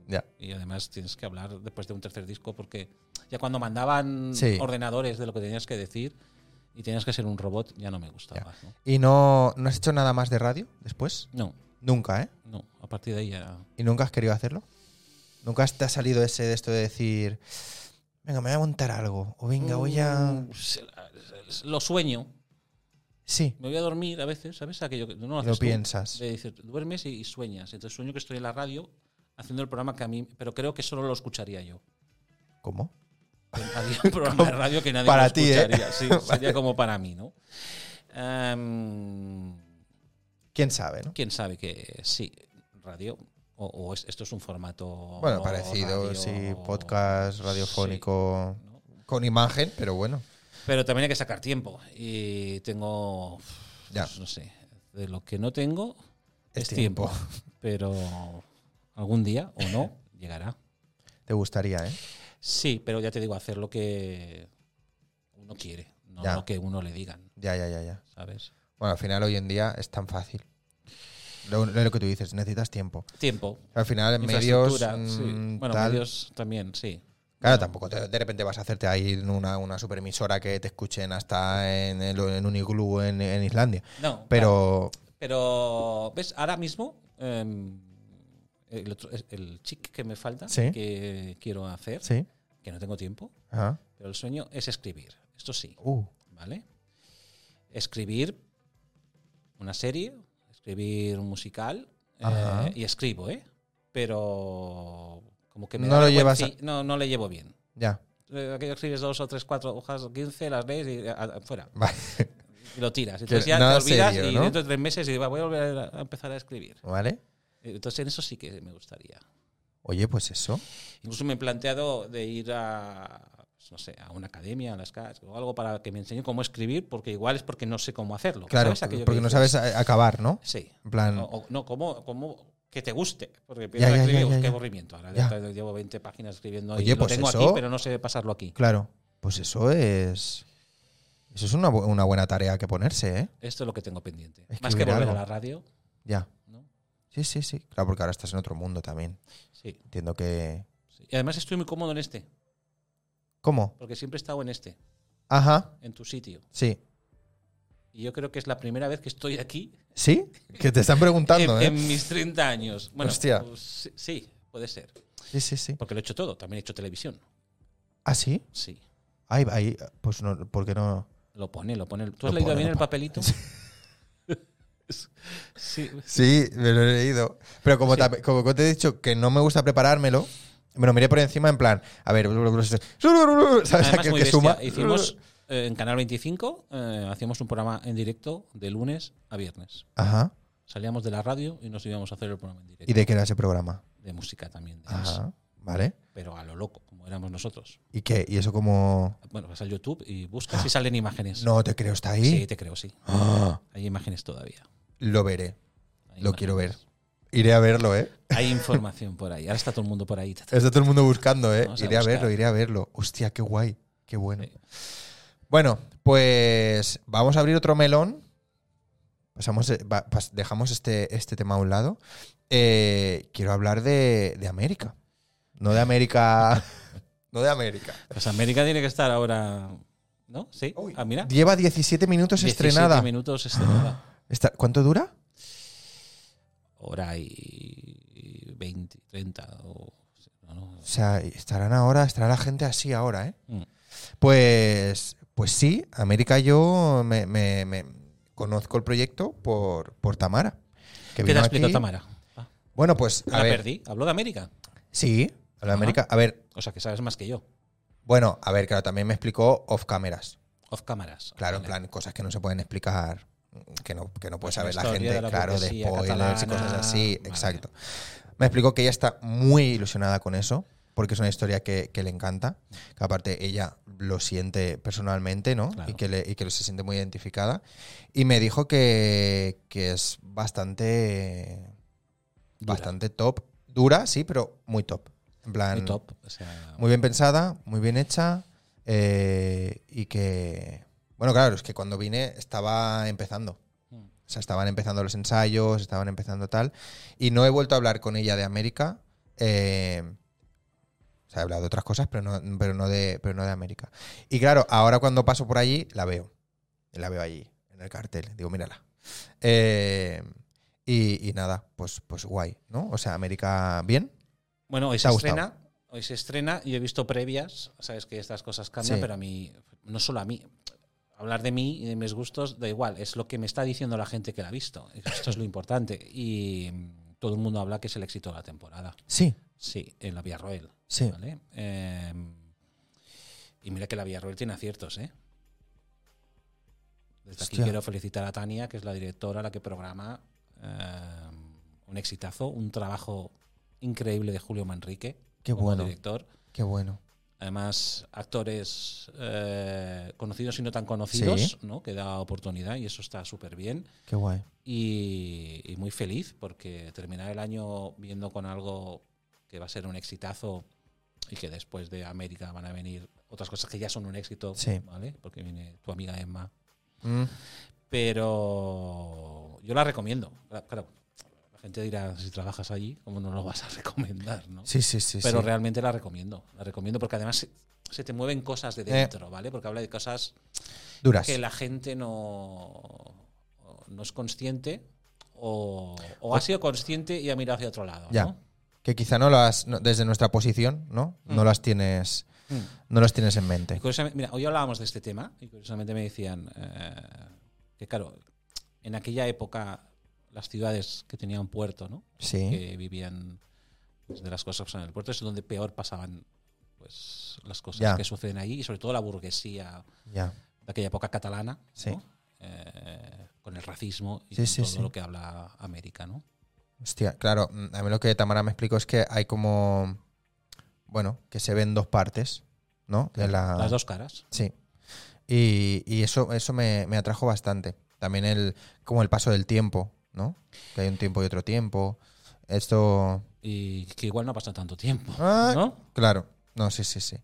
S1: Ya.
S2: Y además tienes que hablar después de un tercer disco porque ya cuando mandaban
S1: Sí.
S2: ordenadores de lo que tenías que decir y tenías que ser un robot, ya no me gustaba. ¿no?
S1: ¿Y no, no has hecho nada más de radio después?
S2: No,
S1: Nunca, ¿eh?
S2: no, a partir de ahí ya.
S1: ¿Y nunca has querido hacerlo? ¿Nunca te ha salido ese de esto de decir, venga, me voy a montar algo? O venga, voy a...
S2: Mm, se- se- Lo sueño.
S1: Sí,
S2: Me voy a dormir a veces, ¿sabes? Aquello que no lo
S1: lo
S2: haces tú.
S1: piensas.
S2: De decir, duermes y, y sueñas. Entonces sueño que estoy en la radio haciendo el programa que a mí, pero creo que solo lo escucharía yo.
S1: ¿Cómo?
S2: Había un programa de radio que nadie
S1: Para
S2: lo
S1: ti, ¿eh?
S2: escucharía. Sí, sería como para mí, ¿no? Em,
S1: ¿Quién sabe, no?
S2: Quién sabe que sí, radio. O, o es- esto es un formato.
S1: Bueno, parecido,
S2: radio,
S1: sí, podcast radiofónico
S2: ¿no?
S1: con imagen, pero bueno.
S2: Pero también hay que sacar tiempo. Y tengo.
S1: Ya.
S2: pues, no sé. De lo que no tengo
S1: Es
S2: es, tiempo. Pero algún día o no llegará.
S1: Te gustaría, ¿eh?
S2: Sí, pero ya te digo, hacer lo que uno quiere, no
S1: Ya.
S2: lo que uno le digan,
S1: Ya, ya, ya, ya.
S2: ¿sabes?
S1: Bueno, al final hoy en día es tan fácil. Lo, lo que tú dices, necesitas tiempo.
S2: Tiempo.
S1: Al final en medios...
S2: infraestructura, sí.
S1: mm,
S2: Bueno,
S1: tal,
S2: medios también, sí.
S1: Claro,
S2: Bueno,
S1: tampoco te- de repente vas a hacerte ahí en una, una superemisora que te escuchen hasta en, el, en un iglú en, en Islandia.
S2: No, claro,
S1: Pero
S2: pero, ¿ves? Ahora mismo, em, el, otro- el chic que me falta,
S1: Sí.
S2: que quiero hacer,
S1: sí.
S2: que no tengo tiempo,
S1: Ajá.
S2: pero el sueño es escribir. Esto sí,
S1: Uh,
S2: ¿vale? Escribir una serie, escribir un musical, eh,
S1: Ajá.
S2: y escribo, ¿eh? Pero como que me
S1: No
S2: da
S1: lo llevas
S2: vergüenci- no, no le llevo bien.
S1: ya.
S2: Eh, Aquello escribes dos o tres, cuatro hojas, quince, las lees y eh, a- fuera.
S1: Vale.
S2: Y lo tiras. Entonces
S1: Que
S2: ya
S1: nada
S2: te olvidas
S1: serio,
S2: y
S1: ¿no?
S2: dentro de tres meses digo, "Va, voy a volver a empezar a escribir.
S1: Vale.
S2: Entonces en eso sí que me gustaría.
S1: Oye, pues eso.
S2: Incluso me he planteado de ir a pues, no sé, a una academia, a las CAS o algo para que me enseñe cómo escribir, porque igual es porque no sé cómo hacerlo.
S1: Claro,
S2: ¿Sabes? Aquello que
S1: porque no
S2: dices,
S1: sabes a- acabar, ¿no?
S2: Sí.
S1: En plan,
S2: O- o- no, cómo, cómo que te guste. Porque piensas
S1: ya, ya, ya,
S2: escribir, "Oh, qué
S1: ya".
S2: aburrimiento. Ahora
S1: Ya.
S2: ya llevo 20 páginas escribiendo
S1: Oye,
S2: y lo
S1: pues
S2: tengo
S1: eso-
S2: aquí, pero no sé pasarlo aquí.
S1: claro. Pues eso es. Eso es una, bu- una buena tarea que ponerse, ¿eh?
S2: Esto es lo que tengo pendiente.
S1: Escribir
S2: Más que volver
S1: algo.
S2: a la radio,
S1: Ya.
S2: ¿no?
S1: Sí, sí, sí. Claro, porque ahora estás en otro mundo también.
S2: Sí,
S1: Entiendo que.
S2: sí. Y además estoy muy cómodo en este,
S1: ¿Cómo?
S2: porque siempre he estado en este,
S1: Ajá.
S2: en tu sitio.
S1: Sí.
S2: Y yo creo que es la primera vez que estoy aquí
S1: ¿Sí? Que te están preguntando,
S2: en,
S1: ¿eh?
S2: en mis 30 años. Bueno,
S1: Hostia.
S2: pues sí, sí, puede ser.
S1: Sí, sí, sí.
S2: Porque lo he hecho todo. También he hecho televisión.
S1: ¿Ah, sí?
S2: Sí.
S1: Ay, ahí, pues no, ¿por qué no?
S2: Lo pone, lo pone. ¿Tú
S1: Lo
S2: has leído
S1: pone,
S2: bien
S1: lo
S2: el
S1: pone.
S2: papelito? sí.
S1: Sí, me lo he leído. Pero como,
S2: Sí.
S1: te, como te he dicho que no me gusta preparármelo, me lo miré por encima en plan, a ver, ¿sabes?
S2: Además,
S1: Aquel
S2: muy
S1: que
S2: bestia.
S1: suma.
S2: Hicimos eh, en Canal 25, eh, hacíamos un programa en directo de lunes a viernes.
S1: Ajá.
S2: Salíamos de la radio y nos íbamos a hacer el programa en directo.
S1: ¿Y de qué era ese programa?
S2: de música también, de jazz,
S1: Ajá. Vale.
S2: pero a lo loco, como éramos nosotros.
S1: ¿Y qué? ¿Y eso como.?
S2: Bueno, vas al YouTube y buscas y salen imágenes.
S1: Ah. No te creo, está ahí.
S2: Sí, te creo, sí.
S1: Ah,
S2: Hay imágenes todavía.
S1: lo veré.
S2: Hay
S1: Lo quiero ver.
S2: imágenes.
S1: Iré a verlo, ¿eh?
S2: Hay información por ahí. Ahora está todo el mundo por ahí.
S1: Está todo el mundo buscando, ¿eh?
S2: Vamos a
S1: Iré a
S2: buscar.
S1: verlo, iré a verlo. Hostia, qué guay, qué bueno. Bueno, pues vamos a abrir otro melón. Pasamos, eh, va- pas- dejamos este, este tema a un lado. Eh, quiero hablar de, de América. No de América. no de América.
S2: Pues América tiene que estar ahora. ¿No? Sí.
S1: Uy,
S2: Ah, mira.
S1: Lleva 17 minutos
S2: 17
S1: estrenada.
S2: minutos estrenada.
S1: Está- ¿Cuánto dura?
S2: Hora y 20, 30. O, no, no.
S1: O sea, estarán ahora, estará la gente así ahora, ¿eh?
S2: Mm.
S1: Pues, pues sí, América yo me, me- me- conozco el proyecto por, por Tamara. Que
S2: ¿Qué te
S1: vino
S2: ha explicado
S1: aquí.
S2: Tamara? Ah,
S1: Bueno, pues a
S2: la
S1: ver.
S2: perdí. Habló de América.
S1: Sí, a la
S2: Ajá.
S1: América. A ver,
S2: O sea, que sabes más que yo.
S1: bueno, a ver, claro, también me explicó off cameras.
S2: Off cámaras.
S1: Claro,
S2: Vale.
S1: en plan, cosas que no se pueden explicar, que no, que no puede
S2: Pues la
S1: saber la
S2: historia
S1: gente,
S2: de la
S1: claro, de
S2: burguesía
S1: spoilers y
S2: catalana.
S1: cosas así.
S2: Vale.
S1: Exacto. Me explicó que ella está muy ilusionada con eso, porque es una historia que, que le encanta, que aparte ella lo siente personalmente, ¿no?
S2: Claro.
S1: Y, que le- y que se siente muy identificada. Y me dijo que, que es bastante,
S2: Dura.
S1: bastante top. Dura, sí, pero muy top. En plan,
S2: Muy top. O sea,
S1: muy bien pensada, muy bien hecha eh, y que... Bueno, claro, es que cuando vine estaba empezando.
S2: Mm.
S1: O sea, estaban empezando los ensayos, estaban empezando tal. Y no he vuelto a hablar con ella de América. eh, o sea, he hablado de otras cosas, pero no, pero, no de, pero no de América. Y claro, ahora cuando paso por allí, la veo. La veo allí, en el cartel. Digo, mírala. Eh, y, y nada, pues, pues guay, ¿no? O sea, América bien.
S2: Bueno, hoy
S1: ¿Te
S2: se
S1: ha
S2: estrena.
S1: gustado?
S2: Hoy se estrena. Yo he visto previas. Sabes que estas cosas cambian,
S1: Sí.
S2: pero a mí, no solo a mí. Hablar de mí y de mis gustos da igual. Es lo que me está diciendo la gente que la ha visto. Esto es lo importante. Y mm, todo el mundo habla que es el éxito de la temporada.
S1: Sí,
S2: Sí, en la Villarroel.
S1: sí.
S2: ¿vale? Eh, y mira que la Villarroel tiene aciertos, ¿eh? Desde aquí
S1: Hostia.
S2: quiero felicitar a Tania, que es la directora, la que programa eh, un exitazo, un trabajo increíble de Julio Manrique.
S1: Qué
S2: como
S1: bueno.
S2: Director.
S1: Qué bueno.
S2: Además, actores eh, conocidos y no tan conocidos,
S1: Sí.
S2: ¿no? Que da oportunidad y eso está súper bien
S1: Qué guay.
S2: y, y muy feliz porque terminar el año viendo con algo que va a ser un exitazo y que después de América van a venir otras cosas que ya son un éxito,
S1: Sí.
S2: ¿vale? Porque viene tu amiga Emma.
S1: Mm,
S2: Pero yo la recomiendo. La- Claro, la gente dirá, si trabajas allí, ¿cómo no lo vas a recomendar? ¿no?
S1: Sí, sí, sí.
S2: Pero
S1: sí.
S2: realmente la recomiendo. La recomiendo porque además se, se te mueven cosas de
S1: Eh.
S2: dentro, ¿vale? Porque habla de cosas
S1: Duras.
S2: que la gente no, no es consciente o, o ha sido consciente y ha mirado hacia otro lado.
S1: Pues- Ya.
S2: ¿no?
S1: Que quizá no las. no- desde nuestra posición, ¿no? No
S2: Mm.
S1: las tienes.
S2: Mm.
S1: No las tienes en
S2: Y
S1: mente.
S2: curiosamente- mira, hoy hablábamos de este tema y curiosamente me decían eh, que, claro, en aquella época las ciudades que tenían puerto, ¿no?
S1: Sí.
S2: que vivían pues, de las cosas en el puerto, es donde peor pasaban pues, las cosas
S1: Ya.
S2: que suceden allí y sobre todo la burguesía
S1: Ya.
S2: de aquella época catalana,
S1: Sí.
S2: ¿no? Eh, con el racismo y
S1: Sí,
S2: con
S1: sí,
S2: todo
S1: sí.
S2: lo que habla América, ¿no?
S1: Hostia, claro. mm, A mí lo que Tamara me explicó es que hay como. Bueno, que se ven dos partes, ¿no? De la-
S2: Las dos caras.
S1: Sí. Y, y eso, eso me, me atrajo bastante. También el. Como el paso del tiempo, ¿no? Que hay un tiempo y otro tiempo. Esto.
S2: Y que igual no ha pasado tanto tiempo.
S1: Ah,
S2: ¿No?
S1: Claro, no, sí, sí, sí.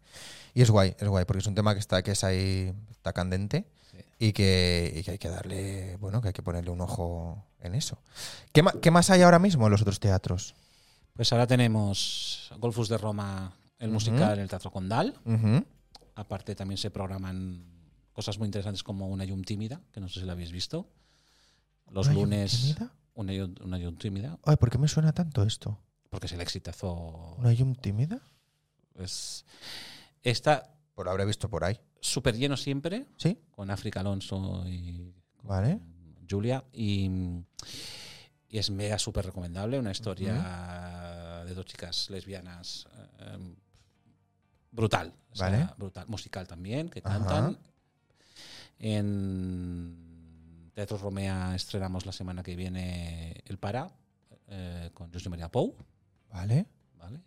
S1: Y es guay, es guay, porque es un tema que está, que es ahí, está candente
S2: Sí.
S1: y, que, y que hay que darle, bueno, que hay que ponerle un ojo en eso. ¿Qué, ma- qué más hay ahora mismo en los otros teatros?
S2: Pues ahora tenemos Golfus de Roma, el
S1: Ujú.
S2: musical en el Teatro Condal.
S1: Ujú.
S2: Aparte también se programan cosas muy interesantes como Una Yum Tímida, que no sé si la habéis visto. Los
S1: ¿Una Yum
S2: lunes...
S1: Tímida?
S2: Una Yum, una Yum Tímida,
S1: Ay, ¿por qué me suena tanto esto?
S2: porque es el exitazo.
S1: ¿No hay un tímida?
S2: Es, está
S1: Pues lo habré visto por ahí.
S2: súper lleno siempre,
S1: ¿Sí?
S2: con África Alonso y con
S1: Vale.
S2: Julia. Y, y es mega súper recomendable. Una historia de dos chicas lesbianas eh, em, brutal. o sea,
S1: Vale.
S2: Brutal. Musical también, que
S1: Ajá.
S2: cantan. En Teatro Romea estrenamos la semana que viene El Para eh, con José María Pou.
S1: Vale.
S2: ¿vale?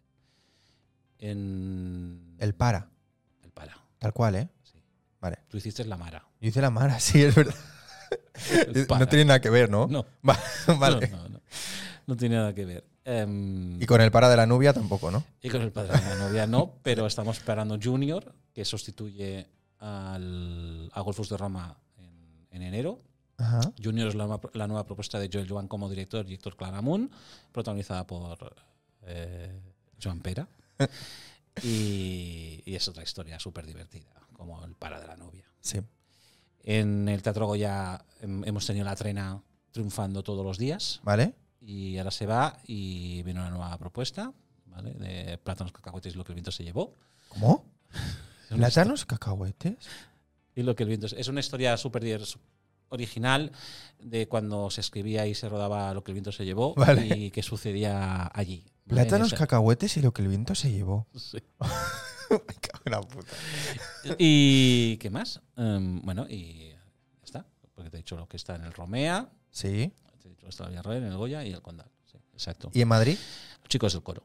S2: En
S1: El para,
S2: El Para.
S1: tal cual, ¿eh?
S2: sí.
S1: Vale.
S2: Tú hiciste La Mara.
S1: Yo hice la mara, sí, es verdad.
S2: El
S1: No
S2: Para.
S1: tiene nada que ver, ¿no?
S2: No,
S1: Va- vale.
S2: no, no, no. no tiene nada que ver. Em,
S1: Y con el para de la nubia tampoco, ¿no?
S2: y con el padre de la novia no, pero estamos esperando Junior, que sustituye al, a Golfus de Roma en, en enero.
S1: Ajá.
S2: Junior es la, nueva- la nueva propuesta de Joel Joan como director y Héctor Claramunt, protagonizada por eh, Joan Pera. Y, y es otra historia súper divertida, como el para de la novia.
S1: Sí.
S2: En el Teatro Goya hem- hemos tenido la trena triunfando todos los días
S1: ¿Vale?
S2: y ahora se va y viene una nueva propuesta ¿vale? de plátanos, cacahuetes y lo que el viento se llevó.
S1: ¿Cómo?
S2: Es una
S1: ¿Plátanos, cacahuetes?
S2: Y lo que el viento es. es una historia súper dir- su- original de cuando se escribía y se rodaba lo que el viento se llevó
S1: Vale.
S2: y que sucedía allí. ¿vale?
S1: Plátanos,
S2: En esa-
S1: cacahuetes y lo que el viento se llevó.
S2: Sí.
S1: Me cago en la puta.
S2: ¿Y qué más? Em, bueno, y ya está. Porque te he dicho lo que está en el Romea,
S1: Sí.
S2: te he dicho lo que está en el Villarreal, en el Goya y el Condal. Sí, exacto.
S1: ¿Y en Madrid?
S2: Los chicos del coro.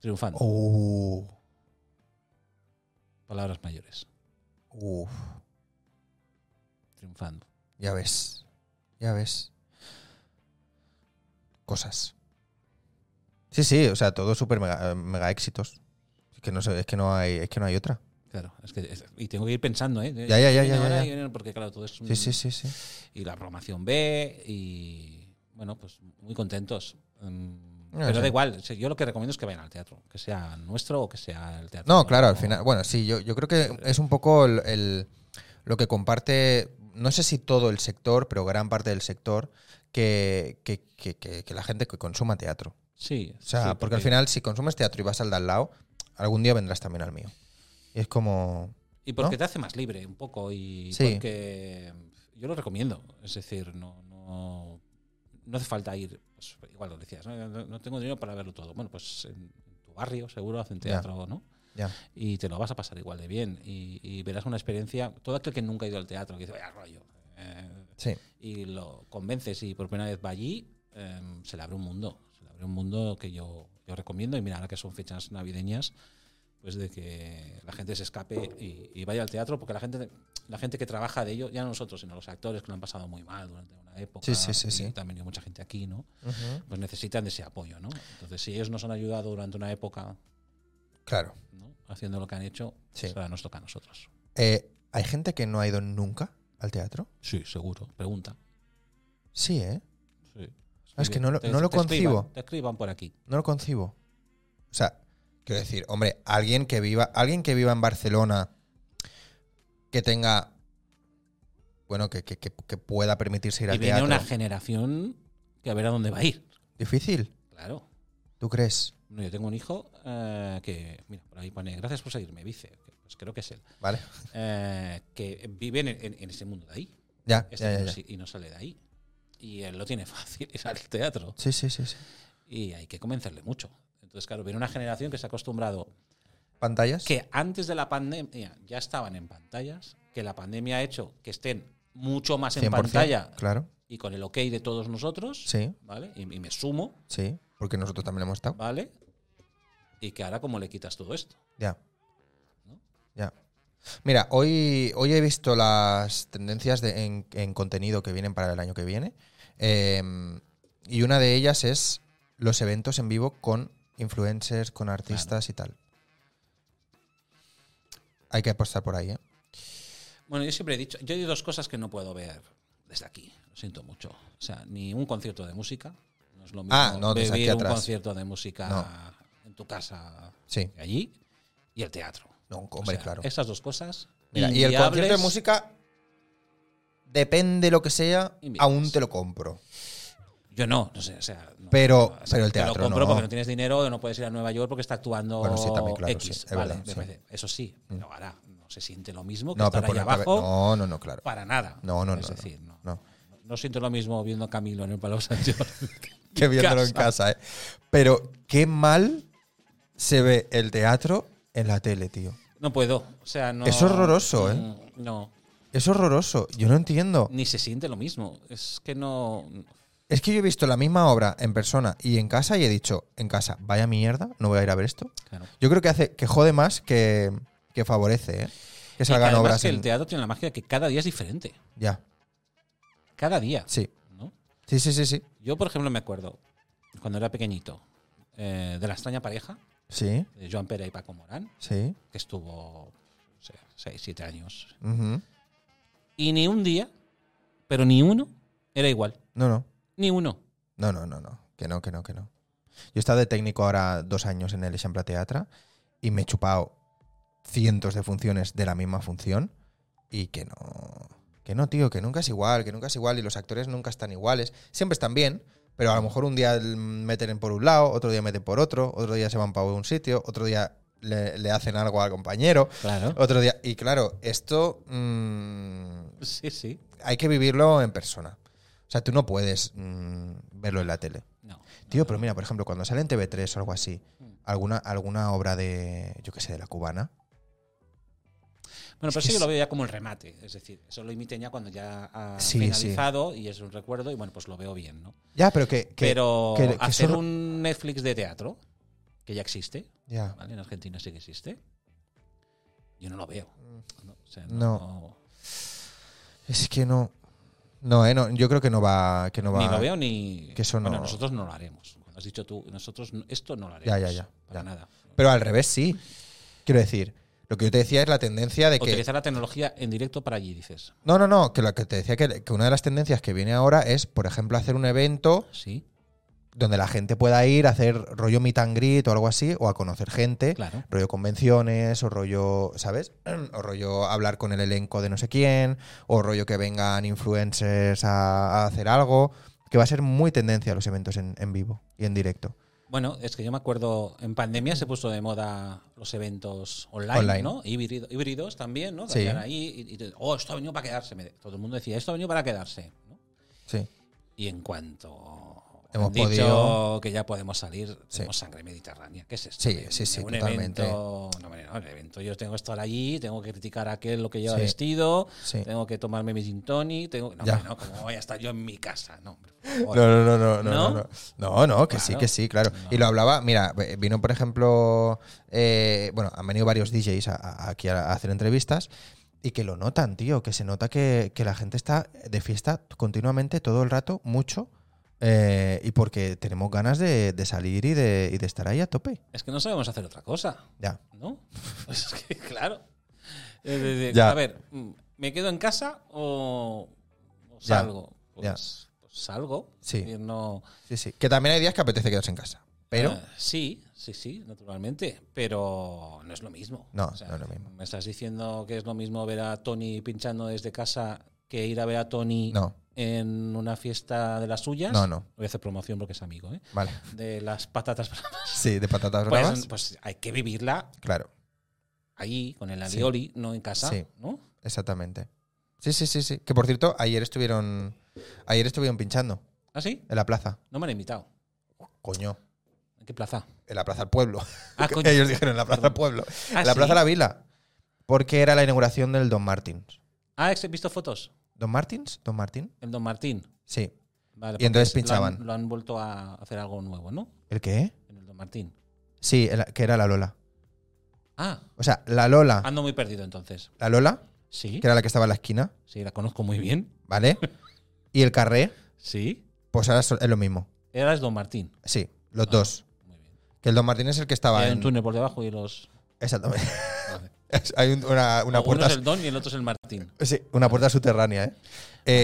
S2: Triunfando.
S1: Uh,
S2: Palabras mayores.
S1: uf.
S2: Triunfando.
S1: Ya ves. Ya ves. Cosas. Sí, sí, o sea, todo súper mega, eh, mega éxitos. Es que no sé, es que no hay, es que no hay otra.
S2: Claro, es que es- y tengo que ir pensando, ¿eh?
S1: ya, ya,
S2: Viene
S1: ya,
S2: ahora
S1: ya.
S2: y viene- Porque claro, todo es un-
S1: Sí, sí, sí, sí.
S2: y la programación B y bueno, pues muy contentos. Mm,
S1: No
S2: pero
S1: sé.
S2: da igual, o sea, yo lo que recomiendo es que vayan al teatro, que sea nuestro o que sea el teatro.
S1: No, claro, al
S2: o-
S1: final. Bueno, sí, yo, yo creo que es un poco el, el- lo que comparte, no sé si todo el sector, pero gran parte del sector, que, que- que- que- que la gente que consuma teatro.
S2: Sí,
S1: O sea,
S2: sí,
S1: porque, al final, si consumes teatro y vas al de al lado, algún día vendrás también al mío. Y es como.
S2: Y porque
S1: ¿no?
S2: te hace más libre un poco y
S1: Sí.
S2: porque yo lo recomiendo, es decir, no, no, no hace falta ir, pues, igual lo decías, ¿no? No- no tengo dinero para verlo todo. Bueno, pues en tu barrio seguro hacen
S1: Ya.
S2: teatro, ¿no?
S1: Ya.
S2: y te lo vas a pasar igual de bien y, y verás una experiencia, todo aquel que nunca ha ido al teatro, que dice, vaya rollo, eh,
S1: Sí.
S2: y lo convences y por primera vez va allí, eh, se le abre un mundo. Se le abre un mundo que yo, yo recomiendo. Y mira, ahora que son fechas navideñas, pues de que la gente se escape y, y vaya al teatro, porque la gente, la gente que trabaja de ello, ya no nosotros, sino los actores que lo han pasado muy mal durante una época.
S1: Sí, sí, sí,
S2: y
S1: sí.
S2: También hay mucha gente aquí, ¿no? Pues necesitan de ese apoyo, ¿no? Entonces, si ellos nos han ayudado durante una época,
S1: Claro.
S2: ¿no? Haciendo lo que han hecho,
S1: Sí.
S2: pues ahora nos toca a nosotros.
S1: Eh, ¿Hay gente que no ha ido nunca al teatro?
S2: Sí, seguro. Pregunta.
S1: Sí, ¿eh?
S2: Sí.
S1: Ah, Es que no lo-
S2: Te-
S1: no lo
S2: te escriban,
S1: concibo.
S2: te escriban por aquí.
S1: No lo concibo. O sea, quiero decir, hombre, alguien que viva, alguien que viva en Barcelona, que tenga, bueno, que, que- que- que pueda permitirse ir
S2: Y
S1: al
S2: viene
S1: teatro.
S2: una generación que a ver a dónde va a ir.
S1: Difícil,
S2: Claro.
S1: ¿tú crees?
S2: Bueno, yo tengo un hijo eh, que, mira, por ahí pone, gracias por seguirme, vice, que, pues creo que es él,
S1: Vale,
S2: eh, que vive en, en- en ese mundo de ahí
S1: ya,
S2: este
S1: ya, ya,
S2: mundo
S1: ya.
S2: sí, y no sale de ahí. Y él lo tiene fácil, es al teatro.
S1: Sí, sí, sí, sí.
S2: Y hay que convencerle mucho. Entonces, claro, viene una generación que se ha acostumbrado,
S1: ¿Pantallas?
S2: que antes de la pandemia ya estaban en pantallas, que la pandemia ha hecho que estén mucho más en
S1: 100%,
S2: pantalla
S1: Claro,
S2: y con el ok de todos nosotros,
S1: sí,
S2: ¿vale? Y- y me sumo,
S1: sí, porque nosotros también hemos estado.
S2: ¿Vale? Y que ahora cómo le quitas todo esto.
S1: Ya.
S2: ¿No?
S1: Ya. Mira, hoy, hoy he visto las tendencias de- en, en contenido que vienen para el año que viene. eh, y una de ellas es los eventos en vivo con influencers, con artistas y tal. Hay que apostar por ahí, ¿eh?
S2: Bueno, yo siempre he dicho, yo hay dos cosas que no puedo ver desde aquí. Lo siento mucho. O sea, ni un concierto de música. No es lo mismo
S1: Ah, no, desde
S2: vivir
S1: aquí atrás.
S2: un concierto de música en tu casa
S1: Sí.
S2: que allí y el teatro.
S1: No,
S2: O
S1: hombre,
S2: sea,
S1: claro.
S2: Esas dos cosas.
S1: Mira, y el
S2: inviables,
S1: concierto de música, depende lo que sea,
S2: Inviables.
S1: aún te lo compro.
S2: Yo no, no sé, o sea, no,
S1: Pero-
S2: no, o sea,
S1: pero el
S2: te
S1: teatro
S2: lo compro
S1: no.
S2: porque no tienes dinero o no puedes ir a Nueva York porque está actuando
S1: Bueno, sí, también, claro,
S2: X.
S1: sí, es
S2: vale,
S1: verdad,
S2: me
S1: sí. Mm.
S2: parece. Eso sí, pero ahora no se siente lo mismo que
S1: No,
S2: estar
S1: pero por
S2: ahí
S1: la cabe-
S2: abajo.
S1: No, no, no, claro.
S2: Para nada.
S1: No, no,
S2: Es
S1: no,
S2: decir, no.
S1: No.
S2: No siento lo mismo viendo a Camilo en el Palau San Jordi.
S1: que viéndolo en casa, ¿eh? Pero qué mal se ve el teatro en la tele, tío.
S2: No puedo. O sea, no.
S1: Es horroroso, ¿eh?
S2: Mm, No.
S1: Es horroroso, yo no entiendo.
S2: Ni se siente lo mismo. Es que no.
S1: Es que yo he visto la misma obra en persona y en casa y he dicho, en casa, vaya mierda, no voy a ir a ver esto.
S2: Claro.
S1: Yo creo que hace que jode más que, que favorece, ¿eh? Que
S2: Y que
S1: salgan
S2: además
S1: obras
S2: que el
S1: en-
S2: teatro tiene la magia que cada día es diferente.
S1: Ya,
S2: Cada día.
S1: sí.
S2: ¿no?
S1: Sí, sí, sí, sí.
S2: Yo, por ejemplo, me acuerdo. cuando era pequeñito, eh, de la extraña pareja,
S1: Sí,
S2: de Joan Pera y Paco Morán,
S1: sí.
S2: que estuvo 6, 7 años.
S1: ujú.
S2: Y ni un día, pero ni uno, era igual.
S1: No, no.
S2: Ni uno.
S1: No, no, no, no. Que no, que no, que no. Yo he estado de técnico ahora dos años en el Eixample Teatra y me he chupado cientos de funciones de la misma función y que no. Que no, tío, que nunca es igual, que nunca es igual y los actores nunca están iguales. Siempre están bien, pero a lo mejor un día el- meten por un lado, otro día meten por otro, otro día se van para un sitio, otro día le, le hacen algo al compañero,
S2: Claro.
S1: otro día. Y claro, esto. mm,
S2: Sí, sí.
S1: hay que vivirlo en persona. O sea, tú no puedes mm, verlo en la tele.
S2: No.
S1: Tío, pero mira, por ejemplo, cuando sale en TV3 o algo así,
S2: Mm.
S1: alguna, alguna obra de, yo qué sé, de la cubana.
S2: Bueno, pero
S1: Es que
S2: eso yo
S1: es-
S2: lo veo ya como el remate. Es decir, eso lo imiten ya cuando ya ha
S1: Sí,
S2: finalizado y es un recuerdo y bueno, pues lo veo bien, ¿no?
S1: Ya, pero que... que-
S2: pero
S1: que- que
S2: hacer
S1: solo-
S2: un Netflix de teatro, que ya existe,
S1: Ya.
S2: ¿vale? En Argentina sí que existe. Yo no lo veo. ¿no? O sea,
S1: No. Es que no... No, eh, no, yo creo que no va... Que no va
S2: Ni lo veo ni.
S1: que eso
S2: bueno,
S1: no-
S2: nosotros no lo haremos. Cuando has dicho tú, nosotros no- esto no lo
S1: Ya,
S2: haremos.
S1: ya, ya,
S2: Para
S1: ya.
S2: nada.
S1: Pero al revés sí. Quiero decir, lo que yo te decía es la tendencia de que...
S2: Utilizar la tecnología en directo para allí, dices.
S1: No, no, no, que lo que te decía que, que una de las tendencias que viene ahora es, por ejemplo, hacer un evento
S2: Sí,
S1: donde la gente pueda ir a hacer rollo meet and greet o algo así, o a conocer gente.
S2: claro.
S1: rollo convenciones o rollo, ¿sabes? O rollo hablar con el elenco de no sé quién, o rollo que vengan influencers a, a hacer algo, que va a ser muy tendencia a los eventos en, en vivo y en directo.
S2: Bueno, es que yo me acuerdo, en pandemia se puso de moda los eventos online,
S1: Online.
S2: ¿no? Híbrido- híbridos también, ¿no? Que
S1: Sí.
S2: hacían ahí y, y te- oh, esto ha venido para quedarse. me de- todo el mundo decía, esto ha venido para quedarse. ¿no?
S1: Sí.
S2: Y en cuanto
S1: Hemos
S2: han dicho
S1: podido-
S2: que ya podemos salir,
S1: Sí.
S2: tenemos sangre mediterránea. ¿Qué es esto?
S1: Sí,
S2: De-
S1: sí, sí,
S2: de un
S1: totalmente.
S2: Evento, no, hombre, no, el evento. Yo tengo que estar allí, tengo que criticar a aquel lo que lleva
S1: Sí.
S2: vestido,
S1: Sí.
S2: tengo que tomarme mi gin tonic, tengo... No,
S1: Ya.
S2: hombre, no, como voy a estar yo en mi casa. No, hombre, por
S1: No,
S2: favor.
S1: no, no, no, no,
S2: ¿No?
S1: no, no. No, no, que sí,
S2: Claro.
S1: que sí, claro. Y lo hablaba, mira, vino por ejemplo, eh, bueno, han venido varios DJs a- a- aquí a, a hacer entrevistas y que lo notan, tío, que se nota que, que la gente está de fiesta continuamente, todo el rato, mucho, eh, y porque tenemos ganas de, de salir y de, y de estar ahí a tope.
S2: Es que no sabemos hacer otra cosa.
S1: Ya.
S2: ¿No? Pues Es que, claro. Es decir,
S1: Ya.
S2: A ver, mm, ¿me quedo en casa o, o
S1: Ya,
S2: salgo? Pues,
S1: ya.
S2: pues salgo.
S1: Sí.
S2: Es decir, No,
S1: Sí, sí. Que también hay días que apetece quedarse en casa, pero...
S2: Ah, sí, sí, sí, naturalmente. Pero no es lo mismo.
S1: No, no es lo mismo.
S2: Me estás diciendo que es lo mismo ver a Tony pinchando desde casa que ir a ver a Tony
S1: No,
S2: en una fiesta de las suyas.
S1: No, no.
S2: Voy a hacer promoción porque es amigo, ¿eh?
S1: vale.
S2: De las patatas bravas.
S1: Sí, de patatas bravas.
S2: Pues, pues hay que vivirla
S1: claro,
S2: allí, con el
S1: Sí.
S2: alioli, no en casa,
S1: Sí.
S2: ¿no?
S1: exactamente. Sí, sí, sí, sí. Que por cierto, ayer estuvieron, ayer estuvieron pinchando.
S2: ¿Ah, sí?
S1: En la plaza.
S2: No me han invitado.
S1: Coño.
S2: ¿En qué plaza?
S1: En la plaza del pueblo.
S2: Ah,
S1: Que
S2: coño.
S1: Ellos dijeron en la plaza del pueblo.
S2: Ah,
S1: en la
S2: ¿sí?
S1: plaza de la vila. Porque era la inauguración del Don Martins.
S2: Ah, ¿has visto fotos?
S1: ¿Don Martins? ¿Don Martín?
S2: El Don Martín.
S1: Sí.
S2: Vale,
S1: Y entonces
S2: porque es- Lo
S1: pinchaban.
S2: han, lo han vuelto a hacer algo nuevo, ¿no?
S1: ¿El qué?
S2: En el Don Martín.
S1: Sí, el- que era la Lola.
S2: Ah,
S1: O sea, la Lola.
S2: ando muy perdido entonces.
S1: La Lola,
S2: Sí,
S1: que era la que estaba en la esquina,
S2: sí, la conozco muy bien.
S1: ¿vale? Y el carré,
S2: Sí.
S1: pues ahora so- es lo mismo.
S2: Era el Don Martín.
S1: Sí, los
S2: Ah,
S1: dos.
S2: Muy bien.
S1: Que el Don Martín es el que estaba
S2: Y hay un
S1: en-
S2: túnel por debajo y los.
S1: Exactamente.
S2: Vale.
S1: Hay un- una, una
S2: O
S1: puerta.
S2: Uno es el Don y el otro es el Martín.
S1: sí, una puerta subterránea, ¿eh?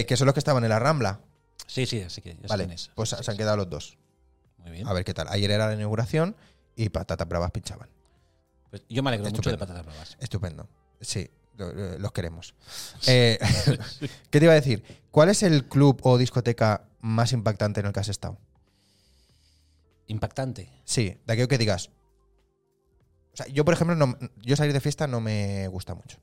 S1: Eh, Que son los que estaban en la Rambla.
S2: Sí, sí, así que ya sé quién
S1: Vale.
S2: es.
S1: Pues
S2: Sí,
S1: se
S2: sí,
S1: han quedado los dos.
S2: Muy bien.
S1: A ver qué tal. Ayer era la inauguración y patatas bravas pinchaban.
S2: Pues yo me alegro mucho de
S1: Estupendo.
S2: patatas bravas.
S1: Estupendo. Sí, lo- lo- los queremos. Eh, ¿Qué te iba a decir? ¿Cuál es el club o discoteca más impactante en el que has estado?
S2: Impactante.
S1: Sí, de aquello que digas. O sea, yo, por ejemplo, no- yo salir de fiesta no me gusta mucho.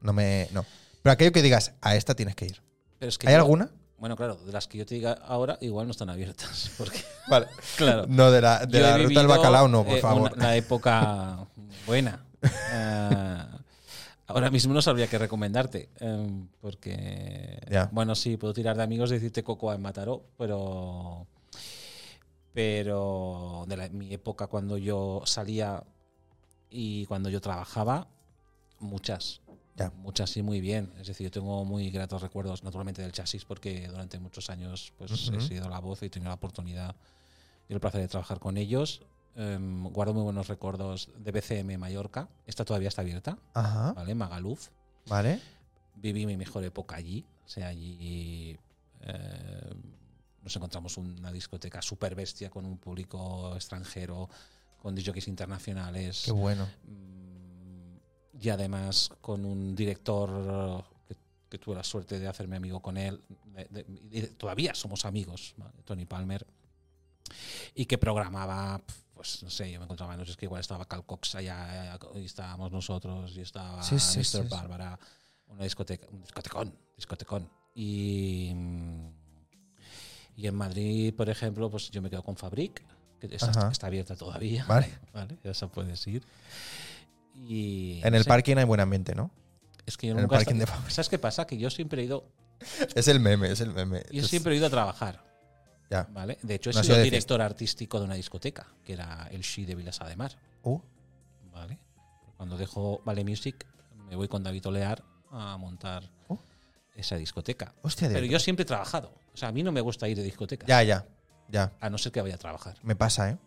S1: No me. No. Pero aquello que digas, a esta tienes que ir.
S2: Pero es que
S1: ¿Hay
S2: yo-
S1: alguna?
S2: Bueno, claro, de las que yo te diga ahora, igual no están abiertas. Porque,
S1: Vale.
S2: claro.
S1: No, de la, de
S2: Yo
S1: la
S2: he
S1: ruta del
S2: vivido,
S1: bacalao, no, por
S2: eh,
S1: favor.
S2: una- la época buena. Eh, ahora mismo no sabría qué recomendarte. eh, porque.
S1: Ya.
S2: Bueno, sí, puedo tirar de amigos y decirte Cocoa en Mataró, pero. Pero de la- mi época cuando yo salía y cuando yo trabajaba, muchas.
S1: Ya.
S2: Muchas y muy bien. Es decir, yo tengo muy gratos recuerdos, naturalmente, del chasis, porque durante muchos años pues,
S1: Ujú.
S2: he sido la voz y he tenido la oportunidad Tuve el placer de trabajar con ellos. Em, guardo muy buenos recuerdos de BCM Mallorca. Esta todavía está abierta,
S1: Ajá.
S2: ¿vale? Magaluf.
S1: Vale.
S2: Viví mi mejor época allí. O sea, allí eh, nos encontramos una discoteca súper bestia con un público extranjero, con DJs internacionales.
S1: Qué bueno.
S2: Mm, y además con un director eh, que, que tuve la suerte de hacerme amigo con él, de- de- y de- todavía somos amigos, ¿vale? Tony Palmer, y que programaba, pf, pues no sé, yo me encontraba, no sé, es que igual estaba Cal Cox allá, y estábamos nosotros, y estaba
S1: Sí, sí,
S2: Mr.
S1: sí, sí.
S2: Bárbara, una discoteca, un discotecón, discotecón. Y, mm, y en Madrid, por ejemplo, pues yo me quedo con Fabric, que esa
S1: Ajá.
S2: está abierta todavía.
S1: Vale.
S2: Vale, ya se puede decir. Y
S1: En
S2: no
S1: el
S2: sé,
S1: parking hay buen ambiente, ¿no?
S2: es que yo
S1: en el
S2: nunca he
S1: parking
S2: estado-
S1: de Pablo.
S2: ¿Sabes qué pasa? Que yo siempre he ido,
S1: Es el meme, es el meme.
S2: yo
S1: Es-
S2: siempre he ido a trabajar,
S1: Ya.
S2: ¿vale? De hecho, he
S1: No ha
S2: sido
S1: sido de
S2: director artístico de una discoteca, que era el She de Vilasá de Mar,
S1: Uh,
S2: ¿vale? Cuando dejo Vale Music, me voy con David Olear a montar
S1: Oh.
S2: esa discoteca.
S1: hostia,
S2: Pero
S1: directo.
S2: yo siempre he trabajado. O sea, a mí no me gusta ir de discoteca.
S1: Ya, ya. Ya.
S2: A no ser que vaya a trabajar.
S1: Me pasa, ¿eh?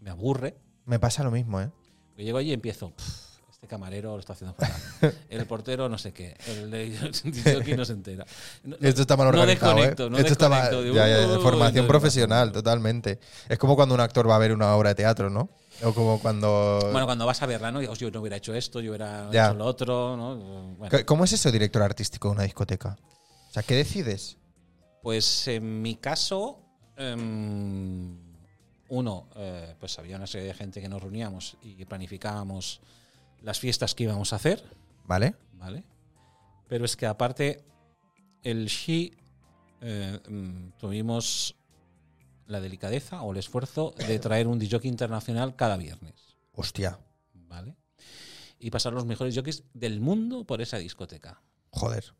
S2: Me aburre.
S1: Me pasa lo mismo, ¿eh?
S2: Yo llego allí y empiezo. "Pff, Este camarero lo está haciendo fatal. El portero no sé qué. El que no se entera. No- no-
S1: Esto está mal
S2: no
S1: organizado, ¿eh?
S2: desconecto, no
S1: Esto está mal.
S2: desconecto. Digo,
S1: Ya, ya, ya.
S2: "Uy,
S1: Formación
S2: no,
S1: profesional,
S2: no".
S1: totalmente. Es como cuando un actor va a ver una obra de teatro, ¿no? O como cuando.
S2: Bueno, cuando vas a verla, ¿no? Digo, yo no hubiera hecho esto, yo hubiera
S1: Ya.
S2: hecho lo otro, ¿no? Bueno,
S1: ¿Cómo es eso, director artístico de una discoteca? O sea, ¿qué decides?
S2: pues en mi caso, em, uno, eh, pues había una serie de gente que nos reuníamos y planificábamos las fiestas que íbamos a hacer,
S1: ¿Vale?
S2: ¿vale? Pero es que aparte, el Shi eh, mm, tuvimos la delicadeza o el esfuerzo de traer un DJ internacional cada viernes.
S1: Hostia.
S2: ¿vale? Y pasar los mejores jockeys del mundo por esa discoteca.
S1: Joder.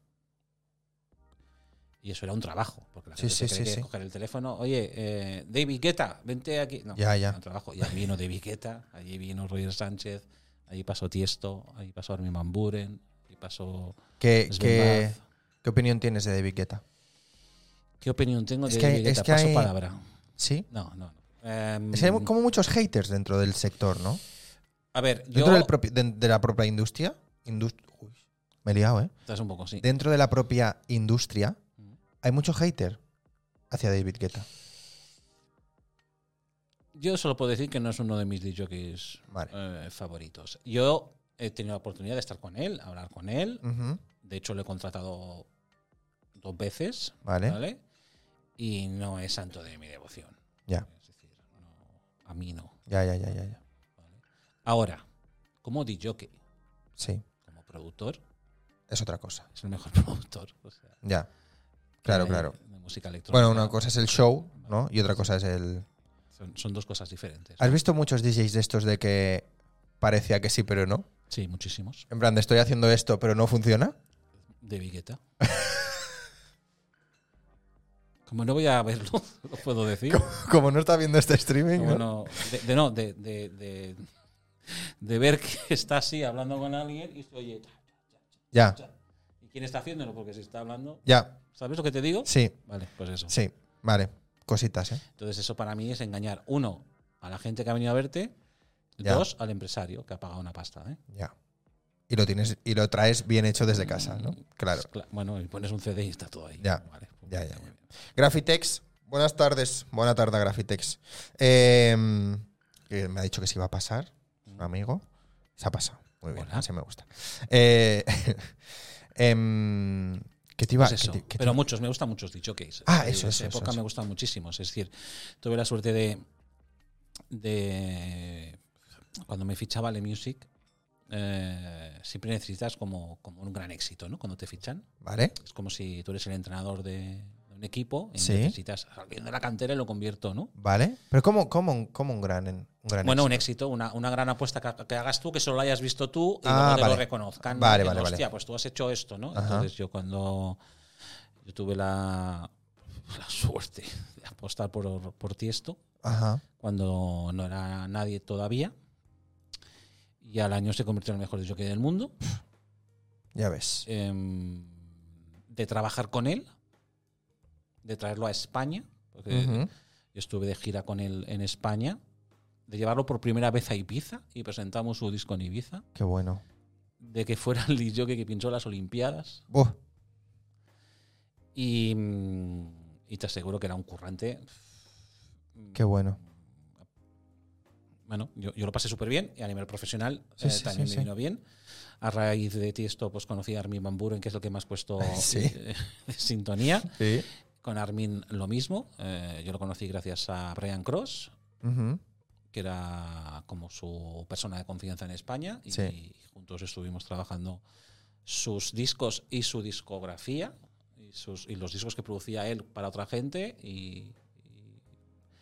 S2: Y eso era un trabajo, porque la
S1: Sí,
S2: gente se
S1: sí,
S2: cree
S1: sí,
S2: que
S1: sí.
S2: coger el teléfono, oye, eh, David Guetta, vente aquí. No,
S1: Ya, ya.
S2: era un trabajo. Y ahí vino David Guetta, allí vino Roger Sánchez, allí pasó Tiesto, allí pasó Armin Van Buren, allí pasó...
S1: ¿Qué,
S2: Es
S1: qué,
S2: verdad.
S1: qué opinión tienes de David Guetta?
S2: ¿Qué opinión tengo de
S1: Es que
S2: David
S1: hay-
S2: Guetta?
S1: es que
S2: Paso
S1: hay-
S2: palabra.
S1: ¿Sí?
S2: No, no, no. Em,
S1: Es que hay mu- como muchos haters dentro del sector, ¿no?
S2: a ver, yo...
S1: Dentro del propi- de, de la propia industria. indust- Uy, me he liado, ¿eh?
S2: Estás un poco, sí. Mm.
S1: Dentro de la propia industria hay mucho hater hacia David Guetta.
S2: Yo solo puedo decir que no es uno de mis DJs
S1: Vale.
S2: eh, favoritos. Yo he tenido la oportunidad de estar con él, hablar con él.
S1: Ujú,
S2: De hecho, lo he contratado dos veces.
S1: Vale.
S2: ¿Vale? Y no es santo de mi devoción.
S1: Ya,
S2: Es decir, no, a mí no.
S1: ya, ya, ya, ya, ya.
S2: ¿vale? Ahora, como DJ,
S1: Sí,
S2: como productor,
S1: es otra cosa.
S2: es el mejor productor. o sea, que
S1: Ya. Claro,
S2: hay
S1: claro.
S2: de música electrónica.
S1: Bueno, una cosa es el show, ¿no? Y otra cosa es el.
S2: Son, son dos cosas diferentes.
S1: ¿Has visto muchos DJs de estos de que parecía que sí, pero no?
S2: Sí, muchísimos.
S1: En plan, de estoy haciendo esto, pero no funciona.
S2: De Vigueta. como no voy a verlo, lo puedo decir.
S1: Como no está viendo este streaming.
S2: Pero
S1: ¿no?
S2: bueno, de, de no, de, de, de, de ver que está así hablando con alguien y se oye. ta, ta,
S1: Ya,
S2: ta, ta. ¿Y quién está haciéndolo? Porque si está hablando.
S1: ya.
S2: ¿Sabes lo que te digo?
S1: Sí,
S2: Vale, pues eso.
S1: sí. Vale. Cositas, ¿eh?
S2: Entonces, eso para mí es engañar, uno, a la gente que ha venido a verte,
S1: Ya.
S2: dos, al empresario que ha pagado una pasta. ¿eh?
S1: Ya. Y lo tienes y lo traes bien hecho desde casa, ¿no?
S2: Mm.
S1: Claro.
S2: Es cla- bueno, y pones un CD y está todo ahí.
S1: Ya.
S2: Vale, pues
S1: Ya, ya,
S2: muy bien.
S1: Grafitex, buenas tardes. Buena tarde, Grafitex. Eh, que me ha dicho que se iba a pasar, un amigo. Se ha pasado. Muy bien,
S2: Hola.
S1: así me gusta. Eh, em, ¿Qué te iba
S2: Pues eso,
S1: qué te- qué te
S2: pero
S1: iba-
S2: muchos, me gustan muchos DJs.
S1: Ah,
S2: Eh,
S1: eso, eso,
S2: de esa
S1: eso,
S2: época
S1: eso.
S2: me gustan muchísimos. Es decir, tuve la suerte de. de cuando me fichaba Le Music, eh, siempre necesitas como, como un gran éxito, ¿no? Cuando te fichan.
S1: ¿Vale?
S2: Es como si tú eres el entrenador de un equipo y
S1: Sí.
S2: necesitas a alguien de la cantera y lo convierto, ¿no?
S1: ¿Vale? Pero ¿cómo, cómo, un- cómo un gran, en- un gran
S2: Bueno,
S1: éxito?
S2: un éxito, una, una gran apuesta que, ha- que hagas tú, que solo la hayas visto tú y
S1: Ah,
S2: luego te
S1: vale.
S2: lo reconozcan.
S1: Vale,
S2: Digan,
S1: vale, vale.
S2: Hostia, pues tú has hecho esto, ¿no?
S1: Ajá.
S2: Entonces yo cuando yo tuve la, la suerte de apostar por, por Tiesto,
S1: Ajá.
S2: cuando no era nadie todavía, y al año se convirtió en el mejor jockey del mundo,
S1: Ya ves.
S2: em, de trabajar con él, de traerlo a España, porque
S1: Ujú.
S2: Yo estuve de gira con él en España, de llevarlo por primera vez a Ibiza y presentamos su disco en Ibiza,
S1: Qué bueno.
S2: de que fuera el disc jockey que pinchó las Olimpiadas.
S1: Buah,
S2: Y, mm, y te aseguro que era un currante. mm,
S1: qué bueno.
S2: Bueno, yo, yo lo pasé súper bien y a nivel profesional
S1: Sí,
S2: eh,
S1: sí,
S2: también
S1: sí,
S2: me
S1: sí.
S2: vino bien. A raíz de Tiesto, pues conocí a Armin Van Buren, que es el que más puesto
S1: Sí.
S2: eh, de sintonía.
S1: Sí.
S2: Con Armin lo mismo. Eh, yo lo conocí gracias a Brian Cross, que era como su persona de confianza en España. Y,
S1: Sí.
S2: y juntos estuvimos trabajando sus discos y su discografía. Y, sus, y los discos que producía él para otra gente. Y, y-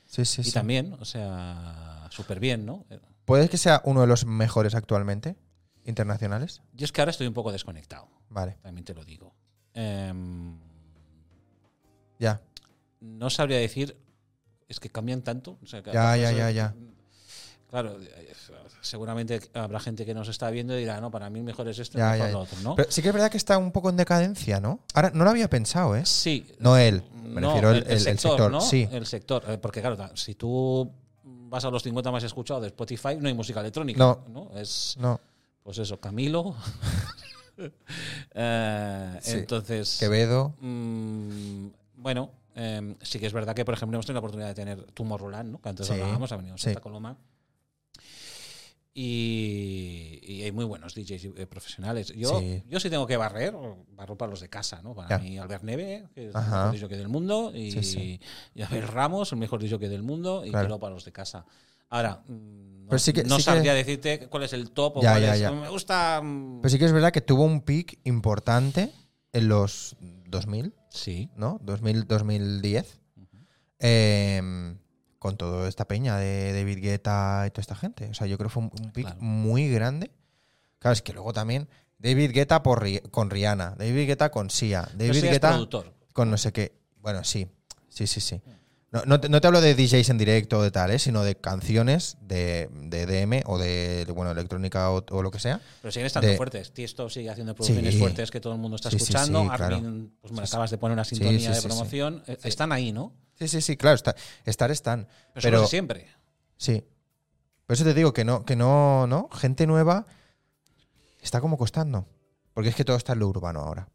S1: Sí, sí,
S2: y
S1: sí.
S2: también, o sea, súper bien, ¿no?
S1: ¿Puedes que sea uno de los mejores actualmente? ¿Internacionales?
S2: Yo es que ahora estoy un poco desconectado,
S1: Vale,
S2: también te lo digo. Em,
S1: ya.
S2: no sabría decir, es que cambian tanto. o sea, que
S1: Ya,
S2: aparte
S1: ya,
S2: eso-
S1: ya, ya.
S2: Claro, eh, seguramente habrá gente que nos está viendo y dirá, no, para mí el mejor es este,
S1: Ya,
S2: el mejor
S1: ya, ya.
S2: lo otro, ¿no?
S1: Pero sí que es verdad que está un poco en decadencia, ¿no? Ahora, no lo había pensado, ¿eh?
S2: sí.
S1: No él, me
S2: no,
S1: refiero al el, el sector,
S2: ¿no?
S1: sí.
S2: El sector, eh, porque claro, ta- si tú vas a los 50 más escuchados de Spotify, no hay música electrónica,
S1: No.
S2: ¿no? Es,
S1: No,
S2: pues eso, Camilo. Eh,
S1: Sí.
S2: Entonces,
S1: Quevedo,
S2: mm, bueno, eh, sí que es verdad que, por ejemplo, hemos tenido la oportunidad de tener Tomorrowland, ¿no? que antes
S1: Sí.
S2: hablábamos, ha venido
S1: Sí.
S2: Santa Coloma. Y, y hay muy buenos DJs eh, profesionales. Yo
S1: Sí.
S2: sí. yo sí tengo que barrer, barro para los de casa, ¿no? Para
S1: Ya.
S2: mí Albert Neve, que es
S1: Ajá.
S2: el mejor DJ del mundo, y,
S1: Sí, sí.
S2: y Abel Ramos, el mejor DJ del mundo, y
S1: Claro.
S2: Pelo para los de casa. Ahora, mm, no,
S1: Pero sí que-
S2: no
S1: sí que-
S2: sabría decirte cuál es el top o
S1: Ya,
S2: cuál
S1: ya,
S2: es-
S1: ya.
S2: Me gusta... mm,
S1: Pero sí que es verdad que tuvo un pic importante en los 2000,
S2: sí.
S1: ¿no? 2000, 2010. eh, con toda esta peña de David Guetta y toda esta gente. O sea, yo creo que fue un, un pic
S2: Claro.
S1: muy grande. Claro, es que luego también David Guetta por Ri- con Rihanna, David Guetta con Sia,
S2: Pero
S1: David
S2: sí es
S1: Guetta
S2: productor.
S1: con no sé qué. Bueno, sí, sí, sí, sí. No, no te, no te hablo de DJs en directo o de tal, ¿eh? sino de canciones de, de DM o de, de, bueno, electrónica o, o lo que sea.
S2: Pero siguen estando
S1: de-
S2: fuertes. Tiesto sigue haciendo producciones
S1: Sí.
S2: fuertes que todo el mundo está
S1: Sí, sí, sí,
S2: escuchando.
S1: claro.
S2: Armin, pues me
S1: Sí, sí.
S2: acabas de poner una
S1: Sí,
S2: sintonía
S1: sí,
S2: de
S1: sí, sí.
S2: promoción. Eh, Están ahí, ¿no?
S1: Sí, sí, sí, claro, está, estar están.
S2: Pero, son los
S1: Pero
S2: de siempre.
S1: sí. Por eso te digo que no, que no, ¿no? Gente nueva está como costando. Porque es que todo está en lo urbano ahora.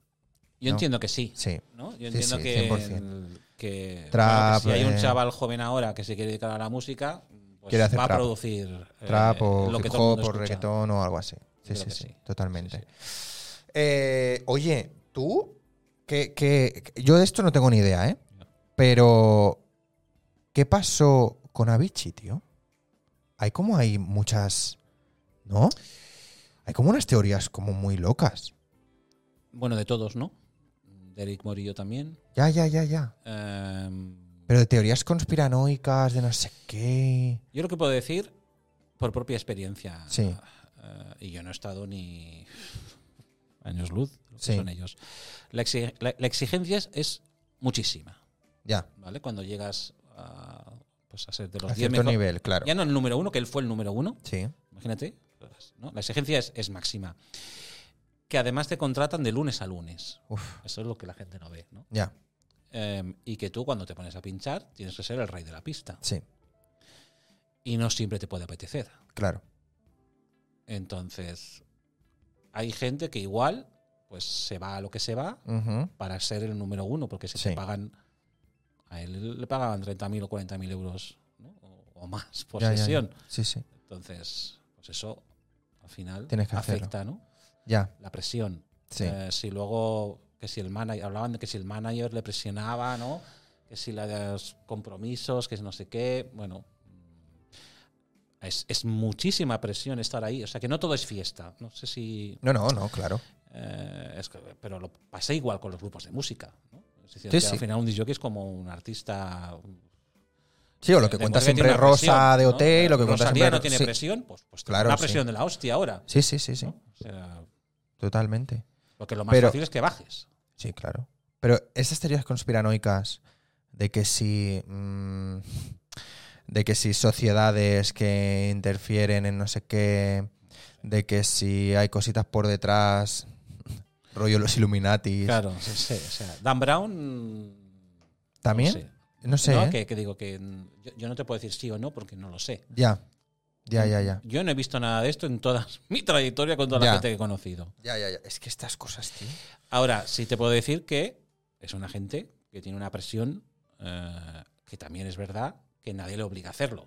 S1: ¿no?
S2: Yo entiendo que sí.
S1: Sí.
S2: ¿no? Yo
S1: Sí,
S2: entiendo
S1: sí,
S2: que,
S1: 100%.
S2: que,
S1: Trap,
S2: bueno, que si hay un
S1: eh.
S2: chaval joven ahora que se quiere dedicar a la música, pues
S1: Quiere hacer
S2: va
S1: trap.
S2: a producir eh,
S1: Trap o
S2: lo que
S1: hip
S2: todo el
S1: hop
S2: mundo
S1: o
S2: escucha.
S1: reggaetón o algo así. Sí,
S2: Creo
S1: sí,
S2: que
S1: sí,
S2: sí.
S1: totalmente. Eh, oye, tú, que, que yo de esto no tengo ni idea, ¿eh?
S2: No.
S1: Pero, ¿qué pasó con Avicii, tío? Hay como hay muchas, ¿no? Hay como unas teorías como muy locas.
S2: Bueno, de todos, ¿no? De Eric Morillo también.
S1: Ya, ya, ya, ya.
S2: Em,
S1: Pero de teorías conspiranoicas, de no sé qué.
S2: Yo lo que puedo decir, por propia experiencia,
S1: Sí.
S2: eh, y yo no he estado ni años luz, lo que
S1: Sí.
S2: son ellos. La, exi- la- la exigencia es, es muchísima,
S1: Ya,
S2: ¿vale? Cuando llegas a, pues, a ser de los
S1: a
S2: 10
S1: cierto
S2: mejor-
S1: nivel, claro.
S2: ya no el número uno, que él fue el número uno,
S1: Sí,
S2: imagínate, ¿no? la exigencia es, es máxima. Que además te contratan de lunes a lunes.
S1: uf,
S2: Eso es lo que la gente no ve, ¿no?
S1: ya,
S2: Em, y que tú cuando te pones a pinchar tienes que ser el rey de la pista.
S1: sí,
S2: Y no siempre te puede apetecer.
S1: claro.
S2: Entonces, hay gente que igual pues se va a lo que se va
S1: Ujú,
S2: para ser el número uno, porque si
S1: Sí.
S2: te pagan, a él le pagaban 30.000 o 40.000 euros ¿no? o, o más por
S1: ya, ya, ya.
S2: sesión.
S1: Sí, sí,
S2: Entonces, pues eso al final
S1: Tienes que
S2: afecta ¿no?
S1: ya,
S2: la presión.
S1: sí.
S2: Eh, si luego, que si el manager, hablaban de que si el manager le presionaba, ¿no? Que si la de los compromisos, que si no sé qué, bueno. mm, Es, es muchísima presión estar ahí. O sea, que no todo es fiesta. No sé si.
S1: No, no, no, claro.
S2: eh, es que- pero lo pasé igual con los grupos de música. ¿no? Es decir,
S1: Sí,
S2: que
S1: sí.
S2: al final un DJ es como un artista.
S1: Sí, o lo que
S2: de
S1: cuenta
S2: música tiene
S1: siempre
S2: una
S1: Rosa
S2: presión,
S1: de
S2: ¿no?
S1: OT y lo que cuenta
S2: Rosalía
S1: siempre.
S2: no tiene
S1: sí.
S2: presión, pues, pues tiene
S1: Claro,
S2: una
S1: sí.
S2: presión de la hostia ahora.
S1: sí, sí, sí, sí,
S2: ¿no? O sea,
S1: totalmente.
S2: porque lo más
S1: Pero-
S2: fácil es que bajes.
S1: Sí, claro. Pero esas teorías conspiranoicas de que si. mm, de que si sociedades que interfieren en no sé qué. De que si hay cositas por detrás. rollo los Illuminatis.
S2: Claro, sí, sí, o sea, Dan Brown.
S1: ¿También?
S2: Sí.
S1: No sé.
S2: No,
S1: ¿eh?
S2: que, que digo que mm, yo, yo no te puedo decir sí o no porque no lo sé.
S1: Ya. Ya, ya, ya.
S2: Yo no he visto nada de esto en toda mi trayectoria con toda
S1: Ya.
S2: la gente que he conocido.
S1: Ya, ya, ya. Es que estas cosas, tío.
S2: Ahora, sí te puedo decir que es una gente que tiene una presión eh, que también es verdad que nadie le obliga a hacerlo.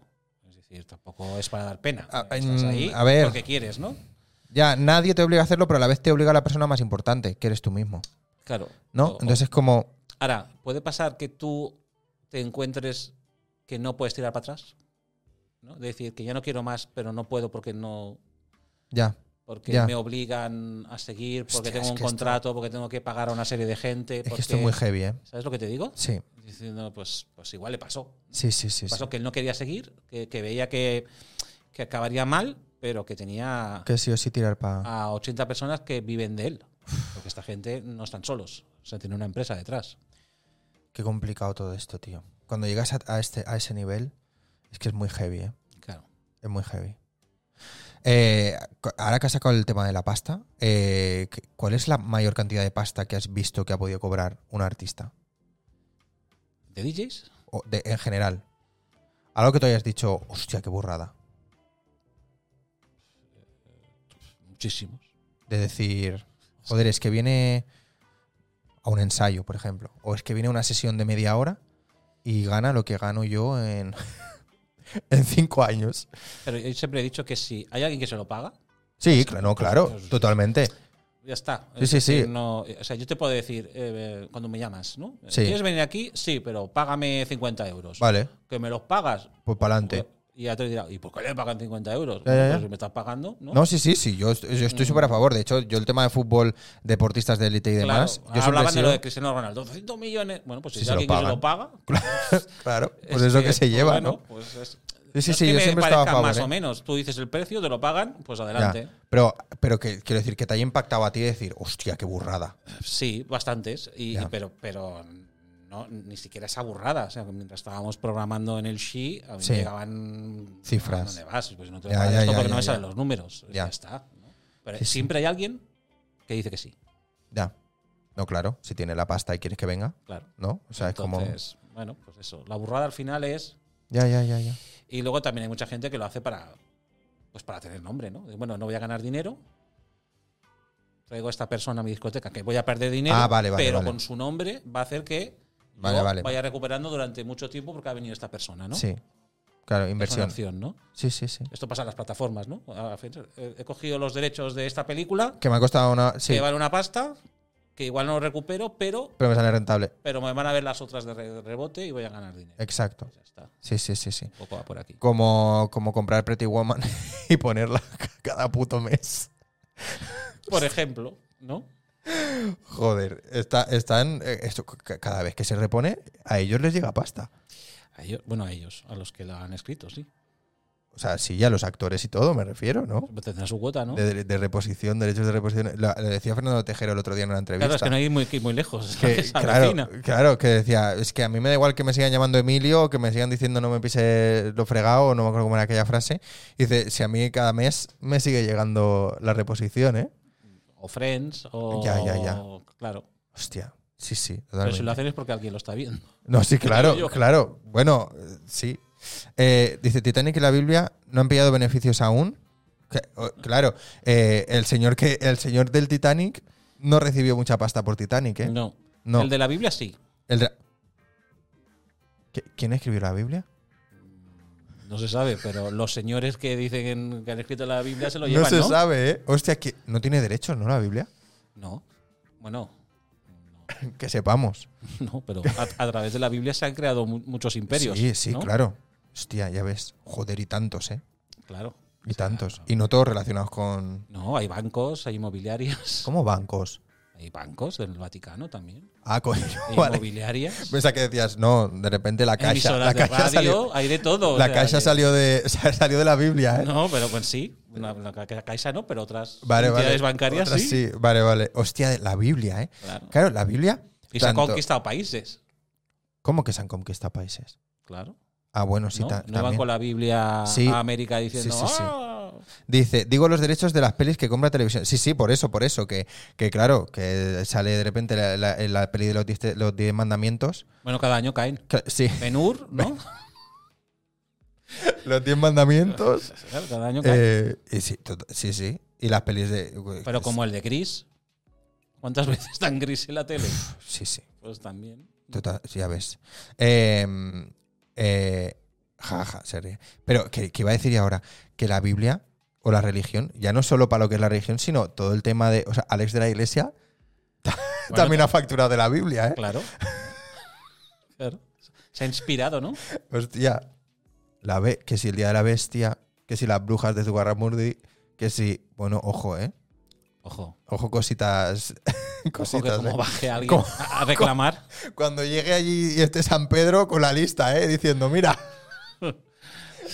S2: Es decir, tampoco es para dar pena.
S1: A-
S2: Estás
S1: Ah, en-
S2: ahí
S1: a ver.
S2: porque quieres, ¿no?
S1: Ya, nadie te obliga a hacerlo, pero a la vez te obliga a la persona más importante, que eres tú mismo.
S2: Claro.
S1: ¿No?
S2: O- o-
S1: Entonces es como.
S2: Ahora, ¿puede pasar que tú te encuentres que no puedes tirar para atrás? ¿No? De decir, que ya no quiero más, pero no puedo porque no
S1: Ya.
S2: porque
S1: Ya.
S2: me obligan a seguir, porque
S1: Hostia,
S2: tengo
S1: es
S2: un
S1: que esto-
S2: contrato, porque tengo que pagar a una serie de gente.
S1: Es que
S2: porque-
S1: esto es muy heavy, ¿eh?
S2: ¿Sabes lo que te digo?
S1: Sí.
S2: Diciendo, pues, pues igual le pasó.
S1: Sí, sí, sí. sí.
S2: Pasó que él no quería seguir, que, que veía que, que acabaría mal, pero que tenía
S1: Que sí o sí tirar para.
S2: a 80 personas que viven de él. Porque esta gente no están solos, o sea, tiene una empresa detrás.
S1: Qué complicado todo esto, tío. Cuando llegas a, a este, a ese nivel, es que es muy heavy, ¿eh?
S2: Claro.
S1: Es muy heavy. Eh, cu- ahora que has sacado el tema de la pasta, eh, ¿qué- ¿cuál es la mayor cantidad de pasta que has visto que ha podido cobrar un artista?
S2: ¿De DJs?
S1: O de- en general. Algo que tú hayas dicho, hostia, qué burrada.
S2: Muchísimos.
S1: De decir, joder, es que viene a un ensayo, por ejemplo. O es que viene a una sesión de media hora y gana lo que gano yo en, en cinco años.
S2: Pero yo siempre he dicho que si hay alguien que se lo paga,
S1: Sí, claro, no, claro, totalmente.
S2: Ya está.
S1: Sí,
S2: Es
S1: sí, sí.
S2: decir, no- o sea, yo te puedo decir eh, eh, cuando me llamas, ¿no?
S1: Sí.
S2: ¿Quieres venir aquí? Sí, pero págame 50 euros.
S1: Vale,
S2: Que me los pagas.
S1: pues para adelante.
S2: Y ya te dirá, ¿y por qué le pagan 50 euros?
S1: Ya, ya,
S2: Pues
S1: ya.
S2: si me estás pagando, ¿no? Mm.
S1: No, sí, sí, sí, yo, est- yo estoy súper a favor. De hecho, yo el tema de fútbol, deportistas de élite y
S2: Claro,
S1: demás, yo siempre he
S2: hablaban de
S1: sido-
S2: lo de Cristiano Ronaldo. 200 millones. Bueno, pues si,
S1: Si
S2: hay
S1: se lo
S2: alguien que se lo paga.
S1: Claro, pues
S2: es
S1: es lo que se
S2: pues
S1: lleva,
S2: bueno,
S1: ¿no?
S2: pues es-
S1: Sí, sí,
S2: no es
S1: sí,
S2: que
S1: yo
S2: me
S1: siempre estaba a
S2: parezca
S1: favor,
S2: Más
S1: ¿eh?
S2: o menos. Tú dices el precio, te lo pagan, pues
S1: Ya.
S2: adelante.
S1: Pero, pero que quiero decir que te haya impactado a ti y decir, hostia, qué burrada.
S2: Sí, bastantes. Y,
S1: Ya.
S2: y- pero, pero no, ni siquiera es aburrada. O sea, mientras estábamos programando en el She, a mí
S1: Sí.
S2: me llegaban
S1: Cifras.
S2: ¿a ¿Dónde vas? Pues no te
S1: Ya,
S2: pagas
S1: ya,
S2: esto
S1: ya,
S2: porque
S1: ya,
S2: no me
S1: ya.
S2: salen los números.
S1: Ya.
S2: Ya, está. ¿no? Pero
S1: Sí, sí.
S2: siempre hay alguien que dice que sí.
S1: Ya. No, claro, si tiene la pasta y quieres que venga,
S2: Claro.
S1: ¿no? O sea, es
S2: Entonces, bueno, pues eso. La burrada al final es.
S1: como. Ya, ya, ya, ya.
S2: Y luego también hay mucha gente que lo hace para. Pues para tener nombre, ¿no? De, Bueno, no voy a ganar dinero. Traigo a esta persona a mi discoteca, que voy a perder dinero,
S1: Ah, vale, vale,
S2: pero
S1: vale.
S2: con su nombre va a hacer que
S1: Vale,
S2: yo
S1: vale.
S2: vaya recuperando durante mucho tiempo porque ha venido esta persona, ¿no?
S1: Sí. Claro,
S2: Es una
S1: inversión.
S2: opción, ¿no?
S1: Sí, sí, sí.
S2: Esto pasa en las plataformas, ¿no? A- a- He he cogido los derechos de esta película,
S1: Que me ha costado una. Sí,
S2: que vale una pasta, que igual no recupero, pero,
S1: pero me sale rentable.
S2: pero me van a ver las otras de re- rebote y voy a ganar dinero.
S1: Exacto.
S2: Ya está, un
S1: Sí, sí, sí, sí.
S2: poco va por aquí.
S1: Como, como comprar Pretty Woman y ponerla cada puto mes.
S2: Por ejemplo, ¿no?
S1: Joder, está, están. eh, Esto, c- cada vez que se repone, a ellos les llega pasta.
S2: A ellos- bueno, a ellos, a los que la han escrito, sí.
S1: O sea, sí, ya los actores y todo, me refiero, ¿no?
S2: Tendrán su cuota, ¿no?
S1: De, de reposición, derechos de reposición. La- le decía Fernando Tejero el otro día en una entrevista.
S2: Claro, es que no hay muy, que ir muy lejos.
S1: que-
S2: es la
S1: claro,
S2: vecina.
S1: claro, que decía, es que a mí me da igual que me sigan llamando Emilio, o que me sigan diciendo no me pise lo fregado, o no me acuerdo cómo era aquella frase. Y dice, si a mí cada mes me sigue llegando la reposición, ¿eh?
S2: O Friends, o.
S1: Ya, ya, ya.
S2: Claro.
S1: Hostia, sí, sí,
S2: Pero
S1: totalmente.
S2: si lo hacen es porque alguien lo está viendo.
S1: No, sí, claro,
S2: Yo.
S1: claro. Bueno, eh, sí. Eh, dice Titanic y la Biblia no han pillado beneficios aún. Que- o- claro, eh, el señor que el señor del Titanic no recibió mucha pasta por Titanic, ¿eh?
S2: No.
S1: No.
S2: El de la Biblia sí.
S1: El de- ¿Qui- ¿Quién escribió la Biblia?
S2: No se sabe, pero los señores que dicen que han escrito la Biblia se lo
S1: no
S2: llevan,
S1: se
S2: ¿no?
S1: sabe, ¿eh? Hostia, que no tiene derechos, ¿no? La Biblia.
S2: No. Bueno,
S1: Que sepamos.
S2: no, pero a, a través de la Biblia se han creado mu- muchos imperios.
S1: sí, sí,
S2: ¿no?
S1: claro. Hostia, ya ves. Joder, y tantos, ¿eh?
S2: Claro.
S1: Y tantos. Y no todos relacionados con.
S2: No, hay bancos, hay inmobiliarias.
S1: ¿Cómo bancos?
S2: Hay bancos del Vaticano también.
S1: Ah, coño.
S2: Hay
S1: Vale.
S2: inmobiliarias.
S1: Pensaba que decías, no, de repente la caixa.
S2: emisoras
S1: La
S2: de
S1: caixa,
S2: radio,
S1: salió,
S2: hay de todo. o
S1: la
S2: sea,
S1: caixa
S2: que-
S1: salió, de, salió de la Biblia, ¿eh?
S2: No, pero pues sí. Una, una ca- ca- caixa no, pero otras
S1: vale, vale.
S2: entidades bancarias
S1: Otras
S2: sí.
S1: Vale, vale. Hostia, la Biblia, ¿eh?
S2: Claro.
S1: Claro, la Biblia.
S2: Y se han
S1: tanto-
S2: conquistado países.
S1: ¿Cómo que se han conquistado países?
S2: Claro.
S1: Ah, bueno, sí,
S2: ¿no?
S1: ta-
S2: No van
S1: también.
S2: con la Biblia
S1: Sí.
S2: a América diciendo
S1: Sí, sí, sí.
S2: "Ah,
S3: algo.
S1: Dice, digo los derechos de las pelis que compra televisión. Sí, sí, por eso, por eso, que, que claro, que sale de repente la, la- eh, la peli de los 10 los diez mandamientos.
S2: Bueno, cada año caen.
S1: Cla- Sí,
S2: Benur, ¿no?
S1: los 10 mandamientos.
S2: Claro, cada año caen.
S1: Eh, y sí, tot- sí, sí. Y las pelis de... pues,
S2: Pero como el de Gris. ¿Cuántas veces tan gris en la tele?
S1: Sí, sí.
S2: Pues también.
S1: Total, sí, ya ves. Eh, eh, ja, ja, se ríe. Pero que, que iba a decir yo ahora que la Biblia o la religión, ya no solo para lo que es la religión, sino todo el tema de. O sea, Alex de la Iglesia ta-
S2: Bueno,
S1: también ha facturado de la Biblia, ¿eh?
S2: Claro. Claro. Se ha inspirado, ¿no?
S1: Hostia. La be- que si el día de la bestia, que si las brujas de Zugarramurdi, que si. Bueno, ojo, ¿eh?
S2: Ojo.
S1: Ojo, cositas.
S2: Ojo que
S1: cositas.
S2: como
S1: ¿eh?
S2: baje alguien
S1: ¿Cómo?
S2: a a reclamar.
S1: Cuando llegue allí y esté San Pedro con la lista, ¿eh? Diciendo, mira,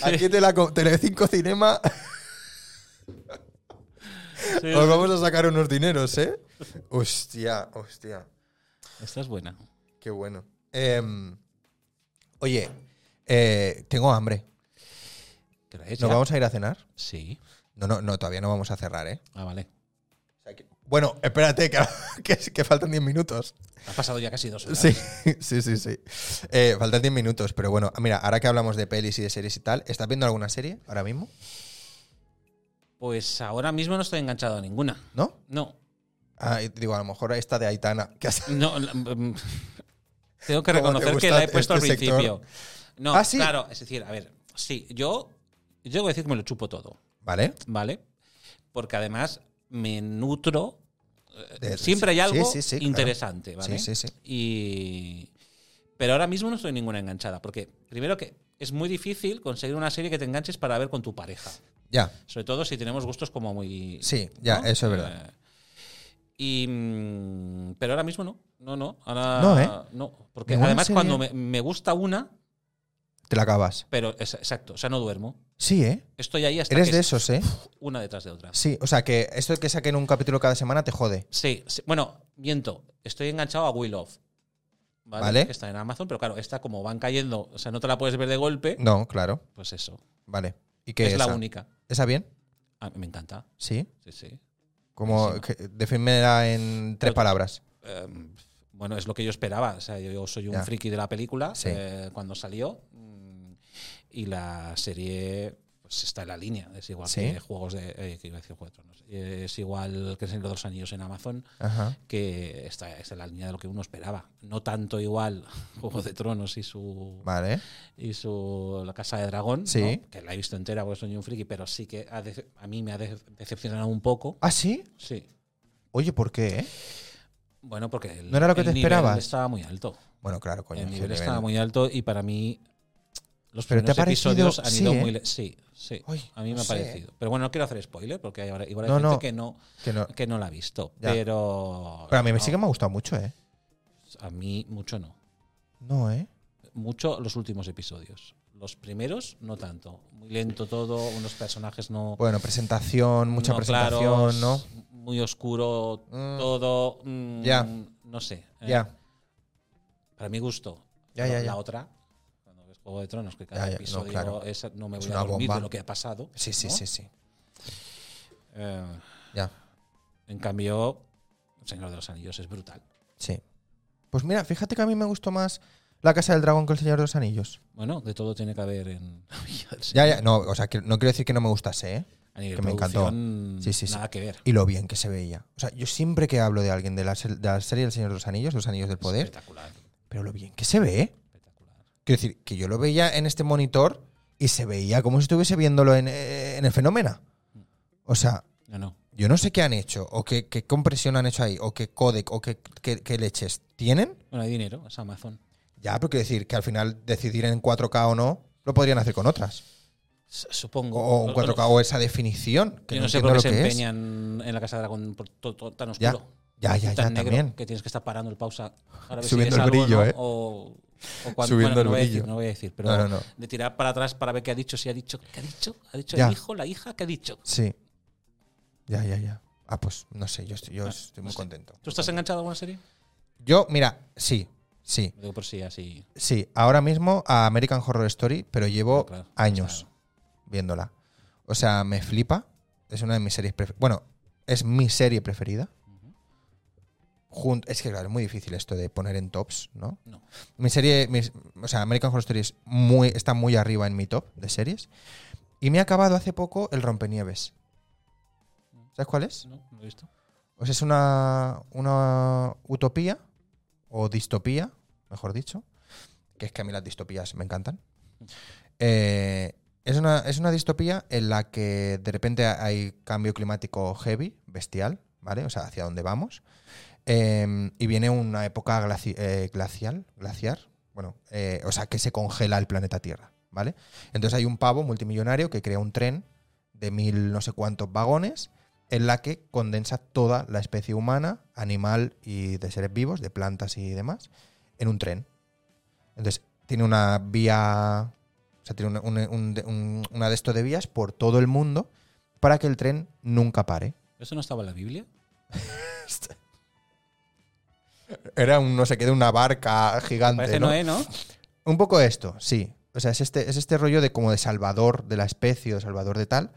S1: aquí te la co- Telecinco Cinema,
S2: Sí,
S1: os vamos a sacar unos dineros, ¿eh? Hostia, hostia,
S2: Esta es buena.
S1: qué bueno. Em, oye, eh, tengo hambre. ¿Nos
S2: ¿Creéis? Pues ya?
S1: vamos a ir a cenar?
S2: Sí.
S1: No, no, no, todavía no vamos a cerrar, ¿eh?
S2: Ah, vale.
S1: O sea que- Bueno, espérate, que, que- que faltan 10 minutos.
S2: Ha pasado ya casi dos horas.
S1: Sí, sí, sí, sí. Eh, faltan 10 minutos, pero bueno, mira, ahora que hablamos de pelis y de series y tal, ¿estás viendo alguna serie ahora mismo?
S2: Pues ahora mismo no estoy enganchado a ninguna.
S1: ¿No?
S2: No.
S1: Ah, y digo, a lo mejor esta de Aitana. Que has-
S2: no la- mm, tengo
S1: Como
S2: que
S1: te
S2: reconocer que
S1: gusta
S2: la he puesto
S1: este
S2: al principio. No,
S1: Ah, sí.
S2: claro, es decir, a ver, sí, yo, yo debo decir que me lo chupo todo.
S1: ¿Vale?
S2: ¿vale? Porque además me nutro. eh,
S1: De-
S2: siempre hay
S1: sí,
S2: algo
S1: sí, sí, claro.
S2: interesante, ¿vale?
S1: Sí, sí, sí.
S2: Y, pero ahora mismo no estoy ninguna enganchada, porque primero que es muy difícil conseguir una serie que te enganches para ver con tu pareja.
S1: Ya,
S2: Sobre todo si tenemos gustos como muy...
S1: sí, ya,
S2: ¿no?
S1: eso es verdad.
S2: Eh, y, mm, pero ahora mismo no, no, no. Ahora,
S1: No, ¿eh?
S2: no, porque
S1: Ninguna
S2: además
S1: serie.
S2: cuando me, me gusta una,
S1: Te la acabas.
S2: pero es- exacto, o sea, no duermo.
S1: Sí, ¿eh?
S2: Estoy ahí hasta
S1: Eres
S2: que
S1: de
S2: es
S1: esos, ¿eh?
S2: una detrás de otra.
S1: Sí, o sea, que esto de que saquen un capítulo cada semana te jode.
S2: Sí, sí. bueno, miento. Estoy enganchado a Will of. ¿vale?
S1: Vale.
S2: Que está en Amazon, pero claro, esta como van cayendo, o sea, no te la puedes ver de golpe,
S1: No, claro.
S2: pues eso.
S1: Vale. ¿Y Mm. qué
S2: Es la
S1: esa?
S2: única.
S1: ¿Esa bien?
S2: Ah, me encanta.
S1: Sí.
S2: Sí, sí.
S1: Como,
S2: Buenísima.
S1: que, defínmela en tres
S2: Pero-
S1: palabras.
S2: Em, bueno, es lo que yo esperaba. O sea, yo, yo soy un
S1: Ya.
S2: friki de la película
S1: Sí.
S2: eh, cuando salió. mm, Y la serie pues está en la línea. Es igual
S1: Sí.
S2: que juegos de. eh, que iba a decir Juego de Tronos. Eh, Es igual que el Señor de los Anillos en Amazon.
S1: Ajá.
S2: que está, está en la línea de lo que uno esperaba. No tanto igual Juego de Tronos y su
S1: Vale.
S2: y su La Casa de Dragón,
S1: Sí.
S2: ¿no? que la he visto entera porque soy un friki, pero sí que ha dece- a mí me ha dece- decepcionado un poco.
S1: ¿Ah, sí?
S2: Sí.
S1: Oye, ¿por qué, eh?
S2: Bueno, porque el,
S1: ¿No era lo que
S2: el
S1: te
S2: nivel
S1: esperabas?
S2: estaba muy alto.
S1: Bueno, claro, coño.
S2: el
S1: sí,
S2: nivel estaba muy alto y para mí los
S1: Pero te ha
S2: primeros
S1: parecido-
S2: episodios han
S1: sí,
S2: ido
S1: ¿eh?
S2: muy... le- Sí, sí.
S1: Uy,
S2: a mí me
S1: no
S2: ha
S1: sé, ¿eh?
S2: parecido. Pero bueno, no quiero hacer spoiler porque hay- igual hay
S1: No,
S2: gente
S1: no.
S2: Que, no,
S1: Que no-
S2: que no la ha visto.
S1: Ya.
S2: Pero...
S1: Pero a mí me
S2: no,
S1: sí que me ha gustado mucho, ¿eh?
S2: A mí mucho no.
S1: No, ¿eh?
S2: mucho los últimos episodios. Los primeros, no tanto. Muy lento todo, unos personajes no.
S1: Bueno, presentación, Pues, mucha
S2: no
S1: presentación,
S2: claros,
S1: ¿no?
S2: Muy oscuro
S1: Mm.
S2: todo. mm,
S1: Ya.
S2: No sé. eh,
S1: Ya.
S2: Para mi gusto.
S1: Ya,
S2: Pero
S1: ya, ya.
S2: La otra, cuando ves Juego de Tronos, que cada
S1: Ya, ya, no,
S2: episodio
S1: claro.
S2: es, no me
S1: Es
S2: voy a
S1: una
S2: dormir
S1: bomba.
S2: de lo que ha pasado.
S1: Sí, sí,
S2: ¿no?
S1: sí, sí.
S2: Eh,
S1: Ya.
S2: en cambio, El Señor de los Anillos es brutal.
S1: Sí. Pues mira, fíjate que a mí me gustó más La Casa del Dragón que El Señor de los Anillos.
S2: Bueno, de todo tiene que haber en la vida del
S1: Ya,
S2: Señor.
S1: ya, no, o sea, que no quiero decir que no me gustase, ¿eh?
S2: A nivel
S1: que me encantó.
S2: producción,
S1: Sí, sí, sí.
S2: Nada que ver.
S1: Y lo bien que se veía. O sea, yo siempre que hablo de alguien de la, sel- de la serie El Señor de los Anillos, Los Anillos del Poder,
S2: Espectacular.
S1: pero lo bien que se ve, ¿eh?
S2: espectacular.
S1: Quiero decir, que yo lo veía en este monitor y se veía como si estuviese viéndolo en, eh, en el fenómeno. O sea,
S2: No, no.
S1: yo no sé qué han hecho, o qué, qué compresión han hecho ahí, o qué codec, o qué, qué- qué leches tienen.
S2: Bueno, hay dinero, es Amazon.
S1: Ya, pero quiero decir que al final decidir en 4K o no, lo podrían hacer con otras.
S2: S- Supongo.
S1: O un
S2: No-
S1: 4K, o esa definición. Que
S2: Yo
S1: no,
S2: no sé
S1: entiendo
S2: por qué
S1: lo
S2: se
S1: que es.
S2: empeñan en la Casa de Dragón por todo, todo tan
S1: Ya,
S2: oscuro.
S1: ya, ya,
S2: y
S1: ya,
S2: tan negro
S1: también.
S2: Que tienes que estar parando el pausa. para ver
S1: Subiendo
S2: ves
S1: el
S2: algo,
S1: brillo,
S2: ¿no?
S1: ¿eh?
S2: O, o cuando-
S1: Subiendo
S2: bueno,
S1: el
S2: no voy a decir,
S1: brillo.
S2: no voy a decir, pero
S1: No, no, no.
S2: de tirar para atrás para ver qué ha dicho, si ha dicho. ¿Qué ha dicho? ¿Ha dicho
S1: Ya.
S2: el hijo, la hija? ¿Qué ha dicho?
S1: Sí. Ya, ya, ya. Ah, pues no sé, yo estoy, yo
S2: Ah,
S1: estoy muy
S2: no sé.
S1: contento.
S2: ¿Tú estás enganchado a alguna serie?
S1: Yo, mira, sí, sí,
S2: Lo digo por si así.
S1: sí. Ahora mismo a American Horror Story, pero llevo
S2: Claro,
S1: años
S2: claro.
S1: viéndola. O sea, me flipa. Es una de mis series preferidas. Bueno, es mi serie preferida. Jun- es que, claro, es muy difícil esto de poner en tops, ¿no?
S2: No.
S1: Mi serie, mis- o sea, American Horror Story es muy, está muy arriba en mi top de series. Y me ha acabado hace poco El Rompenieves.
S2: Mm.
S1: ¿Sabes cuál es?
S2: No, no lo he visto.
S1: O sea, es una, una utopía o distopía, mejor dicho, que es que a mí las distopías me encantan. Eh, es, una, es una distopía en la que de repente hay cambio climático heavy, bestial, ¿vale? O sea, hacia dónde vamos. Eh, y viene una época glaci- eh, glacial, glaciar, bueno, eh, o sea, que se congela el planeta Tierra, ¿vale? Entonces hay un pavo multimillonario que crea un tren de mil no sé cuántos vagones en la que condensa toda la especie humana, animal y de seres vivos, de plantas y demás, en un tren. Entonces, tiene una vía, o sea, tiene una, un- un- un- una de esto de vías por todo el mundo para que el tren nunca pare.
S2: ¿Eso no estaba en la Biblia?
S1: Era un, no sé qué, de una barca gigante.
S2: Parece
S1: ¿no?
S2: Noé, ¿no?
S1: Un poco esto, sí. O sea, es este, es este rollo de como de salvador de la especie, o salvador de tal,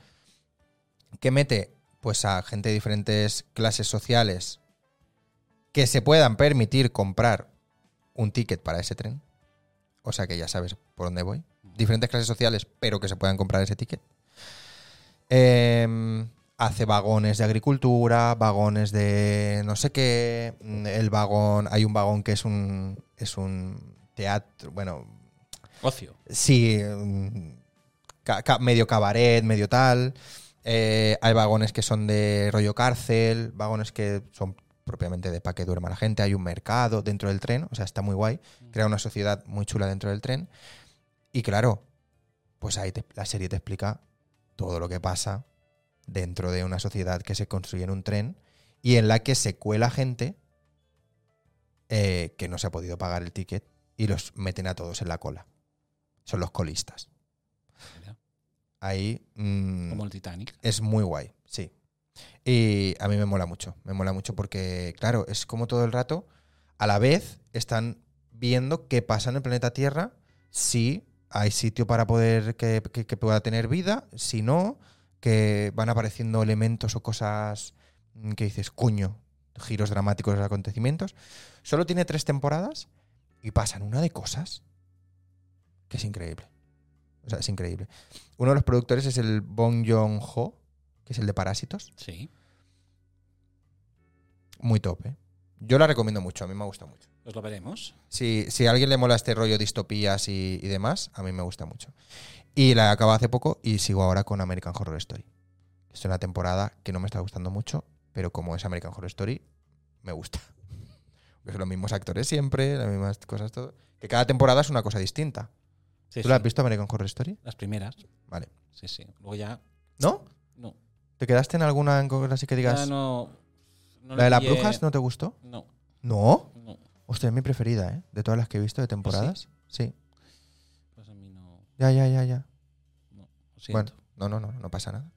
S1: que mete pues a gente de diferentes clases sociales que se puedan permitir comprar un ticket para ese tren. O sea que ya sabes por dónde voy. Diferentes clases sociales, pero que se puedan comprar ese ticket. Eh, hace vagones de agricultura, vagones de no sé qué. mm, El vagón. Hay un vagón que es un. es un teatro. Bueno.
S2: Ocio.
S1: Sí. mm, ca- ca- medio cabaret, medio tal. Eh, hay vagones que son de rollo cárcel, vagones que son propiamente de pa' que duerma la gente, hay un mercado dentro del tren, o sea, está muy guay,
S2: Mm.
S1: crea una sociedad muy chula dentro del tren. Y claro, pues ahí te- la serie te explica todo lo que pasa dentro de una sociedad que se construye en un tren y en la que se cuela gente eh, que no se ha podido pagar el ticket y los meten a todos en la cola. Son los colistas.
S2: Mira.
S1: Ahí... mm,
S2: Como el Titanic.
S1: es muy guay, sí. Y a mí me mola mucho, me mola mucho porque, claro, es como todo el rato, a la vez están viendo qué pasa en el planeta Tierra, si hay sitio para poder que, que- que pueda tener vida, si no, que van apareciendo elementos o cosas mm, que dices, cuño, giros dramáticos de los acontecimientos. Solo tiene tres temporadas y pasan una de cosas que es increíble. O sea, es increíble. Uno de los productores es el Bong Joon-ho, que es el de Parásitos.
S2: Sí.
S1: Muy top, ¿eh? Yo la recomiendo mucho, a mí me gusta mucho.
S2: Os pues lo veremos.
S1: Si, si a alguien le mola este rollo distopías y, y demás, a mí me gusta mucho. Y la acabo hace poco y sigo ahora con American Horror Story. Es una temporada que no me está gustando mucho, pero como es American Horror Story, me gusta. Porque son los mismos actores siempre, las mismas cosas, todo. Que cada temporada es una cosa distinta.
S2: Sí,
S1: ¿Tú la
S2: sí.
S1: has visto American Horror Story?
S2: Las primeras.
S1: Vale.
S2: Sí, sí. Luego ya.
S1: ¿no?
S2: No.
S1: ¿Te quedaste en alguna cosa así que digas?
S2: Ya Ah, no, no
S1: ¿La de las
S2: pillé.
S1: brujas no te gustó?
S2: No,
S1: No.
S2: no.
S1: Hostia, es mi preferida, ¿eh? De todas las que he
S2: ¿Ah,
S1: visto de temporadas. Sí.
S2: Pues a mí no.
S1: Ya, ya, ya, ya.
S2: no lo siento.
S1: Bueno, no, no, no, no pasa nada.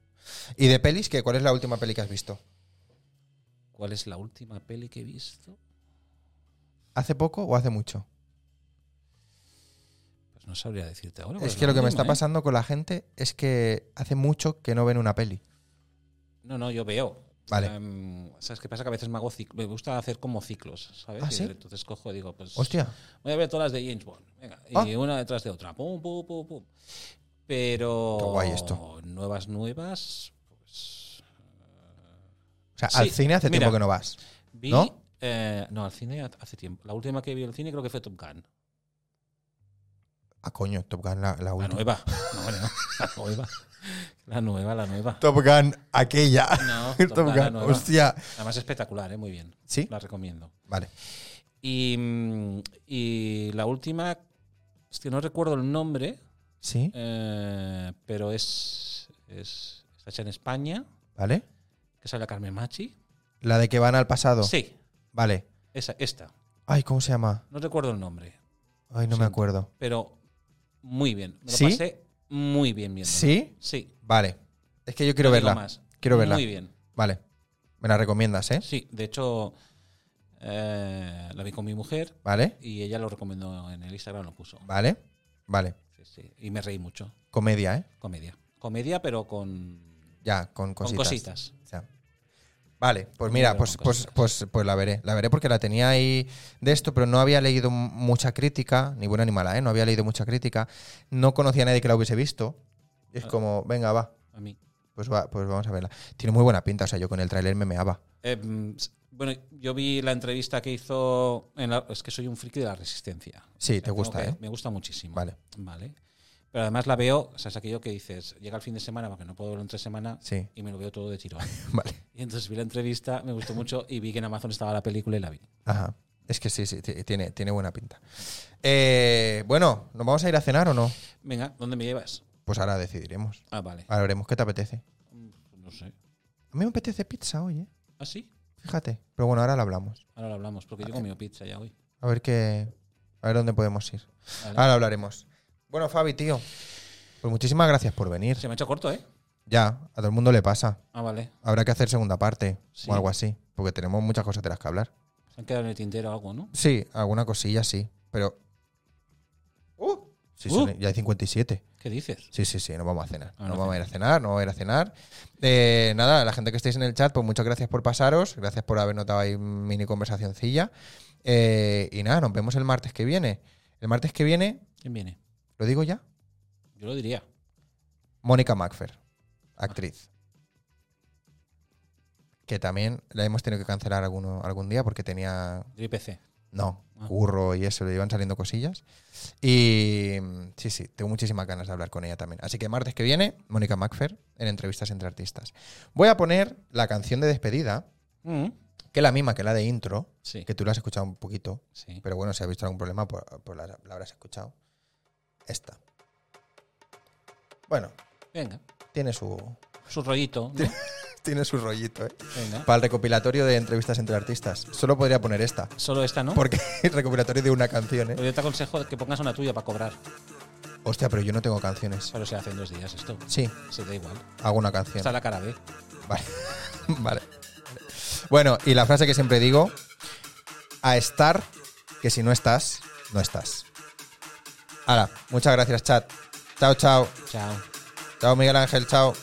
S1: ¿Y de pelis qué? ¿Cuál es la última peli que has visto?
S2: ¿Cuál es la última peli que he visto?
S1: ¿Hace poco o hace mucho?
S2: Pues no sabría decirte ahora. cuál
S1: es
S2: la
S1: que lo que me
S2: última,
S1: está
S2: ¿eh?
S1: pasando con la gente es que hace mucho que no ven una peli.
S2: No, no, yo veo.
S1: Vale.
S2: Em, ¿Sabes qué pasa? Que a veces me hago cic- Me gusta hacer como ciclos, ¿sabes?
S1: ¿Ah,
S2: Y
S1: sí?
S2: Entonces cojo y digo, pues.
S1: Hostia. Ah.
S2: Voy a ver todas las de James Bond. Venga, y una detrás de otra. Pum, pum, pum, pum. Pero.
S1: Qué guay esto.
S2: Nuevas, nuevas. Pues.
S1: O sea,
S2: Sí,
S1: al cine hace
S2: mira.
S1: tiempo que no vas.
S2: Vi,
S1: ¿No?
S2: eh, no, al cine hace tiempo. La última que vi al cine creo que fue Top Gun.
S1: Ah, coño, Top Gun, la, la
S2: La
S1: última.
S2: nueva. Ah, No, hombre, no. La nueva. La nueva, la nueva.
S1: Top Gun, aquella.
S2: No,
S1: Top,
S2: eh. Top Gun, la
S1: Gun,
S2: nueva.
S1: hostia.
S2: Además espectacular, ¿eh? muy bien.
S1: ¿Sí?
S2: La recomiendo.
S1: Vale.
S2: Y, mm, y la última, es que no recuerdo el nombre,
S1: ¿Sí?
S2: eh, pero es, es está hecha en España,
S1: ¿Vale?
S2: que sale la Carmen Machi.
S1: La de que van al pasado.
S2: Sí,
S1: Vale.
S2: esa, esta.
S1: Ay, ¿cómo se llama?
S2: No recuerdo el nombre,
S1: Ay, no me acuerdo.
S2: pero muy bien. Me lo
S1: ¿Sí?
S2: pasé muy bien viendo.
S1: ¿Sí?
S2: Sí.
S1: Vale. Es que yo quiero
S2: no digo
S1: verla.
S2: más.
S1: Quiero verla.
S2: Muy bien.
S1: Vale. Me la recomiendas, ¿eh?
S2: Sí, de hecho, eh, la vi con mi mujer
S1: Vale.
S2: y ella lo recomendó en el Instagram, lo puso.
S1: Vale. Vale.
S2: Sí, sí. Y me reí mucho.
S1: Comedia, ¿eh?
S2: Comedia. Comedia, pero con,
S1: Ya, con cositas.
S2: con cositas.
S1: Ya. Vale, pues mira,
S2: Mira,
S1: pues,
S2: con
S1: pues,
S2: cositas.
S1: pues, pues la veré. La veré porque la tenía ahí de esto, pero no había leído m- mucha crítica, ni buena ni mala, ¿eh? No había leído mucha crítica. No conocía a nadie que la hubiese visto. Y
S2: Ah.
S1: es como, venga, va,
S2: A mí.
S1: pues va, pues vamos a verla. Tiene muy buena pinta, o sea, yo con el tráiler me meaba.
S2: Em, s- bueno, yo vi la entrevista que hizo. En la- es que soy un friki de la resistencia.
S1: Sí,
S2: O sea,
S1: te
S2: tengo
S1: gusta,
S2: que-
S1: ¿eh?
S2: Me gusta muchísimo.
S1: Vale.
S2: Vale. Pero además la veo, o sea, es aquello que dices, llega el fin de semana porque no puedo verlo entre semana
S1: Sí.
S2: y me lo veo todo de tirón.
S1: Vale.
S2: y entonces vi la entrevista, me gustó mucho y vi que en Amazon estaba la película y la vi.
S1: Ajá. Es que sí, sí, ti- tiene, tiene buena pinta. Eh, bueno, ¿nos vamos a ir a cenar o no?
S2: Venga, ¿dónde me llevas?
S1: Pues ahora decidiremos.
S2: Ah, vale.
S1: Ahora veremos qué te apetece.
S2: Mm, No sé.
S1: A mí me apetece pizza hoy, ¿eh?
S2: ¿Ah, sí?
S1: Fíjate. Pero bueno, ahora lo hablamos.
S2: Ahora lo hablamos, porque yo comí pizza ya hoy.
S1: A ver qué. A ver dónde podemos ir.
S2: Vale.
S1: Ahora hablaremos. Bueno, Fabi, tío. Pues muchísimas gracias por venir.
S2: Se me ha hecho corto, ¿eh?
S1: Ya, a todo el mundo le pasa.
S2: Ah, vale.
S1: Habrá que hacer segunda parte
S2: Sí.
S1: o algo así. Porque tenemos muchas cosas de las que hablar.
S2: Se han quedado en el tintero algo, ¿no?
S1: Sí, alguna cosilla sí. Pero. ¡Uh! Sí,
S2: ¡Uh!
S1: son- ya hay 57.
S2: ¿Qué dices?
S1: Sí, sí, sí, nos vamos a cenar.
S2: Ah,
S1: nos
S2: no
S1: vamos a ir a cenar, nos vamos a ir a cenar. Eh, nada, a la gente que estáis en el chat, pues muchas gracias por pasaros. Gracias por haber notado ahí mini conversacioncilla. Eh, y nada, nos vemos el martes que viene. El martes que viene,
S2: ¿Quién viene?
S1: lo digo ya,
S2: Yo lo diría.
S1: Mónica Macfer, actriz. Que también la hemos tenido que cancelar alguno, algún día porque tenía
S2: Yo PC.
S1: No,
S2: Ah.
S1: curro y eso, le iban saliendo cosillas. Y mm, sí, sí, tengo muchísimas ganas de hablar con ella también. Así que martes que viene, Mónica Macfer en entrevistas entre artistas. Voy a poner la canción de despedida, que es la misma que la de intro,
S2: Sí.
S1: que tú la has escuchado un poquito,
S2: sí.
S1: pero bueno, si has visto algún problema, pues, pues la, la habrás escuchado. Esta. Bueno,
S2: Venga.
S1: tiene su,
S2: Su rollito. ¿no?
S1: tiene su rollito, ¿eh?
S2: Venga.
S1: Para el recopilatorio de entrevistas entre artistas. Solo podría poner esta,
S2: Solo esta, ¿no?
S1: porque es recopilatorio de una canción, ¿eh?
S2: Pero yo te aconsejo que pongas una tuya para cobrar.
S1: Hostia, pero yo no tengo canciones.
S2: Solo se hace en dos días esto.
S1: Sí,
S2: Se da igual.
S1: hago una canción.
S2: Está la cara B.
S1: Vale. vale. Bueno, y la frase que siempre digo, a estar, que si no estás, no estás. Hala, muchas gracias, chat. Chao, chao.
S2: Chao.
S1: Chao, Miguel Ángel, chao.